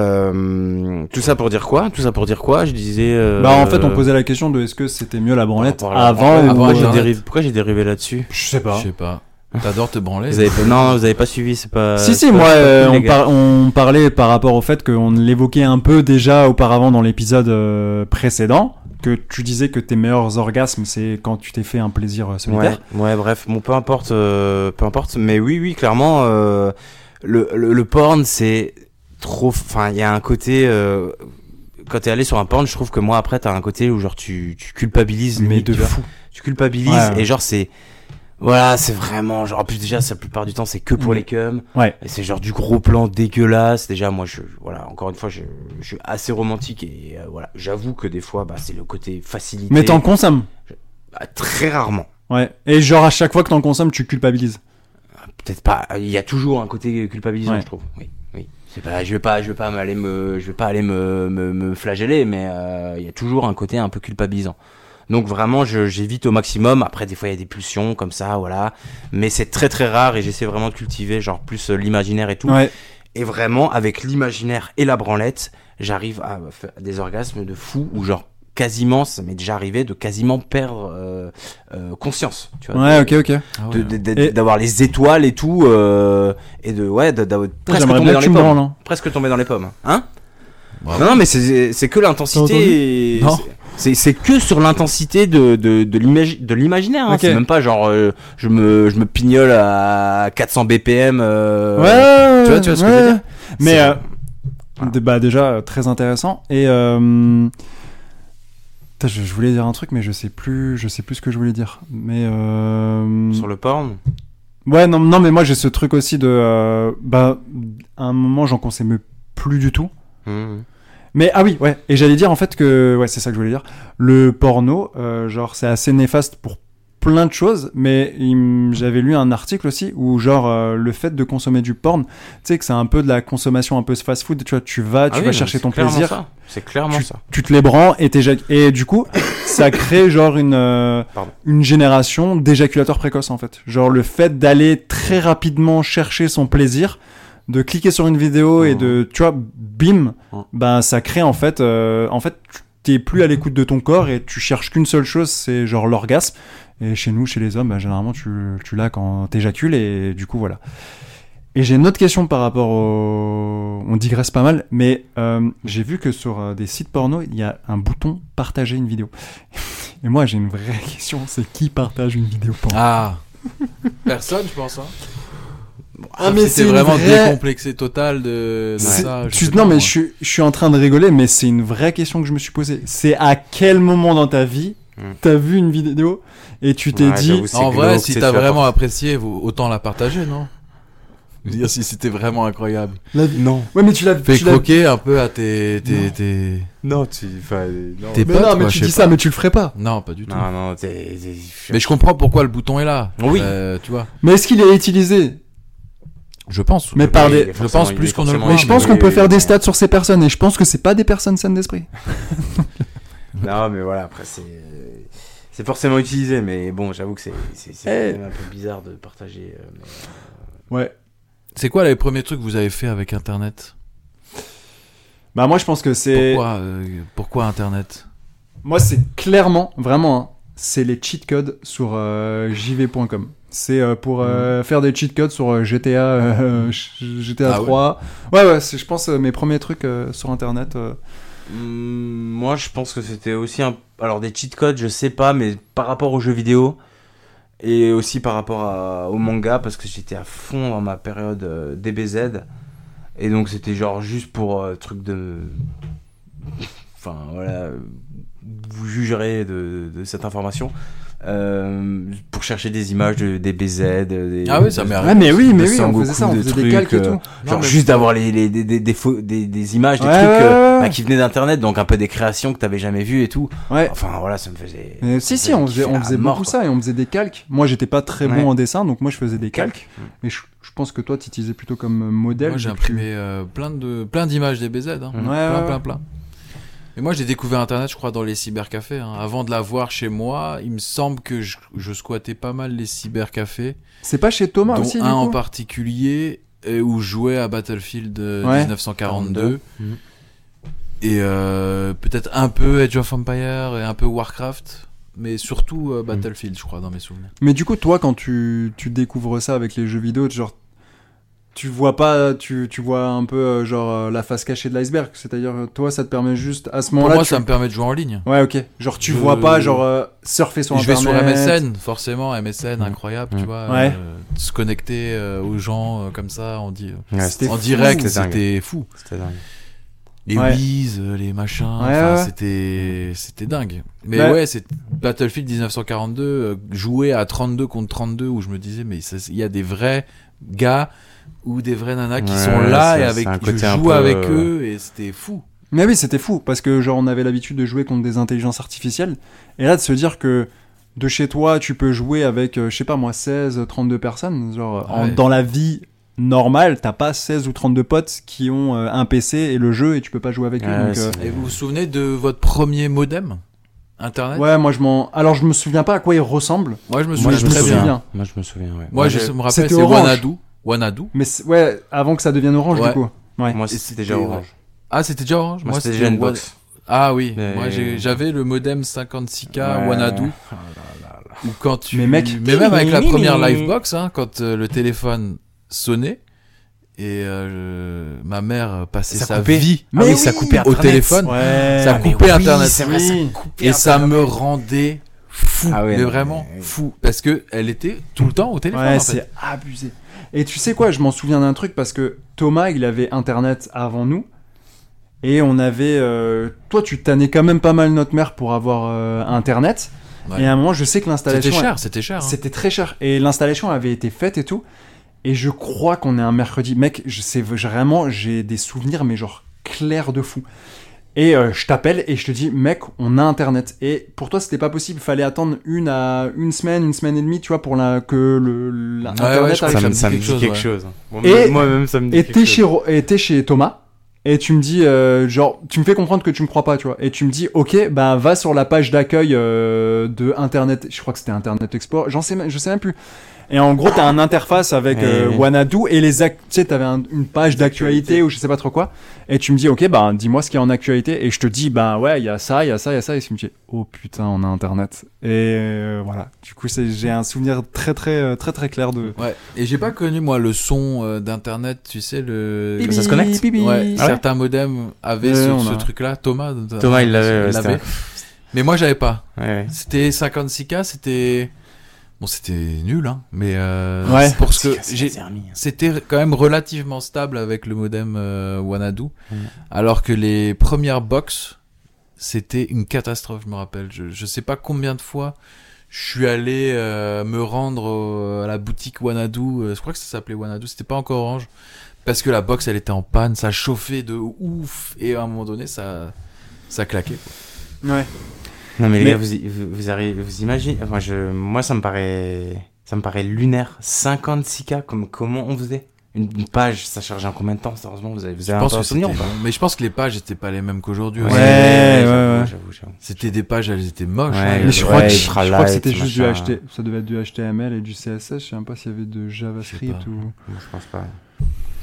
C: Euh, tout ça pour dire quoi tout ça pour dire quoi je disais euh,
B: Bah en fait, on posait la question de est-ce que c'était mieux la branlette
C: Voilà.
B: avant ou
C: pourquoi
A: Avant,
B: euh,
C: j'ai
A: j'étais-
C: dérivé pourquoi j'ai dérivé là-dessus
B: je sais pas.
A: Je sais pas. T'adores Ah te branler
C: vous avez pas- non vous avez pas suivi c'est pas
B: Si
C: c'est
B: si,
C: pas-
B: moi,
C: c'est pas
B: euh,
C: cool, les
B: on,
C: gars.
B: par- on parlait par rapport au fait qu'on l'évoquait un peu déjà auparavant dans l'épisode euh, précédent, que tu disais que tes meilleurs orgasmes, c'est quand tu t'es fait un plaisir euh,
C: Ouais,
B: solitaire.
C: ouais, bref, bon, peu importe, euh, peu importe, mais oui, oui, clairement, euh, le, le, le porn, c'est trop, enfin, il y a un côté, euh, quand t'es allé sur un porn, je trouve que moi, après, t'as un côté où, genre, tu, tu culpabilises,
B: Mais
C: limite,
B: de
C: tu vois.
B: fou.
C: Tu culpabilises,
B: Ouais, ouais.
C: et genre, c'est, voilà, c'est vraiment, genre, en plus, déjà, c'est la plupart du temps, c'est que pour
B: Mm.
C: les cums.
B: Ouais.
C: Et c'est genre du gros plan dégueulasse. Déjà, moi, je, voilà, encore une fois, je, je suis assez romantique, et euh, voilà, j'avoue que des fois, bah, c'est le côté facilité.
B: Mais t'en consommes.
C: Bah, très rarement.
B: Ouais. Et genre à chaque fois que t'en consommes, tu culpabilises.
C: peut-être pas il y a toujours un côté culpabilisant
B: Ouais.
C: je trouve oui oui c'est pas je vais pas je vais pas aller me je vais pas aller me me, me flageller mais euh, il y a toujours un côté un peu culpabilisant donc vraiment je- j'évite au maximum après des fois il y a des pulsions comme ça voilà mais c'est très très rare et j'essaie vraiment de cultiver genre plus euh, l'imaginaire et tout
B: Ouais.
C: et vraiment avec l'imaginaire et la branlette j'arrive à faire des orgasmes de fou ou genre quasiment ça m'est déjà arrivé de quasiment perdre euh, euh, conscience tu vois
B: Ouais, ok, ok.
A: hein.
C: de- de- de-
B: Et-
C: d'avoir les étoiles et tout euh, et de ouais de- de- presque
B: J'aimerais
C: tomber
B: bien
C: dans
B: que
C: les
B: tu me branles.
C: pommes
B: hein.
C: presque tomber dans les pommes hein
A: Bravo.
C: non, non mais c'est c'est que
B: T'as entendu
C: l'intensité et-
A: Non.
C: c'est c'est que sur l'intensité de de de l'imagi- de l'imaginaire hein.
B: Ok.
C: c'est même pas genre euh, je me je me pignole à 400 bpm euh,
B: Ouais,
C: tu vois- tu vois ce que je veux
B: ouais.
C: dire
B: Mais
C: C'est-
B: euh,
C: voilà.
B: d- bah déjà euh, très intéressant et euh, putain, je, je voulais dire un truc mais je sais plus je sais plus ce que je voulais dire mais euh,
C: sur le porn
B: ouais non non mais moi j'ai ce truc aussi de euh, bah à un moment j'en consommais plus du tout
C: Mhm.
B: mais ah oui ouais et j'allais dire en fait que ouais c'est ça que je voulais dire le porno euh, genre c'est assez néfaste pour plein de choses mais il m- j'avais lu un article aussi où genre euh, le fait de consommer du porn tu sais que c'est un peu de la consommation un peu fast food tu vois tu vas
C: Ah
B: tu
C: oui,
B: vas
C: non,
B: chercher
C: c'est
B: ton
C: clairement
B: plaisir
C: ça. c'est clairement ça
B: tu te les branles et t'éjac- et du coup ça crée genre une euh,
C: Pardon.
B: une génération d'éjaculateurs précoces en fait genre le fait d'aller très rapidement chercher son plaisir de cliquer sur une vidéo et
C: Mhm.
B: de tu vois bim
C: Mhm.
B: ben ça crée en fait euh, en fait tu- t'es plus à l'écoute de ton corps et tu cherches qu'une seule chose c'est genre l'orgasme et chez nous chez les hommes ben, généralement tu tu l'as quand t'éjacules et du coup voilà et j'ai une autre question par rapport au. On digresse pas mal, mais euh, j'ai vu que sur euh, des sites porno, il y a un bouton partager une vidéo. Et moi, j'ai une vraie question c'est qui partage une vidéo porno
A: Ah Personne, je pense. Hein.
B: Ah,
A: mais c'est
B: une
A: vraiment
B: vraie-
A: décomplexé total de, de
B: C'est-
A: ça. je
B: tu-
A: sais
B: non,
A: pas,
B: mais
A: moi.
B: je, suis- je suis en train de rigoler, mais c'est une vraie question que je me suis posée. C'est à quel moment dans ta vie
C: Mm.
A: Hmm.
B: t'as vu une vidéo et tu t'es
C: Ouais,
B: dit.
C: j'avoue, c'est
A: En
C: glauque,
A: vrai,
C: c'est
A: si t'as
C: sûr.
A: vraiment apprécié, vous- autant la partager, non Je veux dire, si c'était vraiment incroyable.
B: la vi-
C: non
B: Ouais, mais tu l'as.
A: Fais
B: tu l'as-
A: croquer un peu à tes. tes,
B: Non.
A: tes-
C: non tu enfin, non
A: tes
B: Mais
A: potes,
B: non, mais
A: quoi, je
B: tu
A: sais
B: dis
A: pas.
B: ça, mais tu le ferais pas.
A: Non, pas du tout.
C: non non t'es- t'es-
A: Mais je comprends pourquoi le bouton est là.
C: Oui.
A: Euh, tu vois,
B: Mais est-ce qu'il est utilisé
A: je pense.
B: Mais par des.
A: Je pense plus qu'on ne le
C: Forcément,
A: voit,
B: Mais je pense
C: oui,
B: qu'on peut
C: oui,
B: faire
C: oui.
B: des stats sur ces personnes et je pense que c'est pas des personnes saines d'esprit.
C: Non, mais voilà, après, c'est. euh, C'est forcément utilisé, mais bon, j'avoue que c'est c'est- c'est
B: Eh.
C: quand même un peu bizarre de partager. euh, mais-
B: Ouais.
A: C'est quoi les premiers trucs que vous avez fait avec Internet
B: Bah moi je pense que c'est
A: Pourquoi, euh, pourquoi Internet
B: moi c'est clairement vraiment hein, c'est les cheat codes sur euh, jv.com. C'est euh, pour euh, faire des cheat codes sur euh, GTA euh, GTA
A: Ah ouais.
B: 3. Ouais ouais, c'est je pense euh, mes premiers trucs euh, sur internet euh.
C: Hum, moi, je pense que c'était aussi un. Alors, des cheat codes, je sais pas, mais par rapport aux jeux vidéo et aussi par rapport à- au manga, parce que j'étais à fond dans ma période euh, DBZ. Et donc, c'était genre juste pour euh, truc de. Enfin, voilà. euh, Vous jugerez de, de cette information. euh, pour chercher des images de- des BZ, euh, des,
A: Ah oui, ça m'est
B: Ouais,
A: arrivé.
B: mais oui, mais
C: de
B: oui, on
C: Sangoku,
B: faisait ça, on
C: de
B: faisait des
C: trucs,
B: calques et
C: euh,
B: tout.
C: Genre
A: mais-
C: juste d'avoir les, les- des, des, des, faux- des, des images, des
B: Ouais,
C: trucs
B: ouais,
C: euh,
B: ouais, ouais.
C: bah, qui venaient d'internet, donc un peu des créations que t'avais jamais vues et tout.
B: Ouais.
C: Enfin voilà, ça me faisait.
B: Mais
C: ça
B: si,
C: me
B: si, on faisait,
C: kiffer
B: on
C: à
B: faisait
C: mort,
B: beaucoup
C: quoi.
B: ça et on faisait des calques. Moi, j'étais pas très
C: Ouais.
B: bon en dessin, donc moi, je faisais des calques.
C: Calque.
B: Mais je, je pense que toi, tu utilisais plutôt comme euh, modèle.
A: Moi, j'ai
B: vu que tu-
A: imprimé euh, plein de plein d'images des BZ. hein. plein,
B: Ouais, ouais,
A: plein,
B: ouais.
A: plein. Et moi, j'ai découvert Internet, je crois, dans les cybercafés. hein. Avant de l'avoir chez moi, il me semble que je, je squattais pas mal les cybercafés,
B: C'est pas chez Thomas
A: dont
B: aussi, du
A: un en
B: coup
A: particulier et où je jouais à Battlefield euh,
B: Ouais.
A: 1942.
C: Mhm.
A: Et euh, peut-être un peu Age of Empire et un peu Warcraft, mais surtout euh, Battlefield, je crois, dans mes souvenirs.
B: Mais du coup, toi, quand tu, tu découvres ça avec les jeux vidéo, genre, tu vois pas, tu, tu vois un peu, euh, genre, euh, la face cachée de l'iceberg. C'est-à-dire, euh, toi, ça te permet juste, à ce
A: Pour
B: moment-là.
A: moi,
B: tu-
A: ça me permet de jouer en ligne.
B: Ouais, ok. Genre, tu
A: Je-
B: vois pas, genre, euh, surfer sur
A: je vais sur
B: Internet.
A: MSN, forcément, MSN, incroyable, tu
C: Mm.
A: vois.
B: Ouais.
A: euh, se connecter euh, aux gens euh, comme ça, on dit,
C: Ouais,
B: C'était
A: en
B: fou.
A: direct,
C: C'était dingue.
A: c'était fou.
C: C'était dingue.
A: Les
B: Ouais.
A: whiz, euh, les machins,
B: Ouais,
A: enfin,
B: ouais. Bah-
A: c'était c'était dingue. Mais
B: Ouais.
A: ouais, c'est Battlefield 1942, euh, joué à 32 contre 32, où je me disais, mais ça, il y a des vrais gars ou des vrais nanas qui
C: Ouais,
A: sont là
C: c'est-
A: et
C: c'est
A: avec
C: un
A: je
C: côté un
A: joue
C: peu,
A: avec
C: euh,
A: eux et c'était fou.
B: Mais oui, c'était fou, parce que genre on avait l'habitude de jouer contre des intelligences artificielles, et là de se dire que de chez toi, tu peux jouer avec, euh, je sais pas moi, 16, 32 personnes, genre euh, en-
A: Ouais.
B: dans la vie normale, t'as pas 16 ou 32 potes qui ont euh, un PC et le jeu, et tu peux pas jouer avec eux.
C: Ouais,
B: donc, euh,
C: c'est-
A: Et vous vous souvenez de votre premier modem internet
B: ouais, moi je m'en... Alors je me souviens pas à quoi il ressemble,
A: Moi, je me
C: Moi
A: souviens
B: je
C: je me
A: très bien.
C: souviens. Moi je me souviens. ouais.
A: Moi, je
C: j'ai-
A: me rappelle,
B: c'était
A: c'est
B: orange.
A: Wanadu. Wanadu.
B: mais c'est- ouais, avant que ça devienne orange
A: Ouais.
B: du coup. Ouais.
C: Moi
A: Et
C: c'était
A: c'était-
C: déjà orange.
A: Ah, c'était déjà orange
C: Moi c'était déjà une
A: Wan-
C: box.
A: Ah oui,
C: Mais-
A: moi j'ai- j'avais le modem 56K
C: Ouais. Oh
A: Wanadu. Ou quand tu...
B: Mais mec-
A: même avec la première Livebox, hein, quand euh, le téléphone sonnait et euh, je- ma mère passait
C: Ça
A: sa
C: coupait.
A: vie
C: Ah oui,
B: Mais
C: ça
B: oui.
C: coupait
A: au
C: Internet.
A: téléphone.
B: Ouais.
A: Ça
C: Ah, mais
A: coupait
C: oui,
A: Internet.
C: c'est vrai, ça
B: Oui.
C: coupait
A: Et ça
C: Internet.
A: me rendait fou,
C: Ah ouais,
A: mais
C: non,
A: vraiment
C: mais-
A: fou, parce que elle était tout le temps au téléphone.
B: Ouais,
A: en fait.
B: c'est abusé. Et tu sais quoi, je m'en souviens d'un truc parce que Thomas, il avait internet avant nous. Et on avait. euh, toi, tu tannais quand même pas mal notre mère pour avoir euh, internet.
A: Ouais.
B: Et à un moment, je sais que
A: C'était
B: l'installation.
A: cher, c'était cher. hein.
B: C'était très cher. Et l'installation avait été faite et tout. Et je crois qu'on est un mercredi. Mec, je sais je- vraiment, j'ai des souvenirs, mais genre clairs de fou. Et euh, je t'appelle et je te dis, mec, on a internet. Et pour toi, c'était pas possible. Fallait attendre une à une semaine, une semaine et demie, tu vois, pour la, que le, la-
A: Ouais,
B: Internet
A: ouais, je
B: arrive.
A: crois
C: Ça me, ça me
A: quelque
C: dit
A: chose,
C: quelque
A: ouais.
C: chose. hein.
B: Et-
C: Moi-même, ça me dit
B: Et
C: quelque
B: t'es
C: chose.
B: chez, Ro- et t'es chez Thomas. Et tu me dis, euh, genre, tu me fais comprendre que tu me crois pas, tu vois. Et tu me dis, ok, bah va sur la page d'accueil euh, de Internet. Je crois que c'était Internet Explorer. J'en sais, même- je sais même plus. Et en gros, t'as un interface avec euh,
C: Ouais.
B: Wanadu et les ac- tu sais, t'avais un- une page d'actualité
C: D'actualité.
B: ou je sais pas trop quoi. Et tu me dis, ok, bah dis-moi ce qu'il y a en actualité. Et je te dis, bah ouais, il y a ça, il y a ça, il y a ça. Et tu me dis, oh putain, on a Internet. Et euh, voilà. Du coup, c'est- j'ai un souvenir très très euh, très très clair de.
A: Ouais, et j'ai pas connu moi le son euh, d'internet, tu sais le
C: Bibi, Ça se connecte
A: Ouais,
B: Bibi.
C: Ah ouais
A: certains modems avaient
B: Ouais,
A: ce,
B: on
A: ce
B: a-
A: truc-là. Thomas,
C: Thomas, il l'avait, ouais,
A: l'avait. Mais moi, j'avais pas.
C: Ouais, ouais.
A: C'était 56K, c'était bon, c'était nul, hein. Mais euh,
B: Ouais.
A: c'est pour ce que
C: C'est-
A: j'ai,
C: c'est remis. hein.
A: c'était quand même relativement stable avec le modem euh, Wanadu,
C: Mm.
A: alors que les premières box, c'était une catastrophe, je me rappelle. Je, je sais pas combien de fois je suis allé euh, me rendre au- à la boutique Wanadu, euh, je crois que ça s'appelait Wanadu, c'était pas encore Orange, parce que la box elle était en panne, ça chauffait de ouf, et à un moment donné ça, ça claquait. quoi.
B: Ouais.
C: Non mais,
B: Mais-
C: les gars, vous, vous, vous arrivez, vous imaginez Moi, je, moi, ça me paraît, ça me paraît lunaire. 56K, comme comment on faisait une, une page, ça chargeait en combien de temps Sérieusement, vous avez, vous avez
A: Je
C: un
A: pense
C: peu un
A: que
C: souvenir ou
A: c'était
C: pas
A: long, mais je pense que les pages étaient pas les mêmes qu'aujourd'hui. aussi.
B: Ouais, ouais,
C: j'avoue,
B: ouais.
C: j'avoue, j'avoue.
A: C'était des pages, elles étaient moches.
C: Ouais,
A: hein,
C: mais
A: les-
B: Mais je crois que,
C: Ouais,
B: je
C: ultra
B: crois que
C: light,
B: c'était juste du
C: machin.
B: HT, ça devait être du HTML et du CSS, je sais même pas s'il y avait de JavaScript
A: Je sais pas.
B: ou...
C: Moi, je pense pas.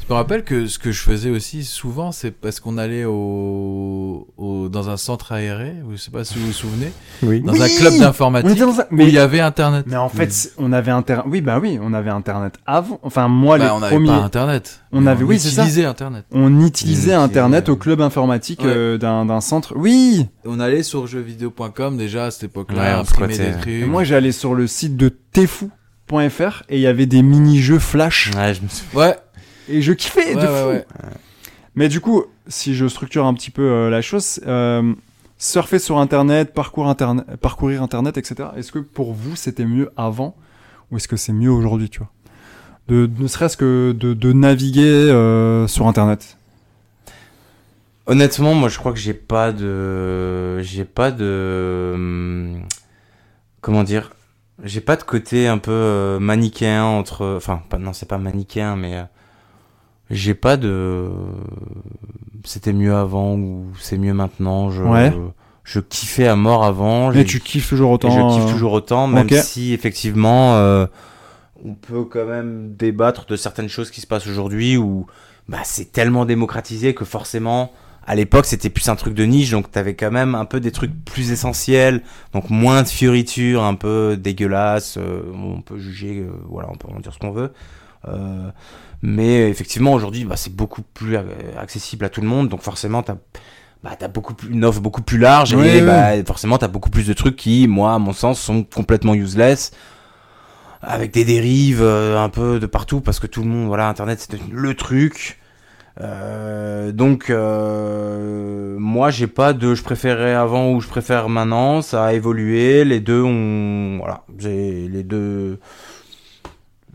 A: Je me rappelle que ce que je faisais aussi souvent, c'est parce qu'on allait au... au- dans un centre aéré, je sais pas si vous vous souvenez,
C: Oui.
A: dans
B: Oui
A: un club
B: On était
A: d'informatique
B: dans un-
A: où
B: Mais,
A: il y avait Internet.
B: mais en fait, c'est- on avait internet... Oui, bah oui, on avait internet avant... Enfin, moi,
A: Bah, on
B: les
A: n'avait
B: premiers...
A: pas Internet.
B: On
A: mais
B: avait- oui, c'est ça.
A: utilisait Internet.
B: On utilisait
C: Inutile,
B: internet
C: ouais.
B: au club informatique
A: Ouais.
B: euh, d'un d'un centre... Oui
A: On allait sur jeuxvideo.com déjà à cette époque-là,
C: Ouais, on
A: imprimer
C: squattait.
A: des
B: Et
A: trucs.
B: moi, j'allais sur le site de tefou.fr et il y avait des mini-jeux flash
C: Ouais, je me souviens.
A: Ouais,
B: et je kiffais
A: ouais,
B: de
A: ouais,
B: fou
A: ouais.
B: Mais du coup, si je structure un petit peu euh, la chose, euh, surfer sur Internet, parcourir Internet, parcourir Internet etc. Est-ce que pour vous, c'était mieux avant ou est-ce que c'est mieux aujourd'hui, tu vois de, Ne serait-ce que de, de naviguer euh, sur Internet.
C: Honnêtement, moi, je crois que j'ai pas de, j'ai pas de, hum, comment dire, j'ai pas de côté un peu euh, manichéen entre, enfin, pas- non, c'est pas manichéen, mais euh, j'ai pas de, c'était mieux avant ou c'est mieux maintenant. Je,
B: Ouais.
C: je kiffais à mort avant.
B: Mais
C: j'ai-
B: tu kiffes toujours
C: et
B: autant.
C: je
B: euh,
C: kiffe toujours autant, même
B: ok.
C: si effectivement, euh, on peut quand même débattre de certaines choses qui se passent aujourd'hui où bah, c'est tellement démocratisé que forcément, à l'époque, c'était plus un truc de niche, donc t'avais quand même un peu des trucs plus essentiels, donc moins de fioritures, un peu dégueulasses, euh, on peut juger, euh, voilà, on peut en dire ce qu'on veut. Euh, mais effectivement, aujourd'hui, bah, c'est beaucoup plus euh, accessible à tout le monde, donc forcément, t'as bah, t'as beaucoup plus, une offre beaucoup plus large
B: Ouais,
C: et
B: ouais.
C: bah, forcément t'as beaucoup plus de trucs qui, moi, à mon sens, sont complètement useless avec des dérives euh, un peu de partout parce que tout le monde, voilà, Internet c'est devenu le truc. Euh, donc euh, moi j'ai pas de je préférais avant ou je préfère maintenant ça a évolué les deux ont voilà j'ai les deux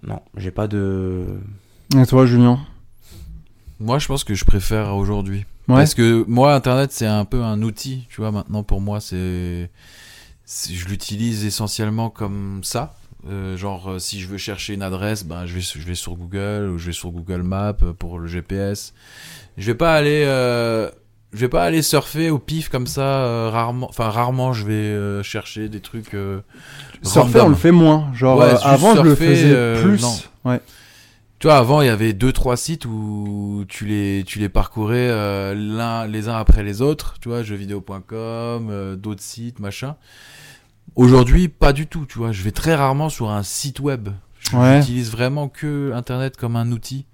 C: non j'ai pas de
B: Et toi, Julien
A: Moi, je pense que je préfère aujourd'hui.
B: Ouais.
A: Parce que moi, Internet, c'est un peu un outil, tu vois, maintenant pour moi, c'est. c'est- Je l'utilise essentiellement comme ça. Euh, genre, euh, si je veux chercher une adresse, ben, je, vais, je vais sur Google ou je vais sur Google Maps euh, pour le GPS. Je vais pas aller. euh, Je vais pas aller surfer au pif comme ça, euh, rarement. Enfin, rarement je vais euh, chercher des trucs. euh,
B: Surfer, on
A: random.
B: le fait moins. Genre,
A: Ouais,
B: euh,
A: juste
B: avant, je le
A: surfer,
B: faisais
A: euh,
B: plus.
A: non.
B: Ouais.
A: Tu vois, avant, il y avait deux, trois sites où tu les, tu les parcourais euh, l'un, les uns après les autres. Tu vois, jeuxvideo.com, euh, d'autres sites, machin. Aujourd'hui, pas du tout. Tu vois, je vais très rarement sur un site web. Je
B: Ouais.
A: n'utilise vraiment que Internet comme un outil.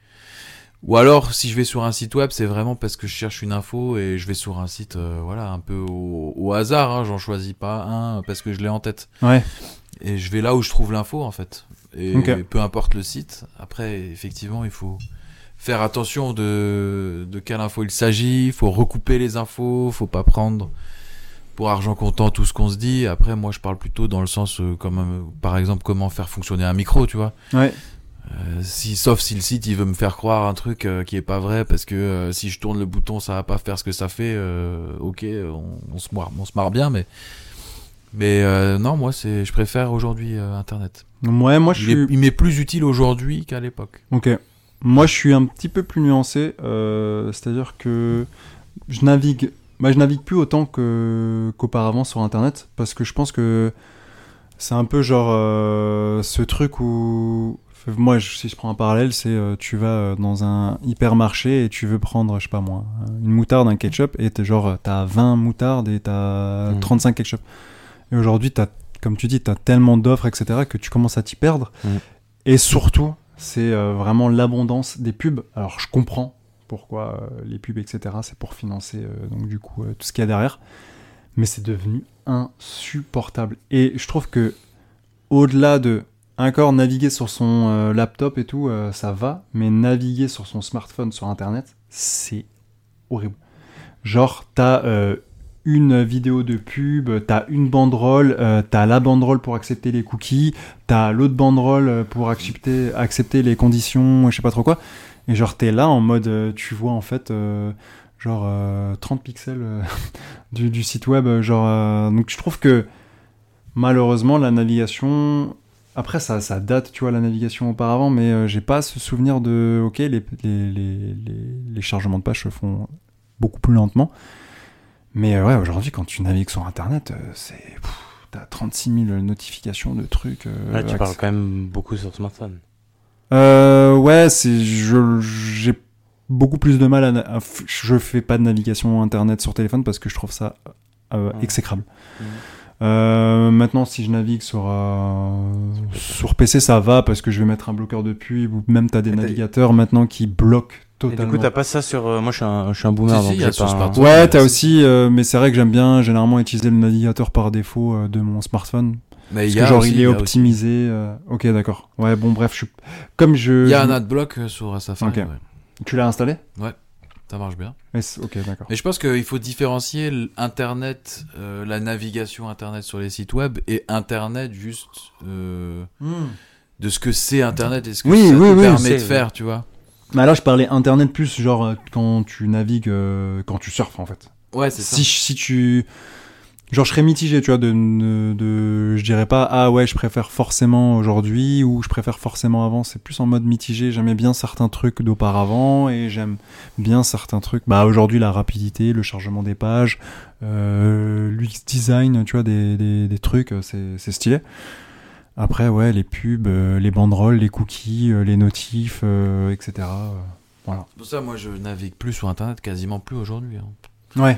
A: Ou alors, si je vais sur un site web, c'est vraiment parce que je cherche une info et je vais sur un site, euh, voilà, un peu au, au hasard. Hein, J'en choisis pas un parce que je l'ai en tête
B: Ouais.
A: et je vais là où je trouve l'info en fait. Et
B: Ok.
A: peu importe le site. Après, effectivement, il faut faire attention de, de quelle info il s'agit. Il faut recouper les infos. Faut pas prendre pour argent comptant tout ce qu'on se dit. Après, moi, je parle plutôt dans le sens, euh, comme euh, par exemple, comment faire fonctionner un micro, tu vois.
B: Ouais.
A: Euh, si, sauf si le site il veut me faire croire un truc euh, qui est pas vrai parce que euh, si je tourne le bouton ça va pas faire ce que ça fait euh, ok on, on se marre on se marre bien mais mais euh, non moi c'est je préfère aujourd'hui euh, internet
B: Ouais, moi, je
A: il est-
B: suis.
A: il m'est plus utile aujourd'hui qu'à l'époque
B: Ok. Moi, je suis un petit peu plus nuancé. euh, C'est-à-dire que je navigue. Bah, je navigue plus autant que qu'auparavant sur Internet parce que je pense que c'est un peu genre euh, ce truc où moi, je- si je prends un parallèle, c'est euh, tu vas euh, dans un hypermarché et tu veux prendre, je sais pas moi, une moutarde, un ketchup et t'es genre euh, t'as 20 moutardes et t'as
C: Mm.
B: 35 ketchup. Et aujourd'hui, t'as comme tu dis, t'as tellement d'offres, etc., que tu commences à t'y perdre.
C: Mm.
B: Et surtout, c'est euh, vraiment l'abondance des pubs. Alors, je comprends pourquoi euh, les pubs, etc., c'est pour financer, euh, donc du coup, euh, tout ce qu'il y a derrière. Mais c'est devenu insupportable. Et je trouve que, au-delà de encore naviguer sur son euh, laptop et tout, euh, ça va, mais naviguer sur son smartphone, sur Internet, c'est horrible. Genre, t'as euh, une vidéo de pub, t'as une banderole, euh, t'as la banderole pour accepter les cookies, t'as l'autre banderole euh, pour accepter, accepter les conditions, je sais pas trop quoi. Et genre, t'es là en mode, euh, tu vois en fait, euh, genre euh, 30 pixels euh, du, du site web. euh, Genre, euh, donc je trouve que malheureusement, la navigation. Après, ça, ça date, tu vois, la navigation auparavant, mais euh, j'ai pas ce souvenir de. Ok, les, les, les, les, les chargements de page se font beaucoup plus lentement. Mais euh, ouais, aujourd'hui, quand tu navigues sur Internet, euh, c'est. pff, T'as 36 000 notifications de trucs. euh,
C: là Ah, tu
B: acc-
C: parles quand même beaucoup sur smartphone
B: euh, ouais, c'est je j'ai beaucoup plus de mal à, na- à f- je fais pas de navigation internet sur téléphone parce que je trouve ça euh,
C: Ouais.
B: exécrable.
C: Mhm.
B: Euh, maintenant, si je navigue sur euh, sur PC, ça va parce que je vais mettre un bloqueur de pub ou même t'as des
C: Et t'as-
B: navigateurs maintenant qui bloquent
C: et
B: totalement.
C: du coup t'as pas ça sur euh, moi je suis un, je suis un
A: Si,
C: boomer
A: si,
C: donc
A: il y a
C: j'ai
A: sur
C: pas un-
A: smartphone.
B: Ouais, t'as aussi, euh, mais c'est vrai que j'aime bien généralement utiliser le navigateur par défaut euh, de mon smartphone.
A: mais
B: Parce
A: il y
B: que
A: a
B: genre
A: aussi-
B: il est
A: a aussi-
B: optimisé. euh, Ok, d'accord. Ouais, bon bref, je suis comme je.
A: il y a
B: je-
A: un adblock euh, sur Safari
B: Ok.
A: ouais.
B: Tu l'as installé
A: Ouais. ça marche bien.
B: Mais c'est- Ok, d'accord.
A: Mais je pense qu'il faut différencier Internet, euh, la navigation Internet sur les sites web et Internet juste euh, de ce que c'est Internet et ce que
B: Oui,
A: ça
B: oui,
A: te
B: oui,
A: permet de
C: c'est-
A: faire, tu vois.
B: Mais là, je parlais internet plus, genre euh, quand tu navigues, euh, quand tu surfes en fait.
A: Ouais, c'est
B: Si, si tu. Genre, je serais mitigé, tu vois, de, ne- de. Je dirais pas, ah ouais, je préfère forcément aujourd'hui ou je préfère forcément avant. C'est plus en mode mitigé. J'aimais bien certains trucs d'auparavant et j'aime bien certains trucs. Bah, aujourd'hui, la rapidité, le chargement des pages, euh, l'UX design, tu vois, des, des, des trucs, euh, c'est c'est stylé. Après, ouais, les pubs, euh, les banderoles, les cookies, euh, les notifs, euh, etc.
A: C'est pour ça, moi, je navigue plus sur Internet, quasiment plus aujourd'hui. hein.
B: Ouais.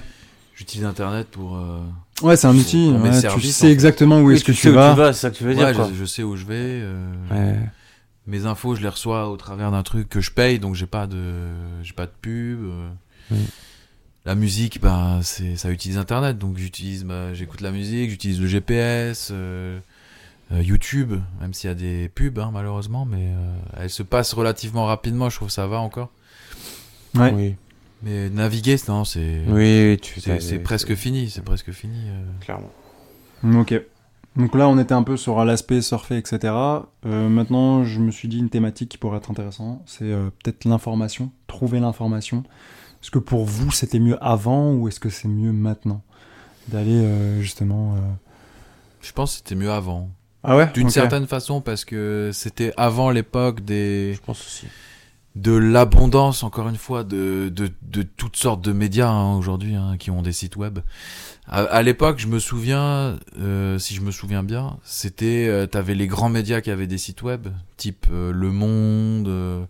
A: J'utilise Internet pour. euh,
B: Ouais, c'est un
A: Pour-
B: outil.
A: pour mes
B: ouais, tu
A: services, en
B: sais
A: fait.
B: exactement où
C: Oui,
B: est-ce que
C: tu sais
B: tu
C: où
B: vas.
C: tu vas, c'est ça que tu veux
A: ouais,
C: dire. quoi.
A: je, je sais où je vais. euh,
C: Ouais.
A: Mes infos, je les reçois au travers d'un truc que je paye, donc j'ai pas de, j'ai pas de pub. euh.
C: Oui.
A: La musique, bah, c'est, ça utilise Internet, donc j'utilise, bah, j'écoute la musique, j'utilise le GPS, euh, euh, YouTube, même s'il y a des pubs, hein, malheureusement, mais euh, elles se passent relativement rapidement. Je trouve ça va encore.
B: Ouais.
C: Oui,
A: Mais naviguer, non, c'est,
C: oui, oui, tu
A: c'est, c'est presque fini, c'est presque fini. euh.
C: Clairement.
B: Ok. Donc là, on était un peu sur l'aspect surfer, etc. Euh, maintenant, je me suis dit une thématique qui pourrait être intéressante, c'est euh, peut-être l'information, trouver l'information. Est-ce que pour vous, c'était mieux avant ou est-ce que c'est mieux maintenant d'aller euh, justement. euh,
A: Je pense que c'était mieux avant.
B: Ah ouais
A: D'une
B: Ok.
A: certaine façon, parce que c'était avant l'époque des
C: Je pense aussi.
A: de l'abondance, encore une fois, de, de, de toutes sortes de médias hein, aujourd'hui hein, qui ont des sites web. À, à l'époque, je me souviens, euh, si je me souviens bien, c'était, euh, t'avais les grands médias qui avaient des sites web, type euh, Le Monde. euh,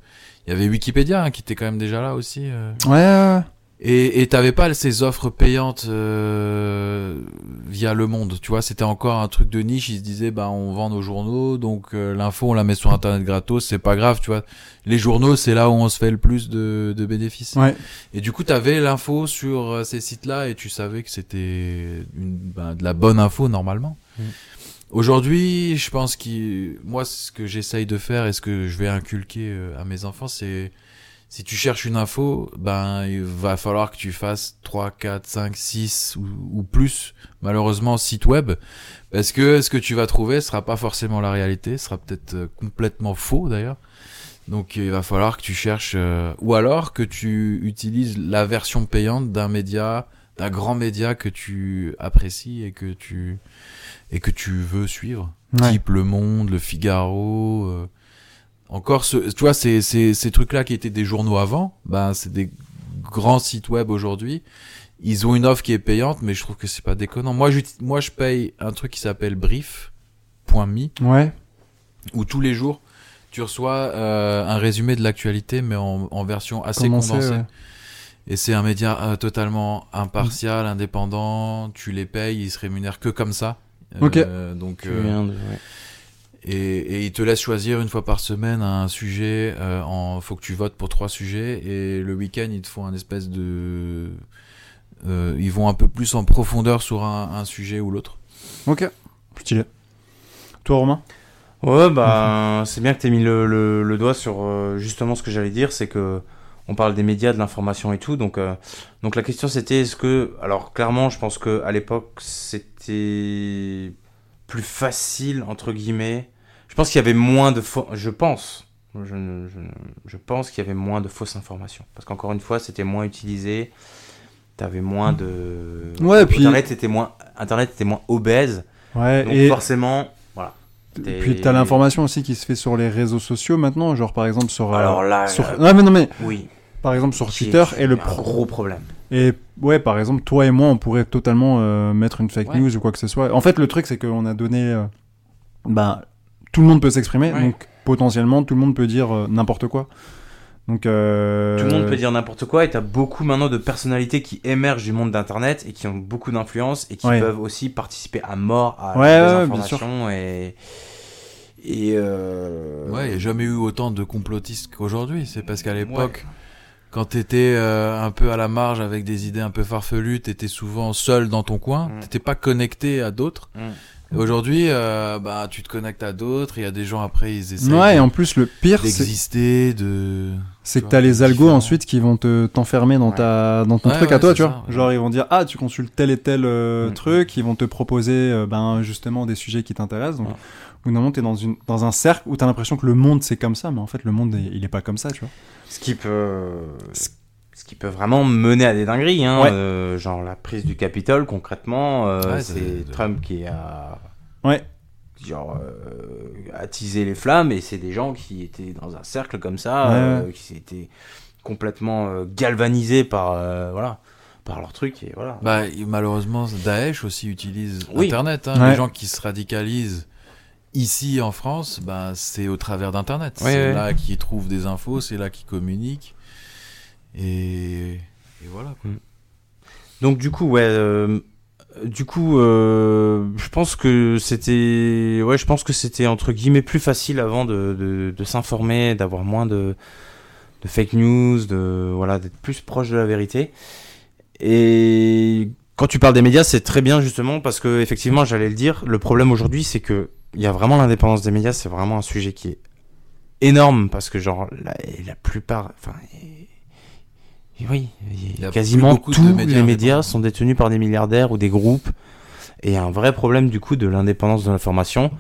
A: Il y avait Wikipédia hein, qui était quand même déjà là aussi. euh.
B: Ouais, ouais, ouais.
A: Et et t'avais pas ces offres payantes euh, via Le Monde, tu vois, c'était encore un truc de niche, ils se disaient bah on vend nos journaux, donc euh, l'info on la met sur internet gratos, c'est pas grave, tu vois. Les journaux c'est là où on se fait le plus de, de bénéfices.
B: Ouais.
A: Et du coup t'avais l'info sur euh, ces sites-là et tu savais que c'était une ben, de la bonne info normalement.
C: Mm.
A: Aujourd'hui, je pense que moi ce que j'essaye de faire et ce que je vais inculquer euh, à mes enfants c'est si tu cherches une info, ben il va falloir que tu fasses 3, 4, 5, 6 ou, ou plus, malheureusement, site web. Parce que ce que tu vas trouver sera pas forcément la réalité, sera peut-être euh, complètement faux d'ailleurs. Donc il va falloir que tu cherches, euh, ou alors que tu utilises la version payante d'un média, d'un grand média que tu apprécies et que tu, et que tu veux suivre
B: Ouais.
A: type Le Monde, Le Figaro. euh, encore, ce, tu vois, ces, ces, ces trucs-là qui étaient des journaux avant, ben, c'est des grands sites web aujourd'hui. Ils ont une offre qui est payante, mais je trouve que c'est pas déconnant. Moi, j'uti- moi je paye un truc qui s'appelle Brief.me,
B: Ouais.
A: où tous les jours, tu reçois euh, un résumé de l'actualité, mais en, en version assez
B: Comment c'est,
A: condensée.
B: ouais.
A: Et c'est un média euh, totalement
B: Mm.
A: impartial, indépendant. Tu les payes, ils se rémunèrent que comme ça.
B: Ok.
A: Euh, donc,
C: Tu
A: euh,
C: viens de- ouais.
A: et, et il te laisse choisir une fois par semaine un sujet. Euh, en faut que tu votes pour trois sujets. Et le week-end, ils te font un espèce de. euh, ils vont un peu plus en profondeur sur un, un sujet ou l'autre.
B: Ok. Stylé. Toi, Romain
C: Ouais, bah, c'est bien que tu mis le, le- le doigt sur euh, justement ce que j'allais dire, c'est que on parle des médias, de l'information et tout, donc euh, donc la question c'était est-ce que alors clairement, je pense que à l'époque c'était plus facile entre guillemets. Je pense qu'il y avait moins de faux, je pense, je, ne- je, ne- je pense qu'il y avait moins de fausses informations parce qu'encore une fois c'était moins utilisé, t'avais moins de
B: Ouais, puis-
C: internet était moins internet était moins obèse,
B: Ouais.
C: donc
B: et-
C: forcément voilà.
B: Et Puis t'as l'information aussi qui se fait sur les réseaux sociaux maintenant, genre par exemple sur. euh,
C: Alors là,
B: sur...
C: là,
B: Ouais, mais non mais
C: oui.
B: par exemple sur Twitter
C: J'ai-
B: et le
C: un
B: pro-
C: gros problème.
B: et ouais par exemple toi et moi on pourrait totalement euh, mettre une fake
A: Ouais.
B: news ou quoi que ce soit. En fait le truc c'est qu'on a donné, euh, ben tout le monde peut s'exprimer
C: Ouais.
B: donc potentiellement tout le monde peut dire euh, n'importe quoi. Donc euh,
C: Tout le monde peut dire n'importe quoi et t'as beaucoup maintenant de personnalités qui émergent du monde d'internet et qui ont beaucoup d'influence et qui
B: Ouais.
C: peuvent aussi participer à mort à
B: Ouais,
C: des
B: ouais, ouais, bien sûr.
C: informations et et euh...
A: Ouais, il n'y a jamais eu autant de complotistes qu'aujourd'hui. C'est parce qu'à l'époque, quand t'étais euh, un peu à la marge avec des idées un peu farfelues, t'étais souvent seul dans ton coin.
C: Mm.
A: T'étais pas connecté à d'autres.
C: Mm.
A: Aujourd'hui, euh, bah, tu te connectes à d'autres, il y a des gens après, ils essayent
B: Ouais, et
A: de-
B: en plus, le pire, c'est
A: d'exister, de...
B: c'est que
A: tu
B: t'as
A: vois,
B: les algos
A: différent.
B: ensuite qui vont te t'enfermer dans
C: Ouais.
B: ta dans ton
A: Ouais,
B: truc à
A: ouais,
B: toi,
A: c'est
B: tu
A: ça,
B: vois.
A: ouais.
B: Genre ils vont dire ah tu consultes tel et tel euh,
C: Mm.
B: truc, ils vont te proposer euh, ben justement des sujets qui t'intéressent. Donc
C: Ouais.
B: au bout d'un moment t'es dans une dans un cercle où t'as l'impression que le monde c'est comme ça, mais en fait le monde il est pas comme ça, tu vois.
C: Ce qui peut, ce qui peut vraiment mener à des dingueries, hein.
B: Ouais.
C: euh, genre la prise du Capitole, concrètement, euh,
A: Ouais,
C: c'est
A: c'est-
C: Trump qui a,
B: Ouais.
C: genre euh, attisé les flammes et c'est des gens qui étaient dans un cercle comme ça,
B: Ouais,
C: euh, qui s'étaient complètement euh, galvanisés par, euh, voilà, par leur truc et voilà.
A: Bah, et malheureusement, Daesh aussi utilise
C: Oui.
A: Internet. hein.
B: Ouais.
A: Les gens qui se radicalisent ici en France, bah, c'est au travers d'Internet.
C: Ouais,
A: c'est
C: ouais.
A: là qu'ils trouvent des infos, c'est là qu'ils communiquent. Et, et voilà. quoi.
C: Donc du coup, ouais, euh, du coup, euh, je pense que c'était, ouais, je pense que c'était entre guillemets plus facile avant de, de, de s'informer, d'avoir moins de, de fake news, de voilà, d'être plus proche de la vérité. Et quand tu parles des médias, c'est très bien justement parce que effectivement, j'allais le dire, le problème aujourd'hui, c'est que il y a vraiment l'indépendance des médias, c'est vraiment un sujet qui est énorme parce que genre la, la plupart, enfin. et- et Oui, et
A: Il y a
C: quasiment
A: plus beaucoup de
C: tous
A: médias
C: les médias
A: indépendants.
C: sont détenus par des milliardaires ou des groupes, et il y a un vrai problème du coup de l'indépendance de l'information.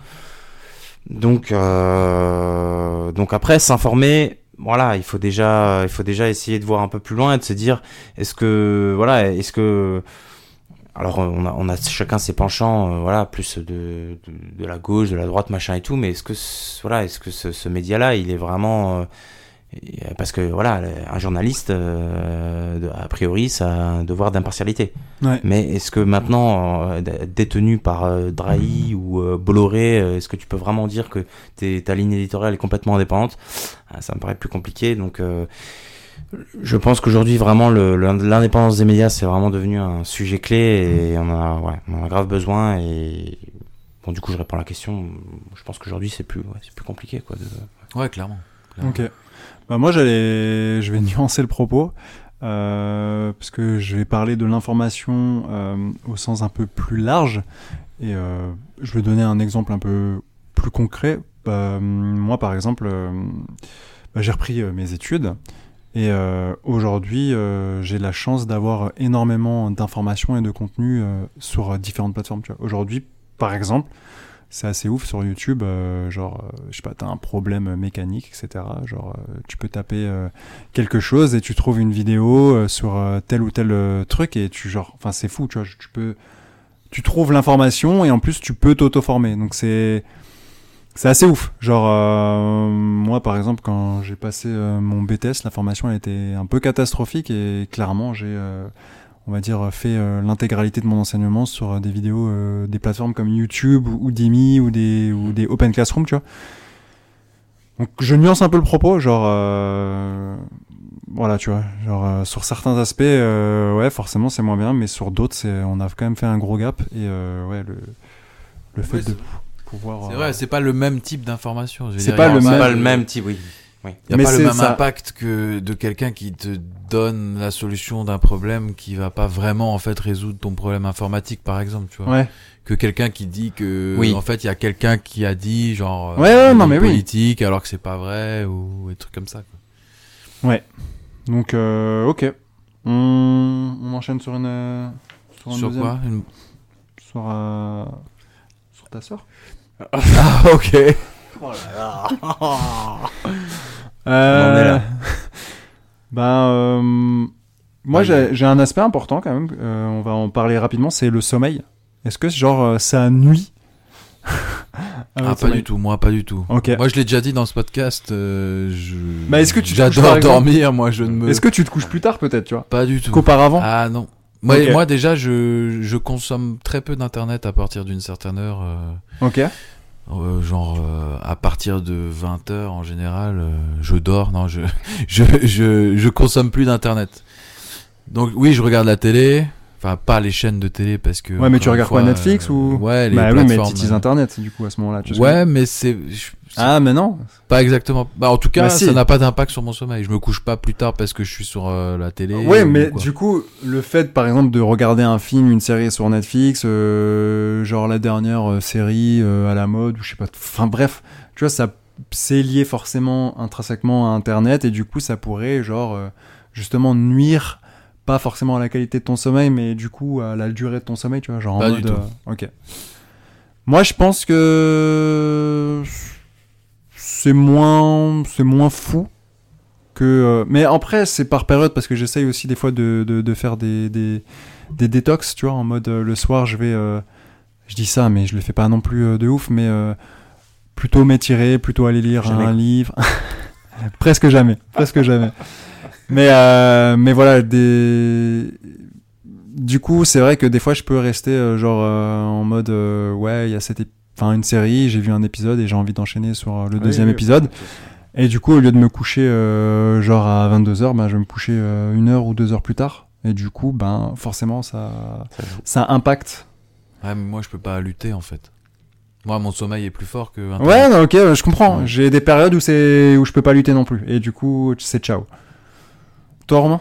C: Donc, euh, donc après s'informer, voilà, il faut déjà, il faut déjà essayer de voir un peu plus loin et de se dire, est-ce que, voilà, est-ce que, alors euh, on a, on a chacun ses penchants, euh, voilà, plus de, de, de la gauche, de la droite, machin et tout, mais est-ce que, ce- voilà, est-ce que ce, ce média-là, il est vraiment, euh, et, euh, parce que voilà, un journaliste, euh, de- a priori, ça a un devoir d'impartialité.
B: Ouais.
C: Mais est-ce que maintenant, euh, d- détenu par euh, Drahi ou euh, Bolloré, euh, est-ce que tu peux vraiment dire que t'es- ta ligne éditoriale est complètement indépendante Ah, Ça me paraît plus compliqué. Donc, euh, je pense qu'aujourd'hui, vraiment, le- le- l'indépendance des médias, c'est vraiment devenu un sujet clé et
A: Mmh.
C: on en a, ouais, on en a grave besoin. Et bon, du coup, je réponds à la question. Je pense qu'aujourd'hui, c'est plus, ouais, c'est plus compliqué, quoi. de-
A: Ouais, clairement. clairement.
B: Ok. Bah moi, j'allais, je vais nuancer le propos euh, parce que je vais parler de l'information euh, au sens un peu plus large et euh, je vais donner un exemple un peu plus concret. Bah, moi, par exemple, euh, bah, j'ai repris euh, mes études et euh, aujourd'hui, euh, j'ai la chance d'avoir énormément d'informations et de contenus euh, sur euh, différentes plateformes. tu vois. Aujourd'hui, par exemple c'est assez ouf sur YouTube. euh, genre, euh, je sais pas, t'as un problème mécanique, etc. Genre, euh, tu peux taper euh, quelque chose et tu trouves une vidéo euh, sur euh, tel ou tel euh, truc et tu genre, enfin, c'est fou, tu vois. Tu peux, tu trouves l'information et en plus tu peux t'auto-former. Donc c'est, c'est assez ouf. Genre, euh, moi par exemple, quand j'ai passé euh, mon BTS, la formation elle était un peu catastrophique et clairement j'ai euh, on va dire, fait euh, l'intégralité de mon enseignement sur euh, des vidéos, euh, des plateformes comme YouTube ou Udemy ou des, ou des Open Classroom, tu vois. Donc je nuance un peu le propos, genre, euh, voilà, tu vois, genre euh, sur certains aspects, euh, ouais, forcément c'est moins bien, mais sur d'autres, c'est, on a quand même fait un gros gap et euh, ouais, le, le fait
A: Ouais,
B: de
A: c'est-
B: pouvoir.
A: C'est
B: euh,
A: vrai, c'est pas le même type d'information. je veux
B: C'est
A: dire,
B: pas
A: il y a
B: le
A: pas
B: même-
C: pas
A: de-
C: le même type, oui.
A: Il n'y
B: Mais
A: a pas
B: c'est
A: le même
B: ça.
A: impact que de quelqu'un qui te donne la solution d'un problème qui va pas vraiment en fait résoudre ton problème informatique par exemple, tu vois.
B: Ouais.
A: Que quelqu'un qui dit que
C: Oui.
A: en fait il y a quelqu'un qui a dit genre
B: Ouais, ouais,
A: un
B: non,
A: homme
B: mais oui.
A: politique alors que c'est pas vrai ou des trucs comme ça. quoi.
B: Donc, euh, ok. On, on enchaîne sur une. euh, Sur, une
A: Sur
B: deuxième-
A: quoi Une-
B: Sur, euh, sur ta sœur
A: Ah ok.
B: Euh,
C: On en est là.
B: ben, euh, moi,
C: Bah,
A: Ouais,
B: j'ai j'ai un aspect important quand même. euh, on va en parler rapidement. C'est le sommeil. Est-ce que genre euh, ça nuit à
A: Ah
B: votre
A: pas
B: sommeil
A: du tout, moi pas du tout.
B: Ok.
A: Moi je l'ai déjà dit dans ce podcast. euh, je...
B: Bah, est-ce que tu te couches, par
A: J'adore
B: exemple
A: dormir, moi je ne me.
B: Est-ce que tu te couches plus tard peut-être, tu vois
A: Pas du tout.
B: Qu'auparavant.
A: Ah non. Moi,
B: Ok.
A: moi déjà, je, je consomme très peu d'internet à partir d'une certaine heure. euh,
B: Ok.
A: euh, genre, euh, à partir de 20 heures en général, euh, je dors. Non, je, je, je, je consomme plus d'internet. Donc, oui, je regarde la télé. Enfin, pas les chaînes de télé parce que.
B: Ouais, mais tu
A: encore une
B: regardes quoi,
A: fois, euh,
B: Netflix ou-
A: Ouais, les
B: bah oui, mais
A: plateformes.
B: t'utilises
A: euh,
B: internet du coup à ce moment-là. tu sais ce que
A: Ouais, mais c'est. je-
B: Ah, mais non.
A: Pas exactement. Bah, en tout cas,
B: Bah, si.
A: ça n'a pas d'impact sur mon sommeil. Je me couche pas plus tard parce que je suis sur euh, la télé.
B: ouais,
A: ou
B: mais
A: quoi.
B: du coup, le fait, par exemple, de regarder un film, une série sur Netflix, euh, genre la dernière euh, série euh, à la mode, ou je sais pas, enfin bref, tu vois, ça c'est lié forcément intrinsèquement à Internet, et du coup, ça pourrait, genre, euh, justement, nuire, pas forcément à la qualité de ton sommeil, mais du coup, à la durée de ton sommeil, tu vois, genre en
A: Pas du
B: mode,
A: tout.
B: euh, ok. Moi, je pense que c'est moins, c'est moins fou que. euh, mais après, c'est par période parce que j'essaye aussi des fois de, de, de faire des, des, des détox, tu vois, en mode euh, le soir, je vais. euh, je dis ça, mais je le fais pas non plus euh, de ouf, mais euh, plutôt m'étirer, plutôt aller lire
C: Jamais,
B: un
C: quoi.
B: livre. presque jamais, presque jamais. Mais, euh, mais voilà, des. Du coup, c'est vrai que des fois, je peux rester euh, genre euh, en mode euh, ouais, il y a cette ép- enfin une série, j'ai vu un épisode et j'ai envie d'enchaîner sur euh, le deuxième
C: Ah oui.
B: épisode. Et du coup, au lieu de me coucher euh, genre à 22h, ben, je vais me coucher euh, une heure ou deux heures plus tard. Et du coup, ben, forcément, ça,
C: Ça joue.
B: ça impacte.
A: Ouais, Ah, mais moi, je peux pas lutter, en fait. Moi, mon sommeil est plus fort que. Internet.
B: Ouais, non, ok, euh, je comprends.
A: Ouais.
B: J'ai des périodes où, c'est où je peux pas lutter non plus. Et du coup, c'est ciao. Toi, Romain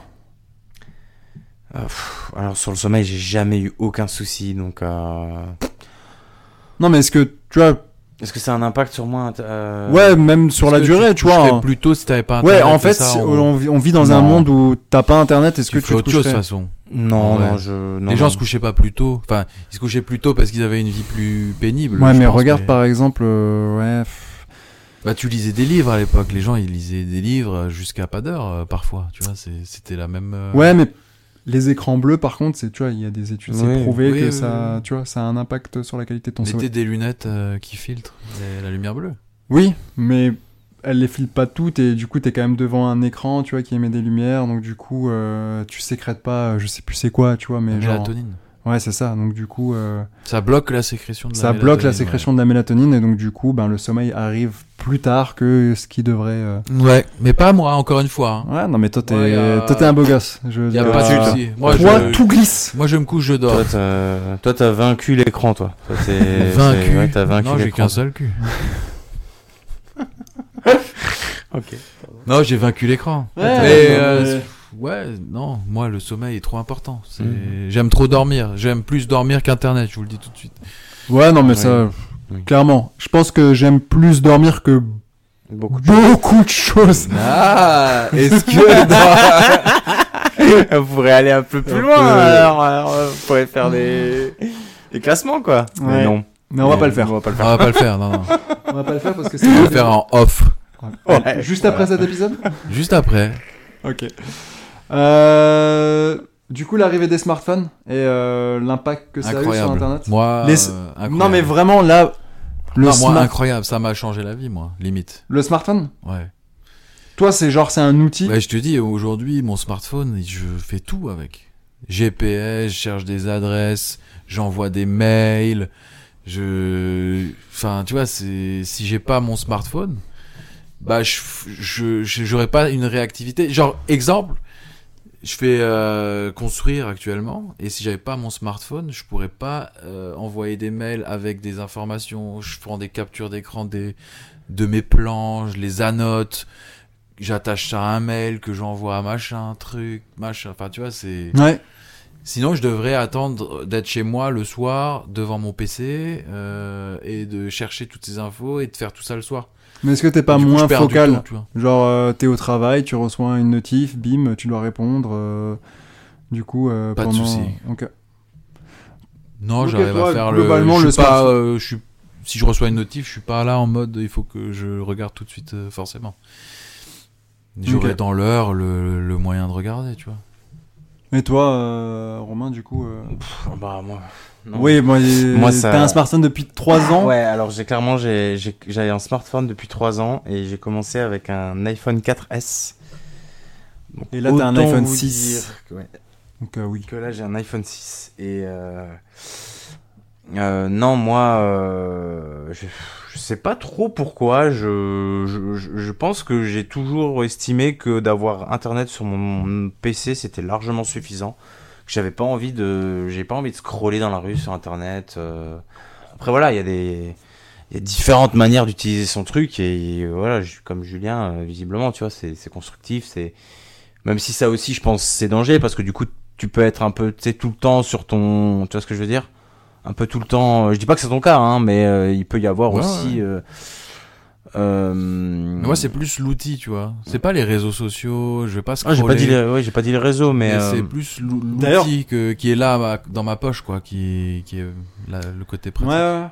C: Euh, pff, alors sur le sommeil, j'ai jamais eu aucun souci, donc euh,
B: Non, mais est-ce que, tu vois,
C: est-ce que ça a un impact sur moi euh,
B: ouais, même sur
A: Parce
B: la
A: que
B: durée, tu vois. hein.
A: coucherais plus tôt si t'avais pas
B: Ouais,
A: Internet.
B: en
A: c'est
B: fait,
A: ça,
B: c'est-
A: en gros.
B: on, vit- on vit dans un
C: Non.
B: monde où t'as pas internet. Est-ce que
A: tu
B: tu
A: fais
B: te
A: autre chose, de toute
B: coucherais
A: façon.
C: Non,
A: Ouais.
C: non, je. non,
A: les gens
C: non.
A: se couchaient pas plus tôt. Enfin, ils se couchaient plus tôt parce qu'ils avaient une vie plus pénible.
B: Ouais,
A: je
B: mais
A: pense,
B: regarde par exemple, euh, ouais,
A: Bah, tu lisais des livres à l'époque. Les gens, ils lisaient des livres jusqu'à pas d'heure, euh, parfois. Tu vois, c'est- c'était la même. euh,
B: Ouais, mais les écrans bleus, par contre, c'est tu vois, il y a des études, c'est
C: Oui.
B: prouvé
A: Oui,
B: que
A: oui,
B: ça,
A: oui.
B: tu vois, ça a un impact sur la qualité de ton
A: Mettez
B: sommeil.
A: des lunettes euh, qui filtrent les- la lumière bleue.
B: Oui, mais elle les file pas toutes et du coup t'es quand même devant un écran, tu vois, qui émet des lumières, donc du coup euh, tu sécrètes pas, euh, je sais plus c'est quoi, tu vois, mais
A: La
B: genre,
A: mélatonine.
B: ouais c'est ça, donc du coup euh,
A: Ça bloque la sécrétion de la
B: ça bloque la
A: mélatonine,
B: sécrétion de la mélatonine et donc du coup ben le sommeil arrive plus tard que ce qui devrait. euh.
A: Ouais. Ouais, mais pas moi, encore une fois. hein.
B: Ouais, non mais toi t'es,
A: Ouais, y a-
B: toi, t'es un beau gosse. Je veux
A: Y a
B: dire,
A: pas de
B: euh,
A: souci. Moi,
B: toi
A: je-
B: tout glisse.
A: Moi, je me couche, je dors.
C: Toi, t'as- toi, t'as vaincu l'écran, toi. Toi, t'es-
A: Vaincu.
C: c'est- ouais, t'as vaincu
A: non, j'ai
C: l'écran.
A: qu'un seul cul.
C: Ok.
A: Non, j'ai vaincu l'écran.
B: Ouais,
A: mais,
B: non,
A: euh,
B: mais-
A: Ouais, non, moi le sommeil est trop important. C'est-
C: Mhm.
A: J'aime trop dormir. J'aime plus dormir qu'Internet, je vous le dis tout de suite.
B: Ouais, non, mais
C: Oui.
B: ça,
C: Oui.
B: clairement. Je pense que j'aime plus dormir que
C: Beaucoup.
B: beaucoup de choses.
A: Ah, est-ce
C: On pourrait aller un peu plus loin. Alors, alors, euh, on pourrait faire des, des classements, quoi.
B: Ouais.
C: Mais non.
B: Mais on va
C: Mais
B: pas le faire.
C: On va pas le
A: On
C: faire.
A: va pas le faire, non, non.
B: On va pas le faire parce que
A: On va le faire en off,
C: Ouais.
B: Juste après cet épisode
A: juste après.
B: Ok. Euh, du coup, l'arrivée des smartphones et euh, l'impact que ça a eu sur
A: Incroyable.
B: Internet.
A: Moi,
B: Les-
A: euh,
B: Non,
A: incroyable.
B: mais vraiment, là, le,
A: Non, moi,
B: smart-
A: incroyable, ça m'a changé la vie, moi, limite.
B: le smartphone,
A: Ouais.
B: toi, c'est genre, c'est un outil.
A: Ouais, Bah, je te dis, aujourd'hui, mon smartphone, je fais tout avec. GPS, je cherche des adresses, j'envoie des mails. Je, enfin, tu vois, c'est si j'ai pas mon smartphone, bah, je, je, je- j'aurais pas une réactivité. Genre, exemple, je fais euh, construire actuellement, et si j'avais pas mon smartphone, je pourrais pas euh, envoyer des mails avec des informations. Je prends des captures d'écran des de mes plans, je les annote, j'attache ça à un mail que j'envoie à machin, truc, machin. Enfin, tu vois, c'est.
B: Ouais.
A: Sinon, je devrais attendre d'être chez moi le soir devant mon PC euh, et de chercher toutes ces infos et de faire tout ça le soir.
B: Mais est-ce que t'es
A: Et
B: pas
A: du coup,
B: moins
A: je perds du
B: focal
A: temps, tu vois.
B: Genre, euh, t'es au travail, tu reçois une notif, bim, tu dois répondre. euh, du coup, euh,
A: Pas de
B: pendant-
A: souci.
B: Ok.
A: Non,
B: Ok,
A: j'arrive
B: toi,
A: à faire le.
B: globalement,
A: je
B: le
A: suis pas,
B: smartphone.
A: euh, je suis- si je reçois une notif, je suis pas là en mode il faut que je regarde tout de suite euh, forcément. J'aurai
B: Ok.
A: dans l'heure le, le moyen de regarder, tu vois.
B: Et toi, euh, Romain, du coup euh,
C: Pff, bah, moi. non.
B: Oui, moi, il-
C: Moi, ça-
B: t'as un smartphone depuis 3 ans.
C: Ouais, alors j'ai clairement, j'ai- j'ai- j'avais un smartphone depuis 3 ans et j'ai commencé avec un iPhone 4S. Donc,
B: Et là, t'as un
C: autant
B: iPhone
C: vous
B: 6.
C: dire que- ouais,
B: Donc euh, oui.
C: que là j'ai un iPhone 6 et euh, euh, non moi euh, je, je sais pas trop pourquoi je, je, je- je pense que j'ai toujours estimé que d'avoir internet sur mon, mon PC c'était largement suffisant que j'avais pas envie de j'ai pas envie de scroller dans la rue sur internet euh. après voilà il y a des il y a différentes manières d'utiliser son truc et euh, voilà, je- comme Julien, euh, visiblement, tu vois, c'est c'est constructif, c'est même si ça aussi, je pense, c'est danger parce que du coup, tu peux être un peu, tu sais, tout le temps sur ton, tu vois ce que je veux dire, un peu tout le temps. euh, Je dis pas que c'est ton cas, hein, mais euh, il peut y avoir
D: Ouais,
C: aussi.
D: ouais.
C: euh, euh,
D: Mais
B: Hmm.
D: moi, c'est plus l'outil, tu vois. C'est pas les réseaux sociaux, je vais pas
C: Ah,
D: scroller.
C: j'ai pas dit, les... ouais, j'ai pas dit les réseaux, mais,
D: mais
C: euh,
D: c'est plus l'ou-
B: D'ailleurs-
D: l'outil que- qui est là ma- dans ma poche, quoi, qui, qui est là, le côté
B: Ouais,
D: pratique.
B: ouais.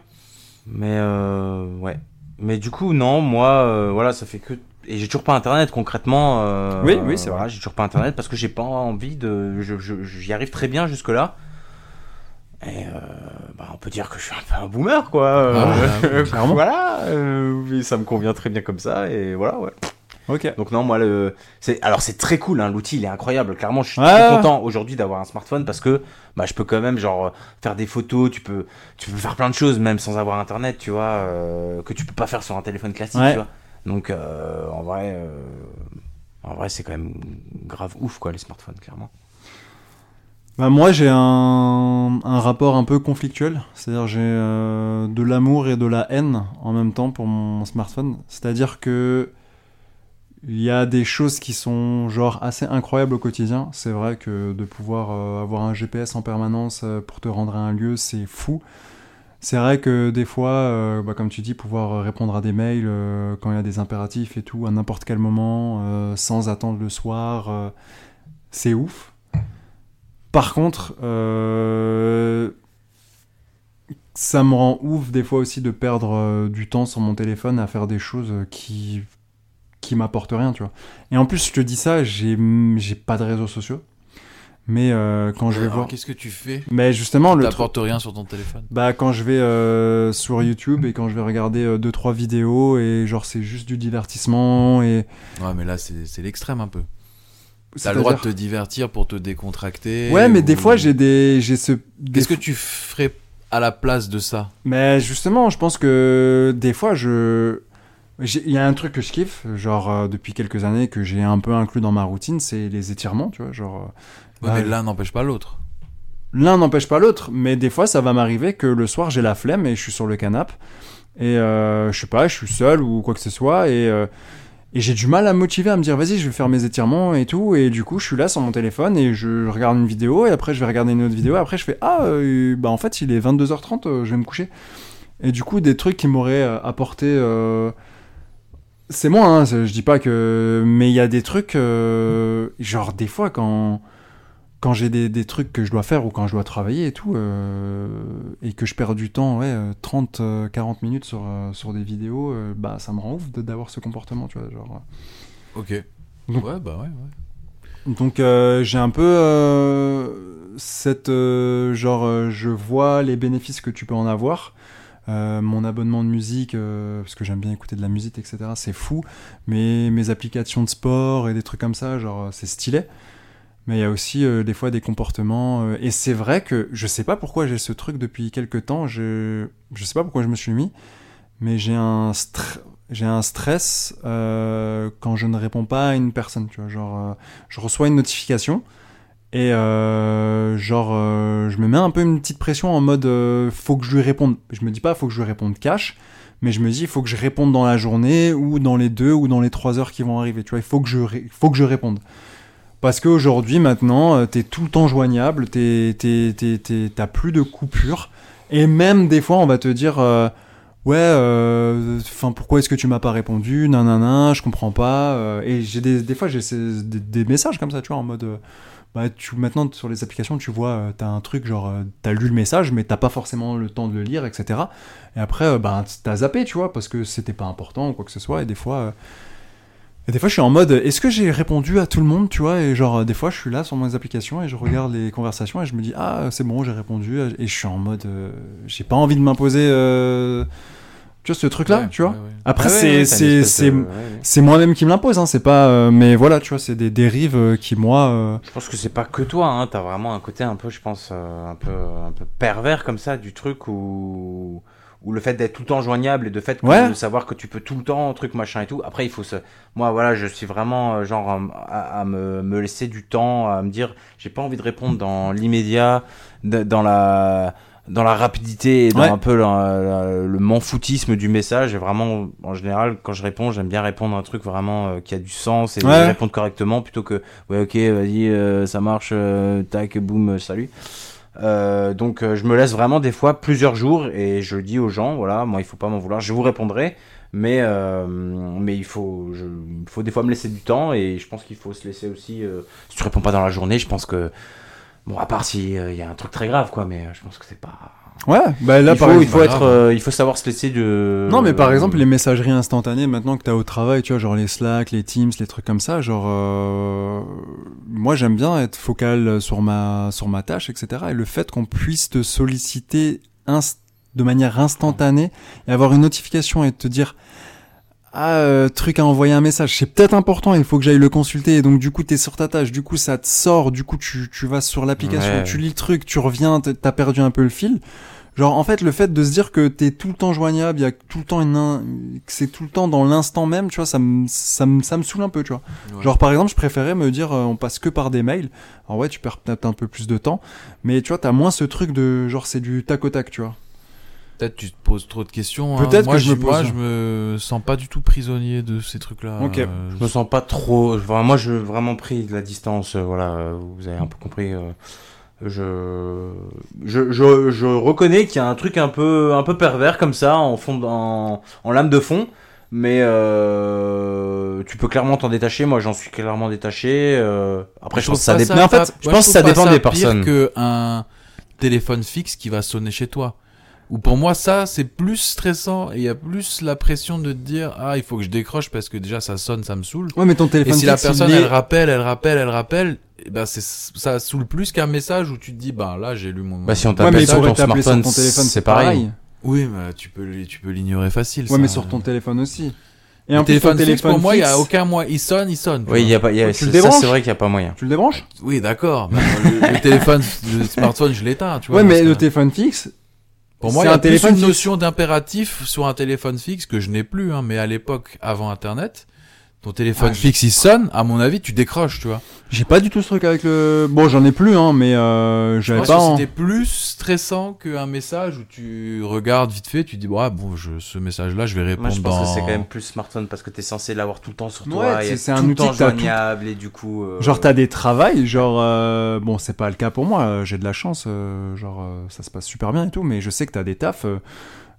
C: Mais euh, ouais. Mais du coup, non, moi, euh, voilà, ça fait que. Et j'ai toujours pas internet concrètement. euh,
B: Oui, oui, c'est
C: voilà,
B: vrai.
C: J'ai toujours pas internet parce que j'ai pas envie de. je- je- J'y arrive très bien jusque là. Et euh, bah, on peut dire que je suis un peu un boomer, quoi. euh,
D: Ah, ouais, ouais,
B: clairement.
C: voilà. euh, oui, ça me convient très bien comme ça. Et voilà, ouais.
B: Ok.
C: Donc non, moi le, c'est, alors c'est très cool, hein, l'outil il est incroyable. Clairement, je suis
B: Ouais,
C: très
B: ouais.
C: content aujourd'hui d'avoir un smartphone parce que bah je peux quand même genre faire des photos, tu peux, tu peux faire plein de choses même sans avoir internet, tu vois, euh, que tu peux pas faire sur un téléphone classique,
B: Ouais.
C: tu vois. Donc euh, en vrai, euh, en vrai c'est quand même grave ouf quoi les smartphones clairement.
B: Bah, moi, j'ai un, un rapport un peu conflictuel. C'est-à-dire, j'ai euh, de l'amour et de la haine en même temps pour mon smartphone. C'est-à-dire que il y a des choses qui sont genre assez incroyables au quotidien. C'est vrai que de pouvoir euh, avoir un GPS en permanence euh, pour te rendre à un lieu, c'est fou. C'est vrai que des fois, euh, bah, comme tu dis, pouvoir répondre à des mails euh, quand il y a des impératifs et tout, à n'importe quel moment, euh, sans attendre le soir, euh, c'est ouf. Par contre, euh, ça me rend ouf des fois aussi de perdre euh, du temps sur mon téléphone à faire des choses euh, qui qui m'apportent rien, tu vois. Et en plus, je te dis ça, j'ai j'ai pas de réseaux sociaux. Mais euh, quand je vais
A: Ah,
D: Alors,
B: voir,
D: Qu'est-ce que tu fais
B: mais justement le truc-
D: T'apportes rien sur ton téléphone.
B: bah quand je vais euh, sur YouTube et quand je vais regarder euh, deux trois vidéos et genre c'est juste du divertissement et
D: Ouais, mais là, c'est c'est l'extrême un peu. T'as
B: C'est-à-dire-
D: le droit de te divertir pour te décontracter.
B: Ouais, mais des
D: ou-
B: fois j'ai des j'ai ce des-
D: Qu'est-ce que tu ferais à la place de ça
B: Mais justement, je pense que des fois je j'ai- il y a un truc que je kiffe, genre euh, depuis quelques années que j'ai un peu inclus dans ma routine, c'est les étirements, tu vois, genre
D: Ouais,
A: Ah,
B: Bah,
D: mais l'un n'empêche pas l'autre.
B: l'un n'empêche pas l'autre, mais des fois ça va m'arriver que le soir j'ai la flemme et je suis sur le canap et euh, je sais pas, je suis seul ou quoi que ce soit et euh, et j'ai du mal à me motiver à me dire vas-y je vais faire mes étirements et tout et du coup je suis là sur mon téléphone et je regarde une vidéo et après je vais regarder une autre vidéo et après je fais ah euh, bah en fait il est 22h30 euh, je vais me coucher et du coup des trucs qui m'auraient euh, apporté euh, c'est moi hein, c'est- je dis pas que mais il y a des trucs euh, genre des fois quand quand j'ai des, des trucs que je dois faire ou quand je dois travailler et tout, euh, et que je perds du temps, ouais, euh, 30, euh, 40 minutes sur, euh, sur des vidéos, euh, bah ça me rend ouf de- d'avoir ce comportement, tu vois. Genre.
D: Ok.
B: Donc-
D: Ouais, bah ouais, ouais.
B: Donc euh, j'ai un peu euh, cette euh, genre euh, je vois les bénéfices que tu peux en avoir. Euh, mon abonnement de musique, euh, parce que j'aime bien écouter de la musique, etc. C'est fou. Mais mes applications de sport et des trucs comme ça, genre euh, c'est stylé. Mais il y a aussi euh, des fois des comportements. euh, et c'est vrai que je sais pas pourquoi j'ai ce truc depuis quelques temps. Je je sais pas pourquoi je me suis mis, mais j'ai un str- j'ai un stress euh, quand je ne réponds pas à une personne. Tu vois, genre euh, je reçois une notification et euh, genre euh, je me mets un peu une petite pression en mode euh, faut que je lui réponde. Je me dis pas faut que je lui réponde cash, mais je me dis il faut que je réponde dans la journée ou dans les deux ou dans les trois heures qui vont arriver. Tu vois, il faut que je ré- faut que je réponde. Parce qu'aujourd'hui, maintenant, euh, t'es tout le temps joignable, t'es- t'es- t'es- t'es- t'as plus de coupure. Et même des fois, on va te dire, euh, ouais, euh, enfin, pourquoi est-ce que tu m'as pas répondu, nanana, je comprends pas. euh, et j'ai des, des fois, j'ai ces- des, des messages comme ça, tu vois, en mode, euh, bah, tu, maintenant sur les applications, tu vois, euh, t'as un truc genre, euh, t'as lu le message, mais t'as pas forcément le temps de le lire, etc. Et après, euh, bah, t'as zappé, tu vois, parce que c'était pas important ou quoi que ce soit. Et des fois, euh, et des fois, je suis en mode, est-ce que j'ai répondu à tout le monde, tu vois Et genre, euh, des fois, je suis là sur mes applications et je regarde les conversations et je me dis, ah, c'est bon, j'ai répondu. Et je suis en mode, euh, j'ai pas envie de m'imposer, euh, tu vois, ce truc-là,
D: Ouais,
B: tu vois
D: ouais, ouais.
B: Après,
C: Ouais, ouais,
B: c'est
C: ouais, t'as une
B: c'est
C: espèce de-
B: c'est
C: ouais, ouais.
B: c'est moi-même qui me l'impose, hein. C'est pas, euh, mais voilà, tu vois, c'est des dérives euh, qui, moi, euh,
C: Je pense que c'est pas que toi, hein. T'as vraiment un côté un peu, je pense, euh, un peu, un peu pervers comme ça du truc où, où le fait d'être tout le temps joignable et de fait que-
B: Ouais.
C: de savoir que tu peux tout le temps truc machin et tout. Après, il faut se, moi voilà, je suis vraiment euh, genre à, à- à me, me laisser du temps, à me dire, j'ai pas envie de répondre dans l'immédiat, d- dans la dans la rapidité et dans
B: Ouais.
C: un peu la- la- le m'en foutisme du message. Et vraiment, en général, quand je réponds, j'aime bien répondre à un truc vraiment euh, qui a du sens et
B: Ouais.
C: répondre correctement plutôt que ouais, ok, vas-y, euh, ça marche, euh, tac, boum, euh, salut. Euh, donc euh, je me laisse vraiment des fois plusieurs jours et je dis aux gens voilà moi il faut pas m'en vouloir je vous répondrai mais euh, mais il faut je, il faut des fois me laisser du temps et je pense qu'il faut se laisser aussi euh, si tu réponds pas dans la journée je pense que bon à part si euh, il y a un truc très grave quoi mais euh, je pense que c'est pas
B: Ouais, bah là,
C: il faut,
B: par
C: il
B: exemple. euh,
C: faut
A: pas
C: être,
A: grave.
C: euh, il faut savoir se laisser de.
B: Non, mais par exemple, les messageries instantanées, maintenant que t'as au travail, tu vois, genre les Slack, les Teams, les trucs comme ça, genre, euh, moi, j'aime bien être focal sur ma, sur ma tâche, etc. Et le fait qu'on puisse te solliciter inst- de manière instantanée et avoir une notification et te dire, ah, euh, truc à envoyer un message, c'est peut-être important, il faut que j'aille le consulter, et donc du coup t'es sur ta tâche, du coup ça te sort, du coup tu, tu vas sur l'application,
C: Ouais.
B: tu lis le truc, tu reviens, t'es- t'as perdu un peu le fil. Genre en fait le fait de se dire que t'es tout le temps joignable, il y a tout le temps une, in- que c'est tout le temps dans l'instant même, tu vois, ça me ça me ça me saoule un peu, tu vois.
A: Ouais.
B: Genre par exemple je préférais me dire euh, on passe que par des mails. Alors ouais tu perds peut-être un peu plus de temps, mais tu vois t'as moins ce truc de genre c'est du tac au tac, tu vois.
A: Peut-être tu te poses trop de questions. hein.
B: Peut-être
A: Moi,
B: que je me
A: Moi,
B: pose.
A: je me sens pas du tout prisonnier de ces trucs-là.
B: Ok.
A: Euh,
C: je me sens pas trop. Enfin, moi, je vraiment pris de la distance. euh, Voilà, euh, vous avez un peu compris. euh, Je, je, je, je reconnais qu'il y a un truc un peu, un peu pervers comme ça en fond, en, en lame de fond. Mais euh, tu peux clairement t'en détacher. Moi, j'en suis clairement détaché. euh, après, je, pense que ça
A: pas
C: dépend. Mais en
A: pas-
C: fait, je
A: moi,
C: pense que
A: trouve
C: ça
A: pas
C: dépend des
A: pire
C: personnes.
A: que un téléphone fixe qui va sonner chez toi. Ou pour moi, ça, c'est plus stressant et il y a plus la pression de te dire Ah, il faut que je décroche parce que déjà ça sonne, ça me saoule.
B: Ouais mais ton
A: Et
B: téléphone
A: si la
B: fixe, il
A: personne,
B: est-
A: elle rappelle, elle rappelle, elle rappelle, eh ben c'est ça saoule plus qu'un message où tu te dis Bah là, j'ai lu mon.
C: Bah, si on
B: Ouais,
C: t'appelle
B: mais
C: sur
B: pour
C: ton
B: t'appeler sur
C: smartphone,
B: ton téléphone,
C: c'est pareil.
A: Oui, mais tu peux, l- tu peux l'ignorer facile.
B: Ouais,
A: ça.
B: mais sur ton téléphone aussi. Et
A: Le
B: en plus, ton
A: téléphone, fixe,
B: téléphone
A: pour moi, il y a
B: fixe,
A: aucun moyen. Il sonne, il sonne. tu
C: Oui, il
A: vois.
C: y a pas. il Y
B: Tu
C: a,
B: le
C: ça, c'est
B: débranches
C: vrai qu'il y a pas moyen.
B: Tu le débranches
A: Oui, d'accord. mais le, le téléphone, le smartphone, je l'éteins, tu vois.
B: Ouais, mais
A: parce
B: le
A: que-
B: téléphone fixe,
A: Pour moi,
B: c'est
A: il y a
B: un
A: plus
B: téléphone
A: une
B: fixe.
A: notion d'impératif sur un téléphone fixe que je n'ai plus, hein, mais à l'époque, avant Internet, ton téléphone
B: Ah, je-
A: fixe, il sonne, à mon avis, tu décroches, tu vois.
B: j'ai pas du tout ce truc avec le. Bon, j'en ai plus, hein, mais euh,
A: Je
B: j'avais
A: pense
B: pas.
A: que
B: hein.
A: c'était plus stressant qu'un message où tu regardes vite fait, tu dis, ouais, bon, je, ce message-là, je vais
C: Moi,
A: répondre
C: je pense que
A: dans-
C: c'est quand même plus smartphone parce que t'es censé l'avoir tout le temps sur
B: Ouais,
C: toi.
B: c'est-
C: et
B: c'est
C: être
B: un
C: tout le
B: outil
C: temps
B: que t'as tout-
C: joignable et du coup. euh,
B: Genre, t'as des travails, genre. euh, Bon, c'est pas le cas pour moi, euh, j'ai de la chance, euh, genre, euh, ça se passe super bien et tout, mais je sais que t'as des tafs. euh,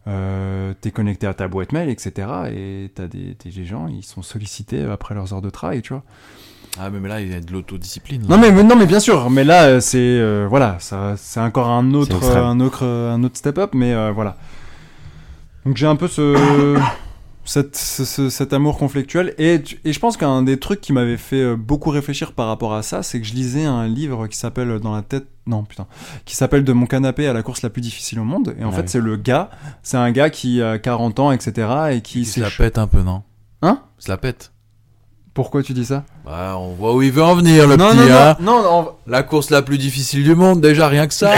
B: euh, t'es connecté à ta boîte mail, etc. Et t'as des, t'es- des gens, ils sont sollicités après leurs heures de travail, tu vois.
A: Ah, mais mais là, il y a de l'autodiscipline. là.
B: Non mais, mais- non mais bien sûr, mais là euh, c'est euh, voilà, ça c'est encore un
C: C'est
B: autre
C: extrême.
B: euh, un autre euh, un autre step up mais euh, voilà. Donc j'ai un peu ce cette- ce- ce- cet amour conflictuel et tu- et je pense qu'un des trucs qui m'avait fait euh, beaucoup réfléchir par rapport à ça, c'est que je lisais un livre qui s'appelle euh, dans la tête non putain, qui s'appelle de mon canapé à la course la plus difficile au monde et en
C: Ah
B: fait
C: oui.
B: c'est le gars, c'est un gars qui a 40 ans etc et qui
A: il se
B: s'est
A: la pète un peu, non
B: Hein
A: Il se la pète.
B: Pourquoi tu dis ça
A: Bah, on voit où il veut en venir, le petit, hein.
B: non, non, en-
A: La course la plus difficile du monde, déjà, rien que ça.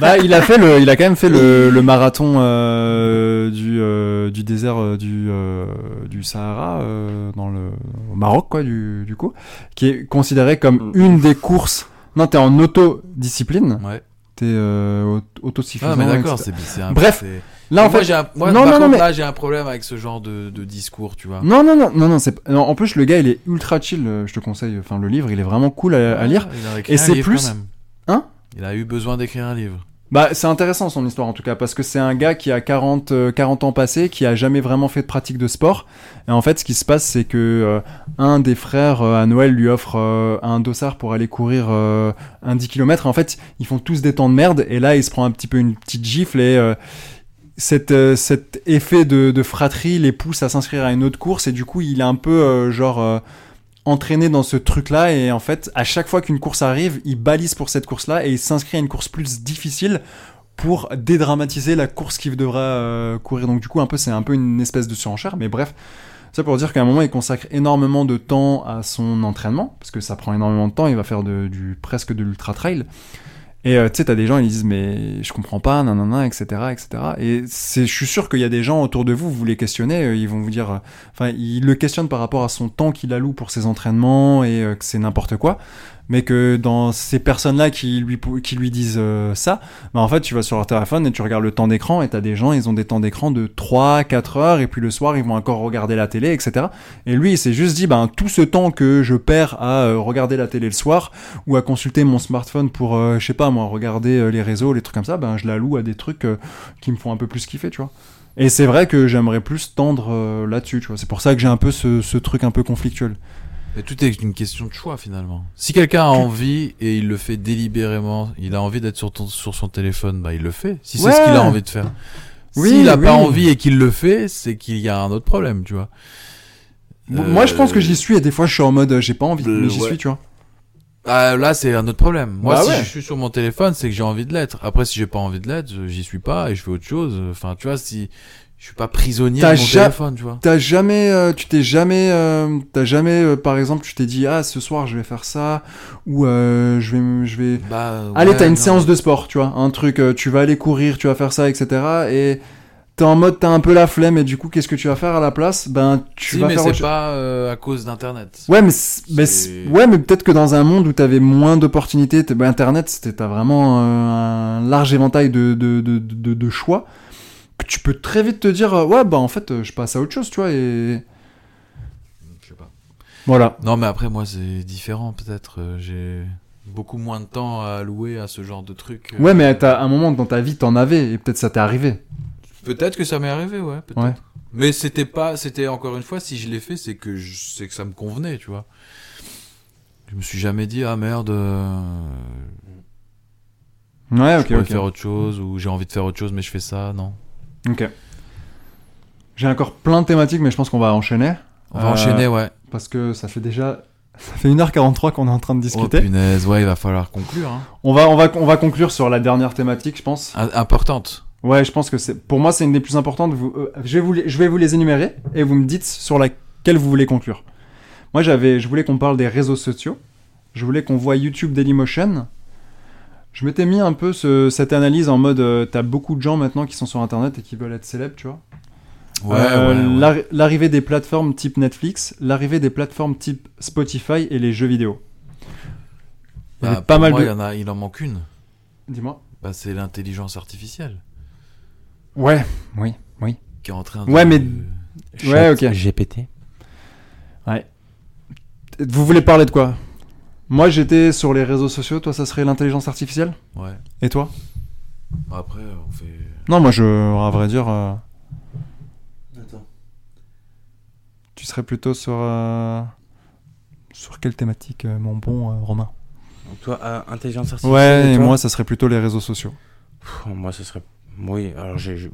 B: Bah, il a fait le, il a quand même fait le, le marathon euh, du, euh, du désert euh, du, euh, du Sahara euh, dans le au Maroc quoi du, du coup, qui est considéré
A: Mm.
B: comme une des courses. Non, t'es en autodiscipline,
A: ouais.
B: t'es euh, aut-
A: Non,
B: autosuffisant.
A: Ah, mais d'accord,
B: etc.
A: c'est c'est un
B: Bref,
A: c'est-
B: Là en
A: moi,
B: fait,
A: j'ai un, moi, par
B: non, non, non,
A: contre,
B: mais-
A: là, j'ai un problème avec ce genre de, de discours, tu vois.
B: non non non non non, c'est non, en plus le gars il est ultra chill. euh, Je te conseille, enfin le livre il est vraiment cool à, à lire.
A: Il a écrit
B: Et
A: un
B: c'est
A: livre,
B: plus-
A: quand même.
B: Hein
A: Il a eu besoin d'écrire un livre.
B: Bah, c'est intéressant son histoire en tout cas, parce que c'est un gars qui a 40, euh, 40 ans passés, qui a jamais vraiment fait de pratique de sport. Et en fait, ce qui se passe, c'est que euh, un des frères euh, à Noël lui offre euh, un dossard pour aller courir euh, un 10 km. En fait, ils font tous des temps de merde, et là, il se prend un petit peu une petite gifle, et euh, cette, euh, cet effet de, de fratrie les pousse à s'inscrire à une autre course, et du coup, il est un peu euh, genre. euh, entraîné dans ce truc-là et en fait à chaque fois qu'une course arrive il balise pour cette course-là et il s'inscrit à une course plus difficile pour dédramatiser la course qu'il devra euh, courir. Donc du coup, un peu, c'est un peu une espèce de surenchère. Mais bref, ça pour dire qu'à un moment, il consacre énormément de temps à son entraînement, parce que ça prend énormément de temps. Il va faire de- du presque de l'ultra trail. Et euh, tu sais, t'as des gens, ils disent mais je comprends pas, nanana, etc., etc. Et c'est, je suis sûr qu'il y a des gens autour de vous, vous les questionnez, euh, ils vont vous dire, euh, enfin, ils le questionnent par rapport à son temps qu'il alloue pour ses entraînements et euh, que c'est n'importe quoi. mais que dans ces personnes-là qui lui, pou- qui lui disent euh, ça, bah en fait, tu vas sur leur téléphone et tu regardes le temps d'écran et t'as des gens, ils ont des temps d'écran de 3, 4 heures et puis le soir, ils vont encore regarder la télé, etc. Et lui, il s'est juste dit, ben, tout ce temps que je perds à euh, regarder la télé le soir ou à consulter mon smartphone pour, euh, je sais pas, moi, regarder euh, les réseaux, les trucs comme ça, ben, je la loue à des trucs euh, qui me font un peu plus kiffer, tu vois. Et c'est vrai que j'aimerais plus tendre euh, là-dessus, tu vois. C'est pour ça que j'ai un peu ce, ce truc un peu conflictuel.
A: Mais tout est une question de choix finalement. Si quelqu'un a envie et il le fait délibérément, il a envie d'être sur, ton- sur son téléphone, bah il le fait. Si
B: Ouais.
A: c'est ce qu'il a envie de faire.
B: Oui,
A: S'il a pas
B: oui.
A: envie et qu'il le fait, c'est qu'il y a un autre problème, tu vois.
B: Mo-
A: Euh,
B: Moi, je pense que j'y suis et des fois, je suis en mode, euh, j'ai pas envie,
A: Euh,
B: mais j'y
A: ouais.
B: suis, tu vois.
A: Ah, là, c'est un autre problème. Moi,
B: Bah
A: si
B: ouais.
A: je suis sur mon téléphone, c'est que j'ai envie de l'être. Après, si j'ai pas envie de l'être, je- j'y suis pas et je fais autre chose. Enfin, tu vois, si je suis pas prisonnier de
B: T'as
A: mon
B: ja-
A: téléphone, tu vois.
B: T'as jamais, euh, tu t'es jamais, euh, t'as jamais, euh, par exemple, tu t'es dit, ah, ce soir, je vais faire ça, ou euh, je vais, me- je vais.
A: Bah,
B: Allez,
A: ouais,
B: t'as une
A: non.
B: séance de sport, tu vois, un truc, euh, tu vas aller courir, tu vas faire ça, etc. Et t'es en mode, t'as un peu la flemme, et du coup, qu'est-ce que tu vas faire à la place Ben, tu
A: Si,
B: vas
A: mais
B: faire autre
A: c'est
B: chose.
A: pas euh, à cause d'internet.
B: Ouais, mais, c'est- mais c'est-
A: C'est-
B: ouais, mais peut-être que dans un monde où t'avais moins d'opportunités, t'es- bah, Internet, c'était t'as vraiment euh, un large éventail de, de, de, de, de choix que tu peux très vite te dire, euh, ouais, bah en fait, euh, je passe à autre chose, tu vois, et
A: Je sais pas.
B: voilà.
A: Non, mais après, moi, c'est différent, peut-être. Euh, J'ai beaucoup moins de temps à allouer à ce genre de truc. Euh,
B: Ouais, mais à un moment dans ta vie, t'en avais, et peut-être ça t'est arrivé.
A: Peut-être que ça m'est arrivé, ouais, peut-être.
B: Ouais.
A: Mais c'était pas, c'était encore une fois, si je l'ai fait, c'est que je, c'est que ça me convenait, tu vois. Je me suis jamais dit, ah merde, euh,
B: Ouais,
A: je
B: Ah, ok,
A: pourrais
B: ok.
A: faire autre chose, ou j'ai envie de faire autre chose, mais je fais ça, non.
B: Ok. J'ai encore plein de thématiques, mais je pense qu'on va enchaîner,
A: On va
B: Euh,
A: enchaîner, ouais.
B: parce que ça fait déjà... Ça fait 1h43 qu'on est en train de
A: Oh
B: discuter.
A: punaise, ouais, il va falloir conclure, hein.
B: on, va, on, va, on va conclure sur la dernière thématique, je pense.
A: Un- Importante.
B: Ouais, je pense que c'est pour moi c'est une des plus importantes. Vous, euh, je, vais vous les, je vais vous les énumérer et vous me dites sur laquelle vous voulez conclure. Moi j'avais, je voulais qu'on parle des réseaux sociaux. Je voulais qu'on voit YouTube Dailymotion. Je m'étais mis un peu ce- cette analyse en mode euh, t'as beaucoup de gens maintenant qui sont sur internet et qui veulent être célèbres, tu vois.
A: Ouais,
B: Euh,
A: ouais, ouais.
B: l'arri- L'arrivée des plateformes type Netflix, l'arrivée des plateformes type Spotify et les jeux vidéo. Il y
A: Bah,
B: avait pas
A: pour
B: mal
A: moi,
B: de.
A: il y en a, il en manque une.
B: Dis-moi.
A: Bah, c'est l'intelligence artificielle
B: Ouais, oui, oui.
A: qui est en train de.
B: Ouais, mais- Ouais, ok.
C: GPT.
B: Vous voulez parler de quoi Moi, j'étais sur les réseaux sociaux. Toi, ça serait l'intelligence artificielle
A: Ouais.
B: Et toi
A: Après, on fait.
B: Non, moi, je, à vrai dire, euh,
C: Attends.
B: tu serais plutôt sur euh, sur quelle thématique, euh, mon bon euh, Romain
C: Toi, euh, intelligence artificielle.
B: Ouais, et
C: toi
B: moi, ça serait plutôt les réseaux sociaux.
C: Pff, Oh, moi, ce serait. Oui, alors j'ai. je-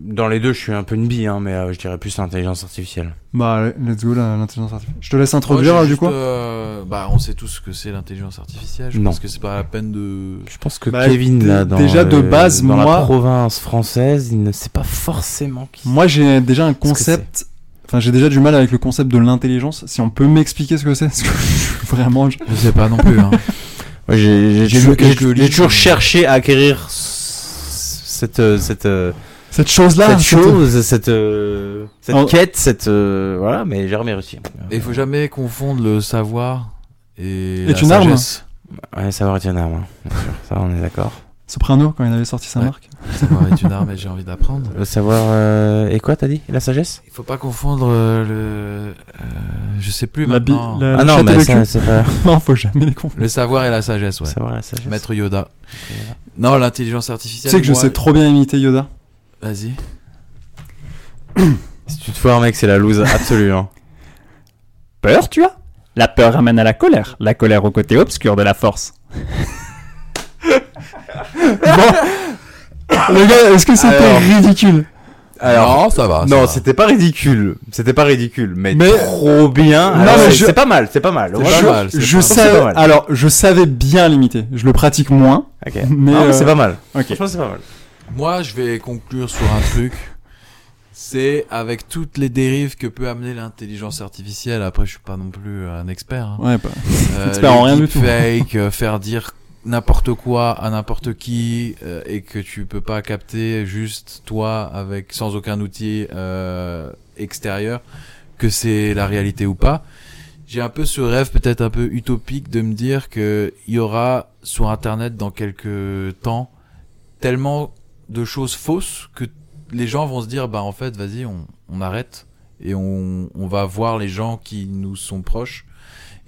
C: Dans les deux, je suis un peu une bille, hein, mais euh, je dirais plus l'intelligence artificielle.
B: Bah, allez, let's go, la- l'intelligence artificielle. Je te laisse introduire,
A: Moi,
B: là,
A: j'ai
B: du
A: juste,
B: coup.
A: euh, Bah, on sait tous ce que c'est l'intelligence artificielle. Je
C: Non.
A: pense que c'est pas la peine de.
C: Je pense que
B: Bah,
C: Kevin,
B: d-
C: là, dans
B: déjà, de
C: le-
B: base,
C: dans
B: moi-
C: la province française, il ne sait pas forcément qui.
B: Moi, j'ai déjà un
C: euh, que
B: concept. Enfin, j'ai déjà du mal avec le concept de l'intelligence. Si on peut m'expliquer ce que c'est, parce que vraiment, je-
A: Je sais pas non plus. Hein.
C: Ouais, j'ai- J'ai
A: J'ai
C: toujours-
A: lu quelques
C: j'ai- j'ai
A: livres,
C: toujours
A: mais-
C: cherché à acquérir s- cette euh, cette euh,
B: cette chose-là.
C: cette chose, cette euh, cette
B: Ah, En-
C: quête, cette euh, voilà, mais j'ai jamais réussi.
A: Et il faut jamais confondre le savoir et.
B: Et
A: la
B: une arme.
A: sagesse.
C: Ouais, ça aurait été une arme, hein, bien sûr. Ça, on est d'accord.
B: Soprano, quand il avait sorti sa
A: Ouais.
B: marque.
A: Le savoir est une arme et j'ai envie d'apprendre.
C: Le savoir euh, et quoi t'as dit La sagesse
A: Il faut pas confondre euh, le. euh, je sais plus
B: La bi-
A: maintenant.
B: la-
C: Ah
B: le
C: non,
B: chat et
C: mais
B: le
C: ça,
B: cul.
C: c'est pas.
B: Non, faut jamais les confondre.
A: Le savoir et la sagesse, ouais.
C: Savoir et la sagesse.
A: Maître Yoda. Non, l'intelligence artificielle.
B: Tu sais que je
A: moi-
B: sais trop bien imiter Yoda.
A: Vas-y.
C: Si tu te foires, mec, c'est la loose absolue. hein.
E: Peur, tu as La peur amène à la colère, la colère au côté obscur de la force.
B: Les gars, est-ce que c'était
C: Alors.
B: ridicule
C: Alors.
A: non, ça va. ça
C: Non,
A: va.
C: c'était pas ridicule. C'était pas ridicule, mais,
B: Mais-
C: trop bien.
B: Non,
C: Alors,
B: mais
C: c'est
B: je-
C: Ah c'est pas mal, c'est pas mal.
A: C'est
C: Ouais.
A: pas
B: Je,
A: mal, c'est
B: je
A: pas-
B: savais-
C: c'est pas mal.
B: alors, je savais bien l'imiter. Je le pratique moins.
C: Ok.
B: Mais,
C: Non, mais
B: euh,
C: c'est pas mal.
B: ok.
C: Franchement, c'est pas mal.
A: Moi, je vais conclure sur un truc. C'est avec toutes les dérives que peut amener l'intelligence artificielle. Après, je suis pas non plus un expert. hein.
B: Ouais, bah,
A: Euh,
B: expert en rien du tout.
A: Fake, faire dire n'importe quoi à n'importe qui euh, et que tu peux pas capter juste toi avec sans aucun outil euh, extérieur que c'est la réalité ou pas. j'ai un peu ce rêve peut-être un peu utopique de me dire que il y aura sur internet dans quelques temps tellement de choses fausses que les gens vont se dire bah en fait vas-y on, on arrête et on, on va voir les gens qui nous sont proches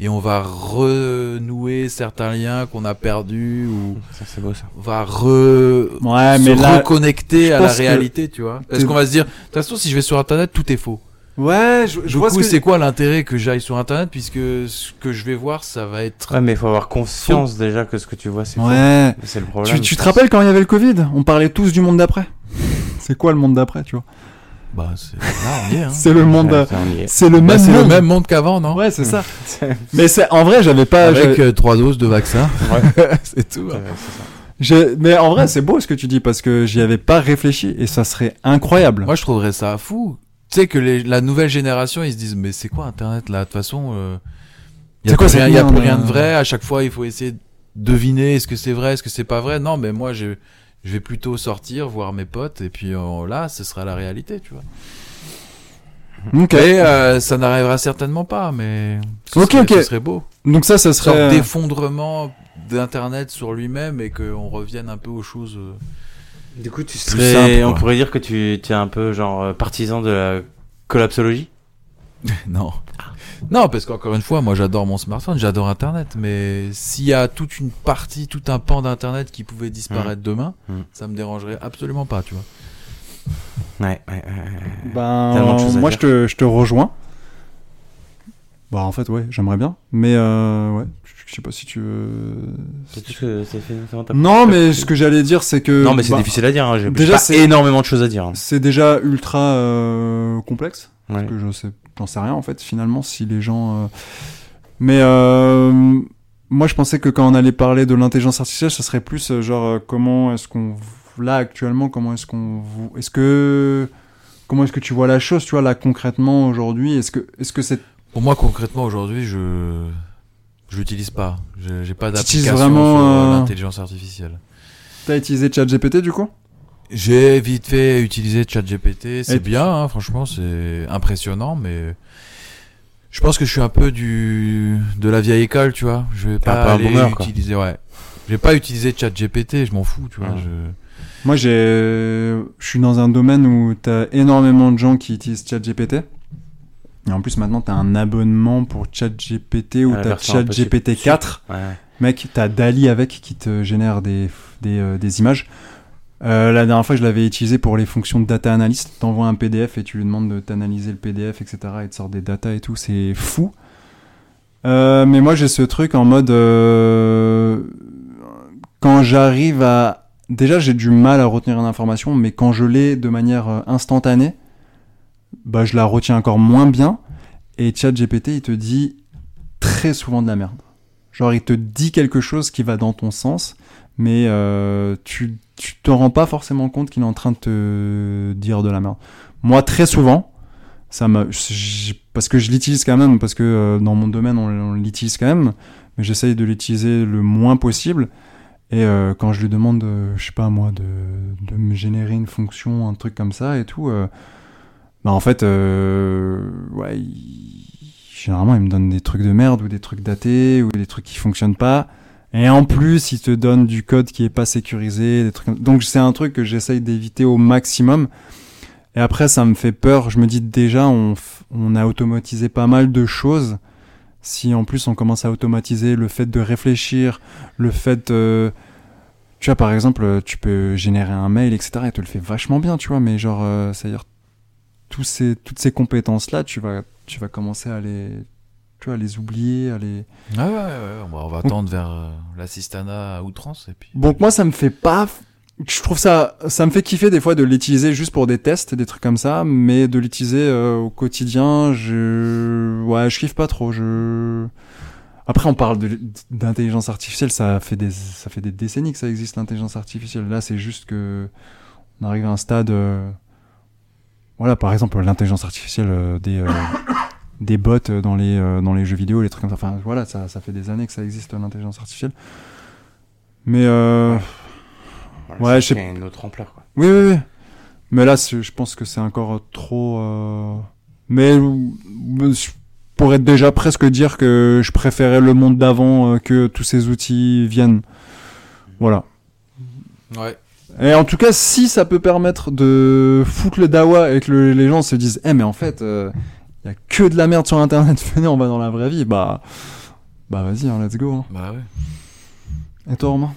A: et on va renouer certains liens qu'on a perdus ou
C: Ça, c'est beau, ça.
A: on va re
F: Ouais,
A: se
F: mais là.
A: reconnecter
B: Ah, je
A: à la
B: pense que
A: réalité, tu vois. Est-ce
B: t'es-
A: qu'on va se dire, de toute façon, si je vais sur Internet, tout est faux.
B: Ouais, je, je
A: Du
B: vois
A: coup,
B: ce
A: c'est
B: que
A: quoi l'intérêt que j'aille sur Internet puisque ce que je vais voir, ça va être.
C: Ouais, mais il faut avoir conscience déjà que ce que tu vois, c'est faux.
B: Ouais.
C: C'est le problème.
B: Tu, tu te rappelles quand il y avait le Covid On parlait tous du monde d'après. C'est quoi le monde d'après, tu vois
A: Bah, c'est là, on y est. Hein.
B: C'est le monde.
C: Ah. Ouais,
B: euh,
C: ça, on y est.
B: C'est le
A: Bah,
B: même
A: c'est le
B: monde.
A: même monde qu'avant, non
B: Ouais, c'est ça. Mais c'est en vrai, j'avais pas. j'avais-
A: Avec euh, trois doses de vaccin. c'est tout.
C: Ouais,
A: hein.
C: c'est ça.
B: j'ai- Mais en vrai, c'est beau ce que tu dis parce que j'y avais pas réfléchi et ça serait incroyable.
A: Moi, je trouverais ça fou. Tu sais que les- la nouvelle génération, ils se disent, mais c'est quoi Internet là De toute façon, euh, il
B: C'est quoi
A: n'y
B: cette
A: a, plus
B: merde,
A: rien de
B: euh
A: vrai. À chaque fois, il faut essayer de deviner est-ce que c'est vrai, est-ce que c'est pas vrai. Non, mais moi, je, je vais plutôt sortir, voir mes potes, et puis euh, là, ce sera la réalité, tu vois.
B: Ok.
A: Et euh, ça n'arrivera certainement pas, mais ce,
B: Ok,
A: serait,
B: ok.
A: ce serait beau.
B: Donc ça, ça
A: Une sorte
B: serait. euh,
A: d'effondrement d'Internet sur lui-même et qu'on revienne un peu aux choses. euh,
C: Du coup, tu
A: Plus
C: serais-
A: simple,
C: on
A: quoi.
C: pourrait dire que tu, tu es un peu genre euh, partisan de la collapsologie.
A: Non. Non, parce qu'encore une fois, moi j'adore mon smartphone, j'adore Internet, mais s'il y a toute une partie, tout un pan d'Internet qui pouvait disparaître demain,
C: Mhm.
A: ça me dérangerait absolument pas, tu vois.
C: Ouais, ouais, ouais, ouais. Tellement de
B: Ben,
C: choses à
B: moi, je
C: dire.
B: te, je te rejoins. Bah, en fait, ouais, j'aimerais bien. Mais, euh, ouais, je- je sais pas si tu veux.
C: C'est tout ce que c'est fait- c'est vraiment
B: Non,
C: t'as-
B: mais ce que j'allais dire, c'est que.
C: Non, mais c'est
B: bah,
C: difficile à dire. hein, J'ai
B: déjà,
C: j'ai pas
B: c'est-
C: énormément de choses à dire. hein.
B: C'est déjà ultra euh, complexe.
C: Ouais.
B: Parce que je sais, j'en sais rien, en fait, finalement, si les gens. euh, Mais, euh, moi, je pensais que quand on allait parler de l'intelligence artificielle, ça serait plus euh, genre, euh, comment est-ce qu'on. Là, actuellement, comment est-ce qu'on. vous- Est-ce que. Comment est-ce que tu vois la chose, tu vois, là, concrètement, aujourd'hui Est-ce que est-ce que c'est
A: Pour moi, concrètement, aujourd'hui, je je l'utilise pas. Je- J'ai pas
B: T'utilises
A: d'application
B: vraiment,
A: sur euh,
B: euh,
A: l'intelligence artificielle.
B: T'as utilisé ChatGPT du coup
A: J'ai vite fait utiliser ChatGPT,
B: Et
A: c'est bien, hein, franchement, c'est impressionnant, mais je pense que je suis un peu du de la vieille école, tu vois. Je vais
C: un
A: pas
C: peu un
A: aller
C: boomer, quoi.
A: utiliser, ouais. Je vais pas utiliser ChatGPT, je m'en fous, tu vois.
C: Ouais.
A: Je...
B: Moi, j'ai, je suis dans un domaine où t'as énormément de gens qui utilisent ChatGPT. Et en plus, maintenant, t'as un abonnement pour ChatGPT ou
C: Ah, la
B: t'as
C: version un peu
B: ChatGPT 4.
C: Ouais, ouais.
B: Mec, t'as Dali avec qui te génère des, des, euh, des images. Euh, la dernière fois, je l'avais utilisé pour les fonctions de data analyst. T'envoies un PDF et tu lui demandes de t'analyser le PDF, etc. Et te sort des data et tout. C'est fou. Euh, mais moi, j'ai ce truc en mode. euh, quand j'arrive à. Déjà, j'ai du mal à retenir une information, mais quand je l'ai de manière euh, instantanée, bah, je la retiens encore moins bien. Et ChatGPT, il te dit très souvent de la merde. Genre, il te dit quelque chose qui va dans ton sens, mais euh, tu, tu te rends pas forcément compte qu'il est en train de te dire de la merde. Moi, très souvent, ça m'a, j'ai- parce que je l'utilise quand même, parce que euh, dans mon domaine, on, on l'utilise quand même, mais j'essaye de l'utiliser le moins possible. Et euh, quand je lui demande, euh, je sais pas moi, de, de me générer une fonction, un truc comme ça et tout, euh, bah en fait, euh, ouais, il- généralement il me donne des trucs de merde ou des trucs datés ou des trucs qui fonctionnent pas. Et en plus, il te donne du code qui est pas sécurisé, des trucs. comme- Donc c'est un truc que j'essaye d'éviter au maximum. Et après, ça me fait peur. Je me dis déjà, on, f- on a automatisé pas mal de choses. Si en plus on commence à automatiser le fait de réfléchir, le fait euh, Tu vois, par exemple, euh, tu peux générer un mail, etc. Et te le fait vachement bien, tu vois. Mais genre, euh, c'est-à-dire, tous ces, toutes ces compétences-là, tu vas, tu vas commencer à les, tu vois, à les oublier, à les...
A: Ah ouais, ouais, ouais, on va, on va tendre vers euh, l'assistana à outrance et puis.
B: Donc moi, ça me fait pas... Je trouve ça... Ça me fait kiffer des fois de l'utiliser juste pour des tests, des trucs comme ça, mais de l'utiliser euh, au quotidien, je... Ouais, je kiffe pas trop. Je... Après, on parle de- d'intelligence artificielle, ça fait, des, ça fait des décennies que ça existe, l'intelligence artificielle. Là, c'est juste que on arrive à un stade... euh, Voilà, par exemple, l'intelligence artificielle euh, des... euh, des bots euh, dans les, euh, dans les jeux vidéo, les trucs comme ça. Enfin, voilà, ça, ça fait des années que ça existe, l'intelligence artificielle. Mais euh,
C: Voilà,
B: Ouais,
C: c'est
B: je sais-
C: qu'il y a une autre ampleur. Quoi.
B: oui, oui, oui. Mais là, c'est- je pense que c'est encore euh, trop. euh, Mais euh, je pourrais déjà presque dire que je préférais le monde d'avant euh, que tous ces outils viennent. Voilà.
A: Ouais.
B: Et en tout cas, si ça peut permettre de foutre le dawa et que le- les gens se disent, eh mais en fait, il y a que de la merde sur Internet, venez, on va dans la vraie vie, bah, bah vas-y, hein, let's go. hein.
A: Bah ouais.
B: Et toi, Romain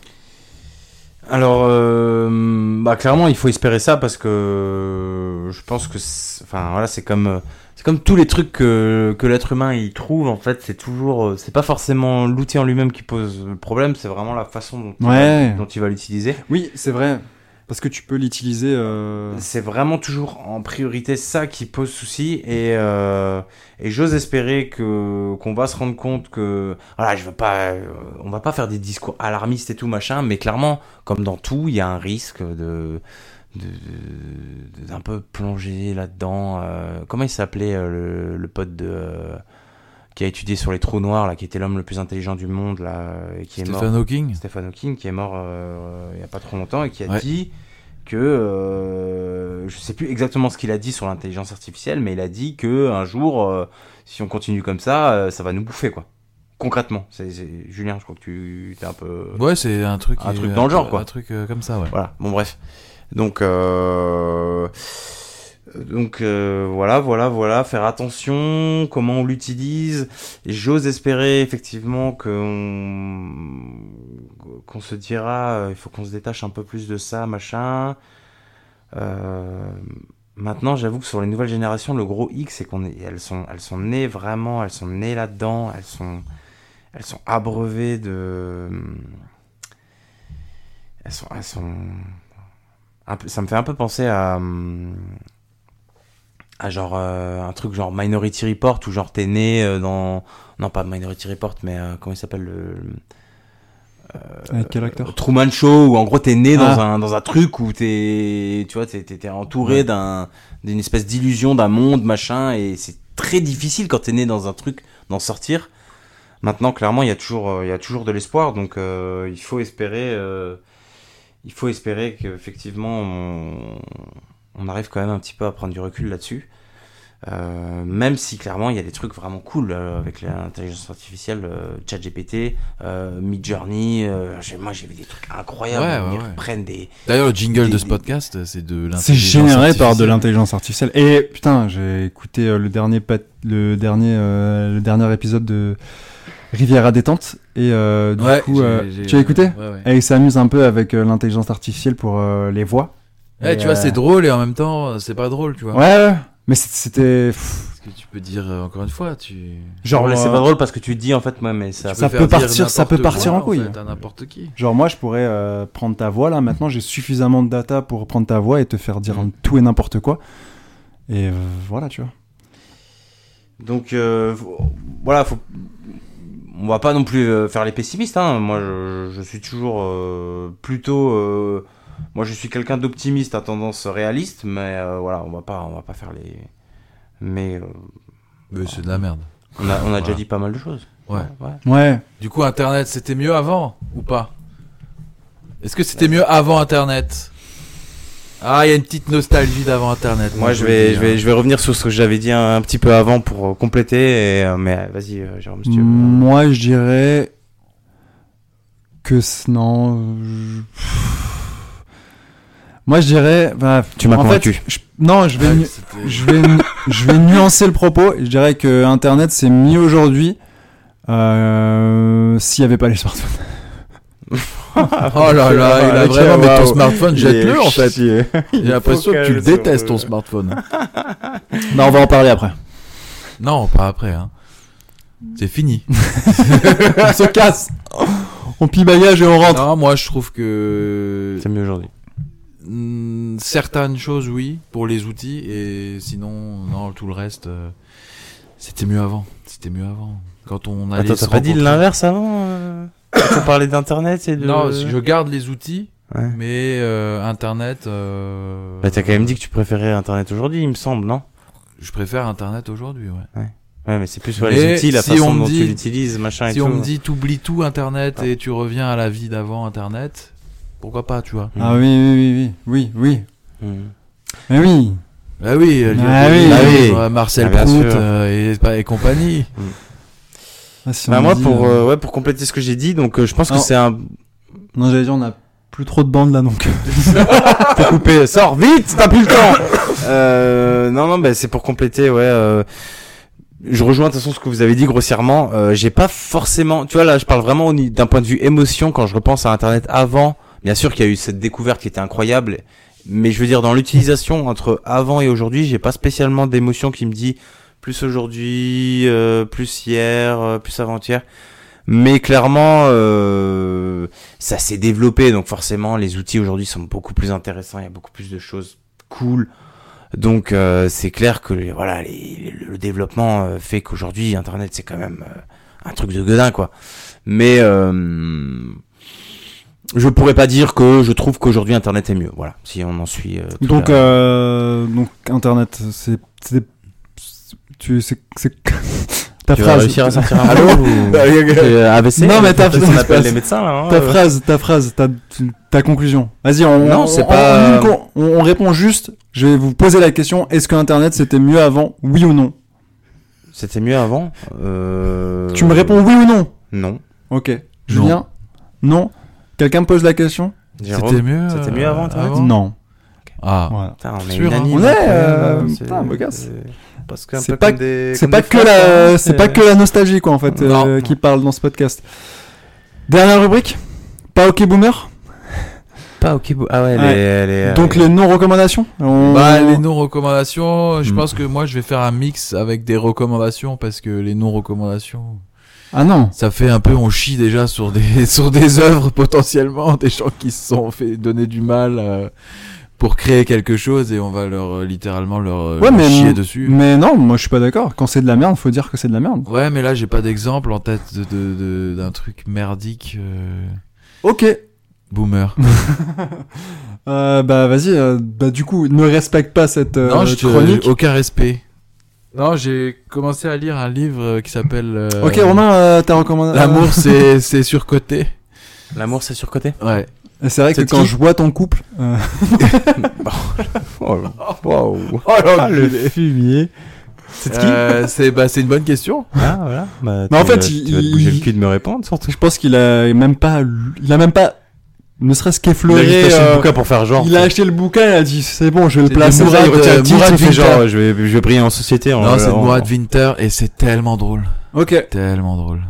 C: Alors, euh, bah clairement, il faut espérer ça parce que euh, je pense que, c'est- enfin voilà, c'est comme, euh, c'est comme tous les trucs que, que l'être humain il trouve. En fait, c'est toujours, euh, c'est pas forcément l'outil en lui-même qui pose le problème, c'est vraiment la façon dont, il va-
B: Ouais.
C: dont il va l'utiliser.
B: Oui, c'est vrai. Parce que tu peux l'utiliser. euh,
C: C'est vraiment toujours en priorité ça qui pose souci et, euh, et j'ose espérer que qu'on va se rendre compte que voilà je veux pas euh, on va pas faire des discours alarmistes et tout machin mais clairement comme dans tout il y a un risque de de- de- d'un peu plonger là-dedans euh, comment il s'appelait euh, le, le pote de euh, qui a étudié sur les trous noirs là qui était l'homme le plus intelligent du monde là et qui est mort
A: Stephen Hawking
C: Stephen Hawking qui est mort euh, il y a pas trop longtemps et qui a
A: Ouais.
C: dit que euh, je sais plus exactement ce qu'il a dit sur l'intelligence artificielle mais il a dit que un jour euh, si on continue comme ça euh, ça va nous bouffer quoi concrètement c'est c'est- Julien je crois que tu t'es un peu
A: Ouais, c'est un truc.
C: Un
A: qui-
C: truc dans le genre, quoi.
A: Un truc euh, comme ça, ouais.
C: voilà bon bref donc euh, donc euh, voilà voilà voilà faire attention comment on l'utilise Et j'ose espérer effectivement qu'on qu'on se dira euh, il faut qu'on se détache un peu plus de ça machin Euh, Maintenant, j'avoue que sur les nouvelles générations, le gros hic, c'est qu'on est, elles sont, elles sont nées vraiment, elles sont nées là-dedans, elles sont, elles sont abreuvées de, elles sont, elles sont, un peu- ça me fait un peu penser à, hum, à genre euh, un truc genre Minority Report ou genre t'es né euh, dans, non pas Minority Report, mais euh, comment il s'appelle le,
B: Avec quel acteur
C: Truman Show où en gros t'es né dans
B: Ah.
C: un dans un truc où t'es tu vois t'es t'es- t'es entouré d'un d'une espèce d'illusion d'un monde machin et c'est très difficile quand t'es né dans un truc d'en sortir. Maintenant clairement il y a toujours euh, il y a toujours de l'espoir donc euh, il faut espérer euh, il faut espérer qu'effectivement on, on arrive quand même un petit peu à prendre du recul là-dessus. Euh, même si clairement il y a des trucs vraiment cool euh, avec l'intelligence artificielle, euh, ChatGPT, euh, Midjourney, euh, j'ai- moi j'ai vu des trucs incroyables,
A: Ouais, ouais,
C: ils
A: ouais.
C: reprennent des...
A: D'ailleurs, le jingle
C: Des-
A: de ce podcast, euh, c'est de l'intelligence.
B: C'est généré par de
A: artificielle.
B: l'intelligence artificielle. Et putain, j'ai écouté euh, le dernier, pat- le dernier, euh, le dernier épisode de Rivière à détente. Et euh, du
A: Ouais,
B: coup,
A: j'ai-
B: euh,
A: j'ai-
B: tu as écouté
A: Ouais, ouais.
B: Et il s'amuse un peu avec euh, l'intelligence artificielle pour euh, les voix.
A: Eh,
B: Et,
A: tu vois,
B: euh,
A: c'est drôle hein. et en même temps, c'est pas drôle, tu vois.
B: Ouais, ouais. Mais c'est- c'était. pff,
A: Ce que tu peux dire euh, encore une fois, tu.
B: Genre,
C: Ouais, c'est
B: euh,
C: pas drôle parce que tu te dis en fait moi mais ça...
A: tu
B: ça
A: faire
B: peut
A: dire
B: partir- ça
A: n'importe
B: peut partir
A: quoi,
B: en couille.
A: fait, à n'importe qui.
B: Genre moi je pourrais euh, prendre ta voix là maintenant j'ai suffisamment de data pour prendre ta voix et te faire
A: Mm.
B: dire tout et n'importe quoi et euh, voilà tu vois
C: Donc euh, faut- voilà, faut... on va pas non plus euh, faire les pessimistes. Hein. Moi, je, je suis toujours euh, plutôt. euh, Moi, je suis quelqu'un d'optimiste à tendance réaliste, mais euh, voilà, on va pas, on va pas faire les. Mais euh,
A: Mais c'est de la merde.
C: on a, on a déjà
A: Voilà.
C: dit pas mal de choses.
A: Ouais.
B: ouais
A: Du coup, Internet, c'était mieux avant ou pas Est-ce que c'était mieux avant Internet Ah, il y a une petite nostalgie d'avant Internet.
C: Moi, je
A: vous le
C: vais,
A: dis,
C: je vais,
A: hein.
C: je vais revenir sur ce que j'avais dit un, un petit peu avant pour euh, compléter. et, euh, mais euh, vas-y, euh, Jérôme, si tu veux.
B: moi je dirais que c- non je- moi je dirais bah,
C: Tu m'as
B: en fait,
C: convaincu.
B: je- non je vais
A: Ouais,
B: nu-
A: c'était-
B: je vais nu- je vais nuancer le propos je dirais que internet c'est mieux aujourd'hui euh, s'il n'y avait pas les smartphones
A: Oh là là, il a
G: Ok,
A: vraiment mais ton
G: waouh.
A: smartphone,
G: Il est
A: jette-le en fait.
G: chier.
A: J'ai l'impression que tu le
C: qu'elle se-
A: détestes ton smartphone.
B: non on va en parler après
A: non, pas après. Hein. C'est fini.
B: on se casse on pille bagage et on rentre
A: Non, moi je trouve que
C: C'est mieux aujourd'hui.
A: Hmm, certaines choses oui pour les outils et sinon non tout le reste euh, c'était mieux avant. C'était mieux avant. Quand on allait
C: Attends,
A: se
C: t'as pas dit
A: rencontrer-
C: l'inverse avant euh, Quand on parlait d'internet et de.
A: Non, je garde les outils,
C: Ouais.
A: mais euh, Internet. euh,
C: Bah, t'as quand même dit que tu préférais internet aujourd'hui, il me semble, non
A: Je préfère Internet aujourd'hui, ouais.
C: Ouais, mais c'est plus sur
A: Mais
C: les outils, la
A: si on
C: façon
A: me
C: dont
A: dit-
C: tu Ah. l'utilises, machin et
A: Si
C: tout.
A: on me dit t'oublies tout Internet et tu reviens à la vie d'avant Internet, pourquoi pas, tu vois
B: Ah oui, oui, oui, oui, oui, oui.
C: Mm.
B: Mais oui,
A: Bah oui, euh,
B: Ah
A: Lionel,
B: oui.
A: bah
C: oui.
A: euh, Marcel
C: Ah, bien
A: Prout
C: sûr.
A: euh, et, et compagnie.
B: Ah, si
C: Bah,
B: on
C: moi,
B: dit,
C: pour,
B: euh,
C: euh, ouais, pour compléter ce que j'ai dit, donc euh, je pense que
B: Non.
C: c'est un.
B: Non, j'allais dire, on a plus trop de bandes là donc.
C: T'es coupé, sors vite, t'as plus le temps Euh, Non, non, bah, c'est pour compléter, ouais. euh, je rejoins de toute façon ce que vous avez dit grossièrement. Euh, j'ai pas forcément. Tu vois, là, je parle vraiment au ni- d'un point de vue émotion quand je repense à Internet avant. Bien sûr qu'il y a eu cette découverte qui était incroyable. Mais je veux dire, dans l'utilisation entre avant et aujourd'hui, j'ai pas spécialement d'émotion qui me dit plus aujourd'hui, euh, plus hier, euh, plus avant-hier. Mais clairement, euh, ça s'est développé, donc forcément, les outils aujourd'hui sont beaucoup plus intéressants. Il y a beaucoup plus de choses cool. Donc euh, c'est clair que voilà, les- le, le développement euh, fait qu'aujourd'hui, Internet c'est quand même euh, un truc de godin, quoi. Mais euh, je pourrais pas dire que je trouve qu'aujourd'hui Internet est mieux. Voilà, si on en suit. euh, tout
B: Donc,
C: là.
B: euh, donc Internet, c'est. c'est- Tu. C'est. c'est- Ta
C: tu vas
B: phrase.
C: réussir à sortir un mot ou... Euh, AVC.
B: Non, mais t'as-
C: c'est ce qu'on appelle les médecins là. hein,
B: Ta
C: euh.
B: phrase, ta phrase, ta, ta conclusion. Vas-y, on,
C: Non,
B: on-
C: c'est
B: on-
C: pas-
B: on- on- on répond juste. Je vais vous poser la question. Est-ce que Internet c'était mieux avant Oui ou non
C: C'était mieux avant. Euh...
B: Tu me réponds oui ou non
C: Non.
B: Ok. Julien Non. Quelqu'un me pose la question
C: Jérôme
A: C'était mieux.
C: C'était
A: euh,
C: mieux avant, toi
B: Non.
A: Ah.
B: Voilà.
C: Putain, on est
A: Sûr, hein.
C: unanime,
B: On est,
C: incroyable, hein,
B: euh,
C: c'est-
B: putain, beau gosse.
C: c'est- parce qu'un
B: C'est
C: peu
B: pas-
C: comme des-
B: C'est
C: comme
B: pas
C: des
B: que
C: fleurs, hein,
B: la, c'est pas que la nostalgie quoi en fait euh,
A: Non.
B: qui parle dans ce podcast. Dernière rubrique. Pas OK Boomer.
C: Pas ok. Ah ouais.
B: Ouais.
C: les- les-
B: Donc les non recommandations. On-
A: Bah, les non-recommandations, je
B: Mmh.
H: Hmm.
A: pense que moi je vais faire un mix avec des recommandations parce que les non-recommandations,
B: Ah non.
A: ça fait un peu on chie déjà sur des sur des œuvres potentiellement des gens qui se sont fait donner du mal euh, pour créer quelque chose et on va leur euh, littéralement leur, euh,
B: Ouais,
A: leur
B: mais-
A: chier dessus.
B: Mais non, moi je suis pas d'accord. Quand c'est de la merde, faut dire que c'est de la merde.
A: Ouais, mais là j'ai pas d'exemple en tête de- de de- d'un truc merdique euh,
B: Ok.
A: boomer.
B: Euh, bah vas-y. euh, bah du coup, ne respecte pas cette euh,
A: non, je te-
B: chronique.
A: j'ai aucun respect. Non, j'ai commencé à lire un livre euh, qui s'appelle euh,
B: Ok, Romain, euh, t'as recommandé.
A: L'amour c'est c'est surcoté.
C: L'amour, c'est surcoté.
A: Ouais.
B: Et Euh, C'est vrai que
A: c'est
B: quand
A: qui
B: je vois ton couple, euh,
C: Oh, wow.
A: Oh
B: le fumier. C'est de qui
A: Euh, c'est bah, c'est une bonne question.
C: Ah voilà. Bah,
B: Mais en
C: tu
B: fait,
C: vas-
B: il-
C: tu vas te bouger
B: il-
C: le cul de me répondre surtout.
B: Je pense qu'il a même pas, lu- il a même pas, ne serait-ce
C: Il a
B: qu'effleuré.
C: juste acheté
B: euh,
C: le bouquin pour faire genre.
B: il a acheté le bouquin, il a dit c'est bon, je vais le
A: C'est des
B: placer.
A: Mourad,
B: il retient le
A: euh,
B: titre,
A: Mourad
B: il fait
A: Vinca.
B: genre-
C: je vais, je vais briller en société. en-
A: non, c'est de
C: en-
A: Mourad Winter et c'est tellement drôle,
B: Ok.
A: tellement drôle.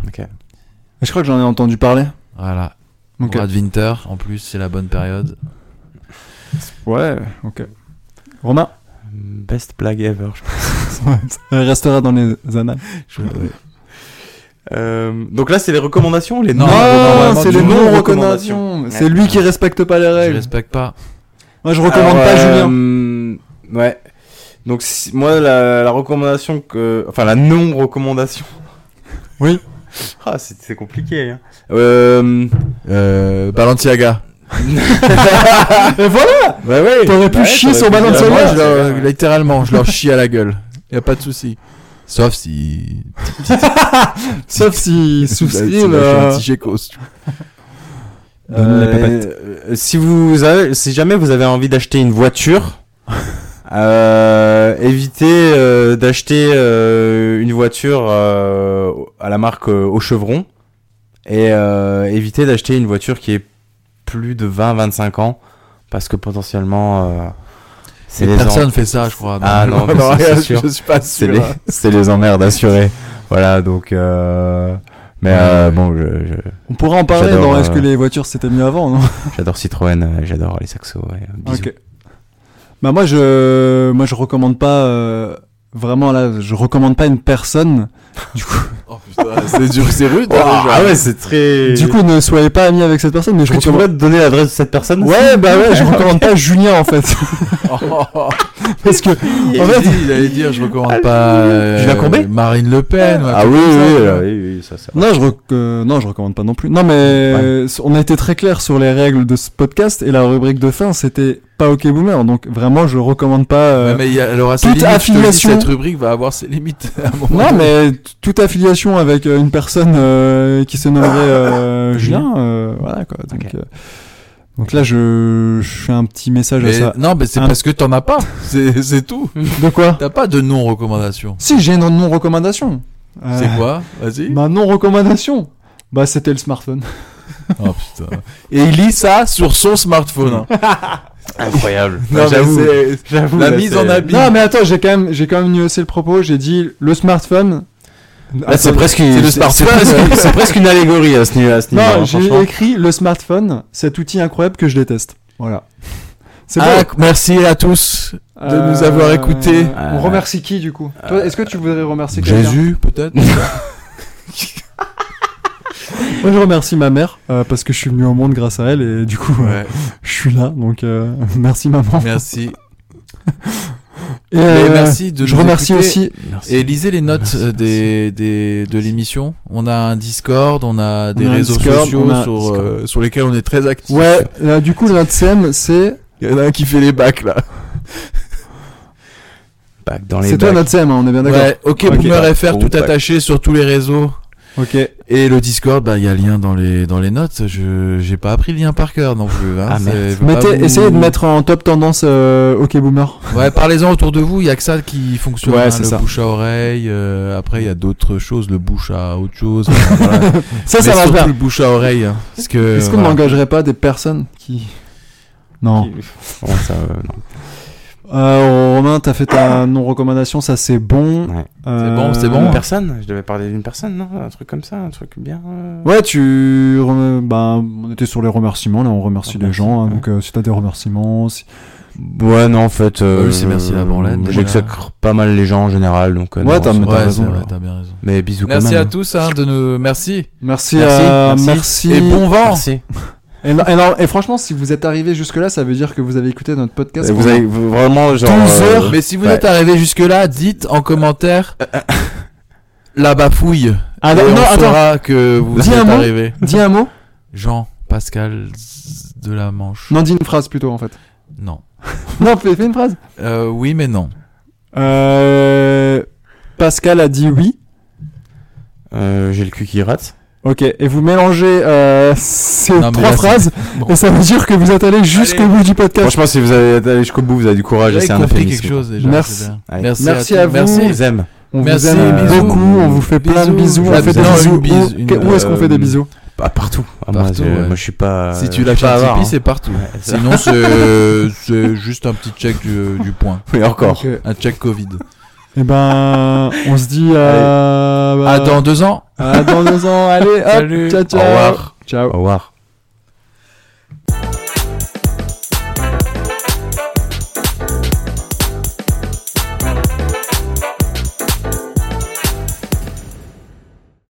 B: Je crois que j'en ai entendu parler.
A: Voilà.
B: Ok.
A: Mourad Winter, en plus c'est la bonne période.
B: Ouais. Ok. Romain,
C: Best blague ever. je pense.
B: elle restera dans les annales.
C: Euh, donc là, c'est les recommandations, les
A: Non,
C: noms
B: Ah,
A: vraiment,
B: c'est
A: du
B: les
C: noms
B: non-recommandations. C'est
C: Ouais.
B: lui qui respecte pas les
A: Je
B: règles.
A: respecte pas.
B: Moi, je recommande
C: Alors,
B: pas
C: euh,
B: Julien.
C: hum, Ouais. Donc si- moi la, la recommandation que enfin la non recommandation.
B: Oui.
C: Ah c'est c'est compliqué. Hein. Euh...
A: Euh, Balenciaga.
B: Mais voilà,
C: Bah ouais.
B: t'aurais pu
C: Ouais,
B: chier
C: t'aurais
B: sur
C: pu dire,
B: Balenciaga.
A: moi, je
C: Balenciaga,
A: leur-
C: ouais.
A: littéralement, je leur chie à la gueule. Y a pas de souci. Sauf si.
B: Sauf s'il
A: Bah, si
B: souscrivent.
A: moi, je suis un
B: euh,
A: petit géco, si tu veux.
B: Donne la
C: Euh,
B: pépette.
C: euh, si vous avez, si jamais vous avez envie d'acheter une voiture, euh, évitez euh, d'acheter euh, une voiture euh, à la marque euh, au chevron et euh, évitez d'acheter une voiture qui est plus de 20-25 ans parce que potentiellement euh, c'est les en-
A: Personne hein. fait ça, je crois.
C: Ah, non, mais c'est- c'est sûr.
A: je suis pas
C: c'est
A: sûr.
C: les, c'est les emmerdes assurées. Voilà donc. euh, mais
A: Ouais,
C: euh,
A: ouais.
C: bon, je- je-
B: On pourra en parler
C: J'adore,
B: dans est-ce
C: euh,
B: que les voitures c'était mieux avant, non
C: j'adore Citroën, euh, j'adore les saxos. ouais, bisous.
B: Ok. Bah moi je moi je recommande pas euh, vraiment là, je recommande pas une personne.
A: Oh, putain, c'est dur, c'est rude.
C: Wow,
A: hein, déjà.
C: ah ouais, c'est très.
B: Du coup, ne soyez pas amis avec cette personne, mais je
C: Est-ce que tu
B: recommande
C: pourrais te donner l'adresse de cette personne
B: Ouais, bah ouais, je recommande pas Julien en fait
A: Oh, oh,
B: parce que
A: Il
B: En fait-
A: dit- il allait dire, je
C: Ah,
A: recommande pas euh,
C: Julien Courbet
A: Marine Le Pen. ou un
C: Ah
A: truc
C: oui,
A: comme ça,
C: oui,
A: tu
C: oui,
A: vois.
C: oui, oui, ça, ça.
B: non, je rec- euh, non, je recommande pas non plus. Non mais euh, on a été très clair sur les règles de ce podcast et la rubrique de fin, c'était pas OK boomer. Donc vraiment, je recommande pas euh,
A: Ouais, mais il y a- elle aura ses
B: toute
A: limites. je te le dis,
B: affiliation-
A: cette rubrique va avoir ses limites. à un moment
B: Non,
A: donné.
B: mais t- toute affiliation avec euh, une personne euh, qui se nommerait euh, Julien, euh, voilà quoi. Donc,
C: Ok.
B: euh, Donc là, je, je fais un petit message à
A: Mais-
B: ça.
A: non, mais c'est
B: Hein.
A: parce que t'en as pas. C'est c'est tout.
B: De quoi
A: T'as pas de non-recommandation.
B: Si, j'ai une non-recommandation. Euh,
A: C'est quoi Vas-y.
B: Ma non-recommandation Bah, c'était le smartphone.
A: Oh putain. Et il lit ça sur son smartphone. hein.
C: Incroyable.
A: Non, mais
C: J'avoue.
A: c'est-
B: J'avoue.
A: La
C: là,
A: mise
C: c'est-
A: en habit.
B: Non, mais attends, j'ai quand même, j'ai quand même nuancé le propos. J'ai dit le smartphone.
C: Là, c'est
B: Attends,
C: presque,
A: Bah, c'est le
C: c'est-
A: smartphone.
C: c'est presque- c'est presque une allégorie à ce niveau, à ce hein, niveau
B: Non, j'ai écrit le smartphone, cet outil incroyable que je déteste. Voilà. C'est bon.
A: Ah, merci à tous. de nous avoir écoutés.
B: On remercie qui du coup Toi, est-ce que tu voudrais remercier quelqu'un
A: Euh, Jésus, peut-être.
B: Moi, je remercie ma mère euh, parce que je suis venu au monde grâce à elle et du coup, euh,
A: Ouais.
B: je suis là. Donc, euh, merci maman.
A: Merci.
B: Et,
A: Mais
B: euh,
A: merci de
B: Je
A: nous
B: remercie
A: écouter.
B: aussi.
A: Et lisez les notes euh, des, des, de l'émission. On a un Discord, on a des
B: On a un
A: réseaux
B: Discord,
A: sociaux
B: on a un
A: sur,
B: Discord.
A: euh, sur lesquels on est très actifs.
B: Ouais, là, du coup, l'un de SEM, c'est.
A: Il y en a un qui fait les bacs là.
C: Back dans les
B: C'est toi
C: bacs.
B: notre SEM, hein, on est bien d'accord.
A: Ouais, ok, Ah,
B: Ok.
A: Boomer FR,
C: Oh,
A: tout
C: bac.
A: attaché sur tous les réseaux.
B: Ok.
A: Et le Discord, bah il y a le lien dans les dans les notes. Je j'ai pas appris le lien par cœur non plus. Hein.
C: Ah,
A: C'est-
C: merde.
A: je peux
B: Mettez,
A: pas vous-
B: Essayez de mettre en top tendance euh, OK Boomer.
A: Ouais, parlez-en autour de vous. Il y a que ça qui fonctionne.
B: Ouais,
A: hein,
B: c'est
A: le
B: ça.
A: bouche à oreille. euh, après, il y a d'autres choses. Le bouche à autre chose. enfin, voilà.
B: Ça,
A: Mais
B: ça marche
A: surtout
B: bien.
A: le bouche à oreille. hein, parce que.
B: Est-ce qu'on
A: voilà.
B: n'engagerait pas des personnes qui. Non.
C: Comment ça, euh, non.
B: Euh, Romain, t'as fait ta non-recommandation, ça c'est bon.
C: Ouais.
B: Euh,
A: bon, c'est
C: Une
A: bon.
C: personne Je devais parler d'une personne, non Un truc comme ça, un truc bien. euh,
B: Ouais, tu. rem- Ben, on était sur les remerciements, là, on remercie les
C: Remercie,
B: gens. hein,
C: ouais.
B: Donc, euh, si t'as des remerciements. si-
C: Ouais, non, en fait. euh,
A: Ah Oui, c'est merci
C: je-
A: la branlette, déjà.
C: J'exècre pas mal les gens en général, donc. euh,
B: Ouais,
C: non,
B: t'as-
C: c'est
B: mais
C: pas-
A: Ouais,
B: raison,
A: c'est vrai,
B: alors.
A: t'as bien raison.
C: Mais bisous quand même.
A: Merci à
C: hein.
A: tous hein, de nous. Merci.
B: Merci,
C: Merci,
B: à-
C: merci.
B: merci.
A: Et bon vent.
C: Merci.
B: Et, non- et non- et franchement, si vous êtes arrivé jusque-là, ça veut dire que vous avez écouté notre podcast.
C: Vous avez vous- vraiment genre.
B: 12
C: euh,
B: heures.
A: Mais si vous
C: Ouais.
A: êtes arrivé jusque-là, dites en commentaire la bafouille.
B: Ah, non,
A: Et
B: non,
A: on
B: attends,
A: saura que vous
B: Dis
A: êtes
B: un mot.
A: arrivé.
B: dis un mot.
A: Jean Pascal Z- de la Manche.
B: Non, dis une phrase plutôt, en fait.
A: Non.
B: Non, fais, fais une phrase.
A: Euh, oui, mais non.
B: Euh, Pascal a dit oui.
C: euh, J'ai le cul qui rate.
B: Ok, et vous mélangez euh, ces
A: Non, mais
B: trois
A: là, c'est-
B: phrases,
A: bon.
B: et ça veut dire que vous êtes allé jusqu'au
A: Allez.
B: bout du podcast.
C: Franchement, si vous avez allé jusqu'au bout, vous avez du courage.
A: J'avais
C: C'est un
A: compris
C: euphémisme.
A: quelque chose déjà.
B: Merci.
A: c'est bien.
C: Allez.
A: Merci,
B: Merci à
A: tous.
B: vous.
C: On
A: Merci.
C: vous aime.
B: On
A: Merci,
B: vous aime
A: bisous.
B: beaucoup, on vous fait plein de
A: Bisous.
B: bisous,
A: Ouais,
B: on fait
A: vous
B: des
A: avez
B: bisous.
A: une bise,
B: Où-
A: une-
B: que- où est-ce qu'on fait des
C: euh,
B: bisous
C: Bah, partout. Ah,
A: Partout,
C: moi, je-
A: ouais.
C: moi, je suis pas.
A: Si tu
C: lâches
A: lâches Euh, un Tipeee, c'est partout. Sinon, c'est euh, c'est juste un petit check du, du point.
C: Et encore.
B: Ok.
A: Un check Covid.
B: Eh ben, on se dit euh, bah,
A: À dans deux ans.
B: à dans deux ans. Allez, hop,
A: Salut.
B: ciao, ciao.
A: Au revoir.
B: Ciao.
C: Au revoir.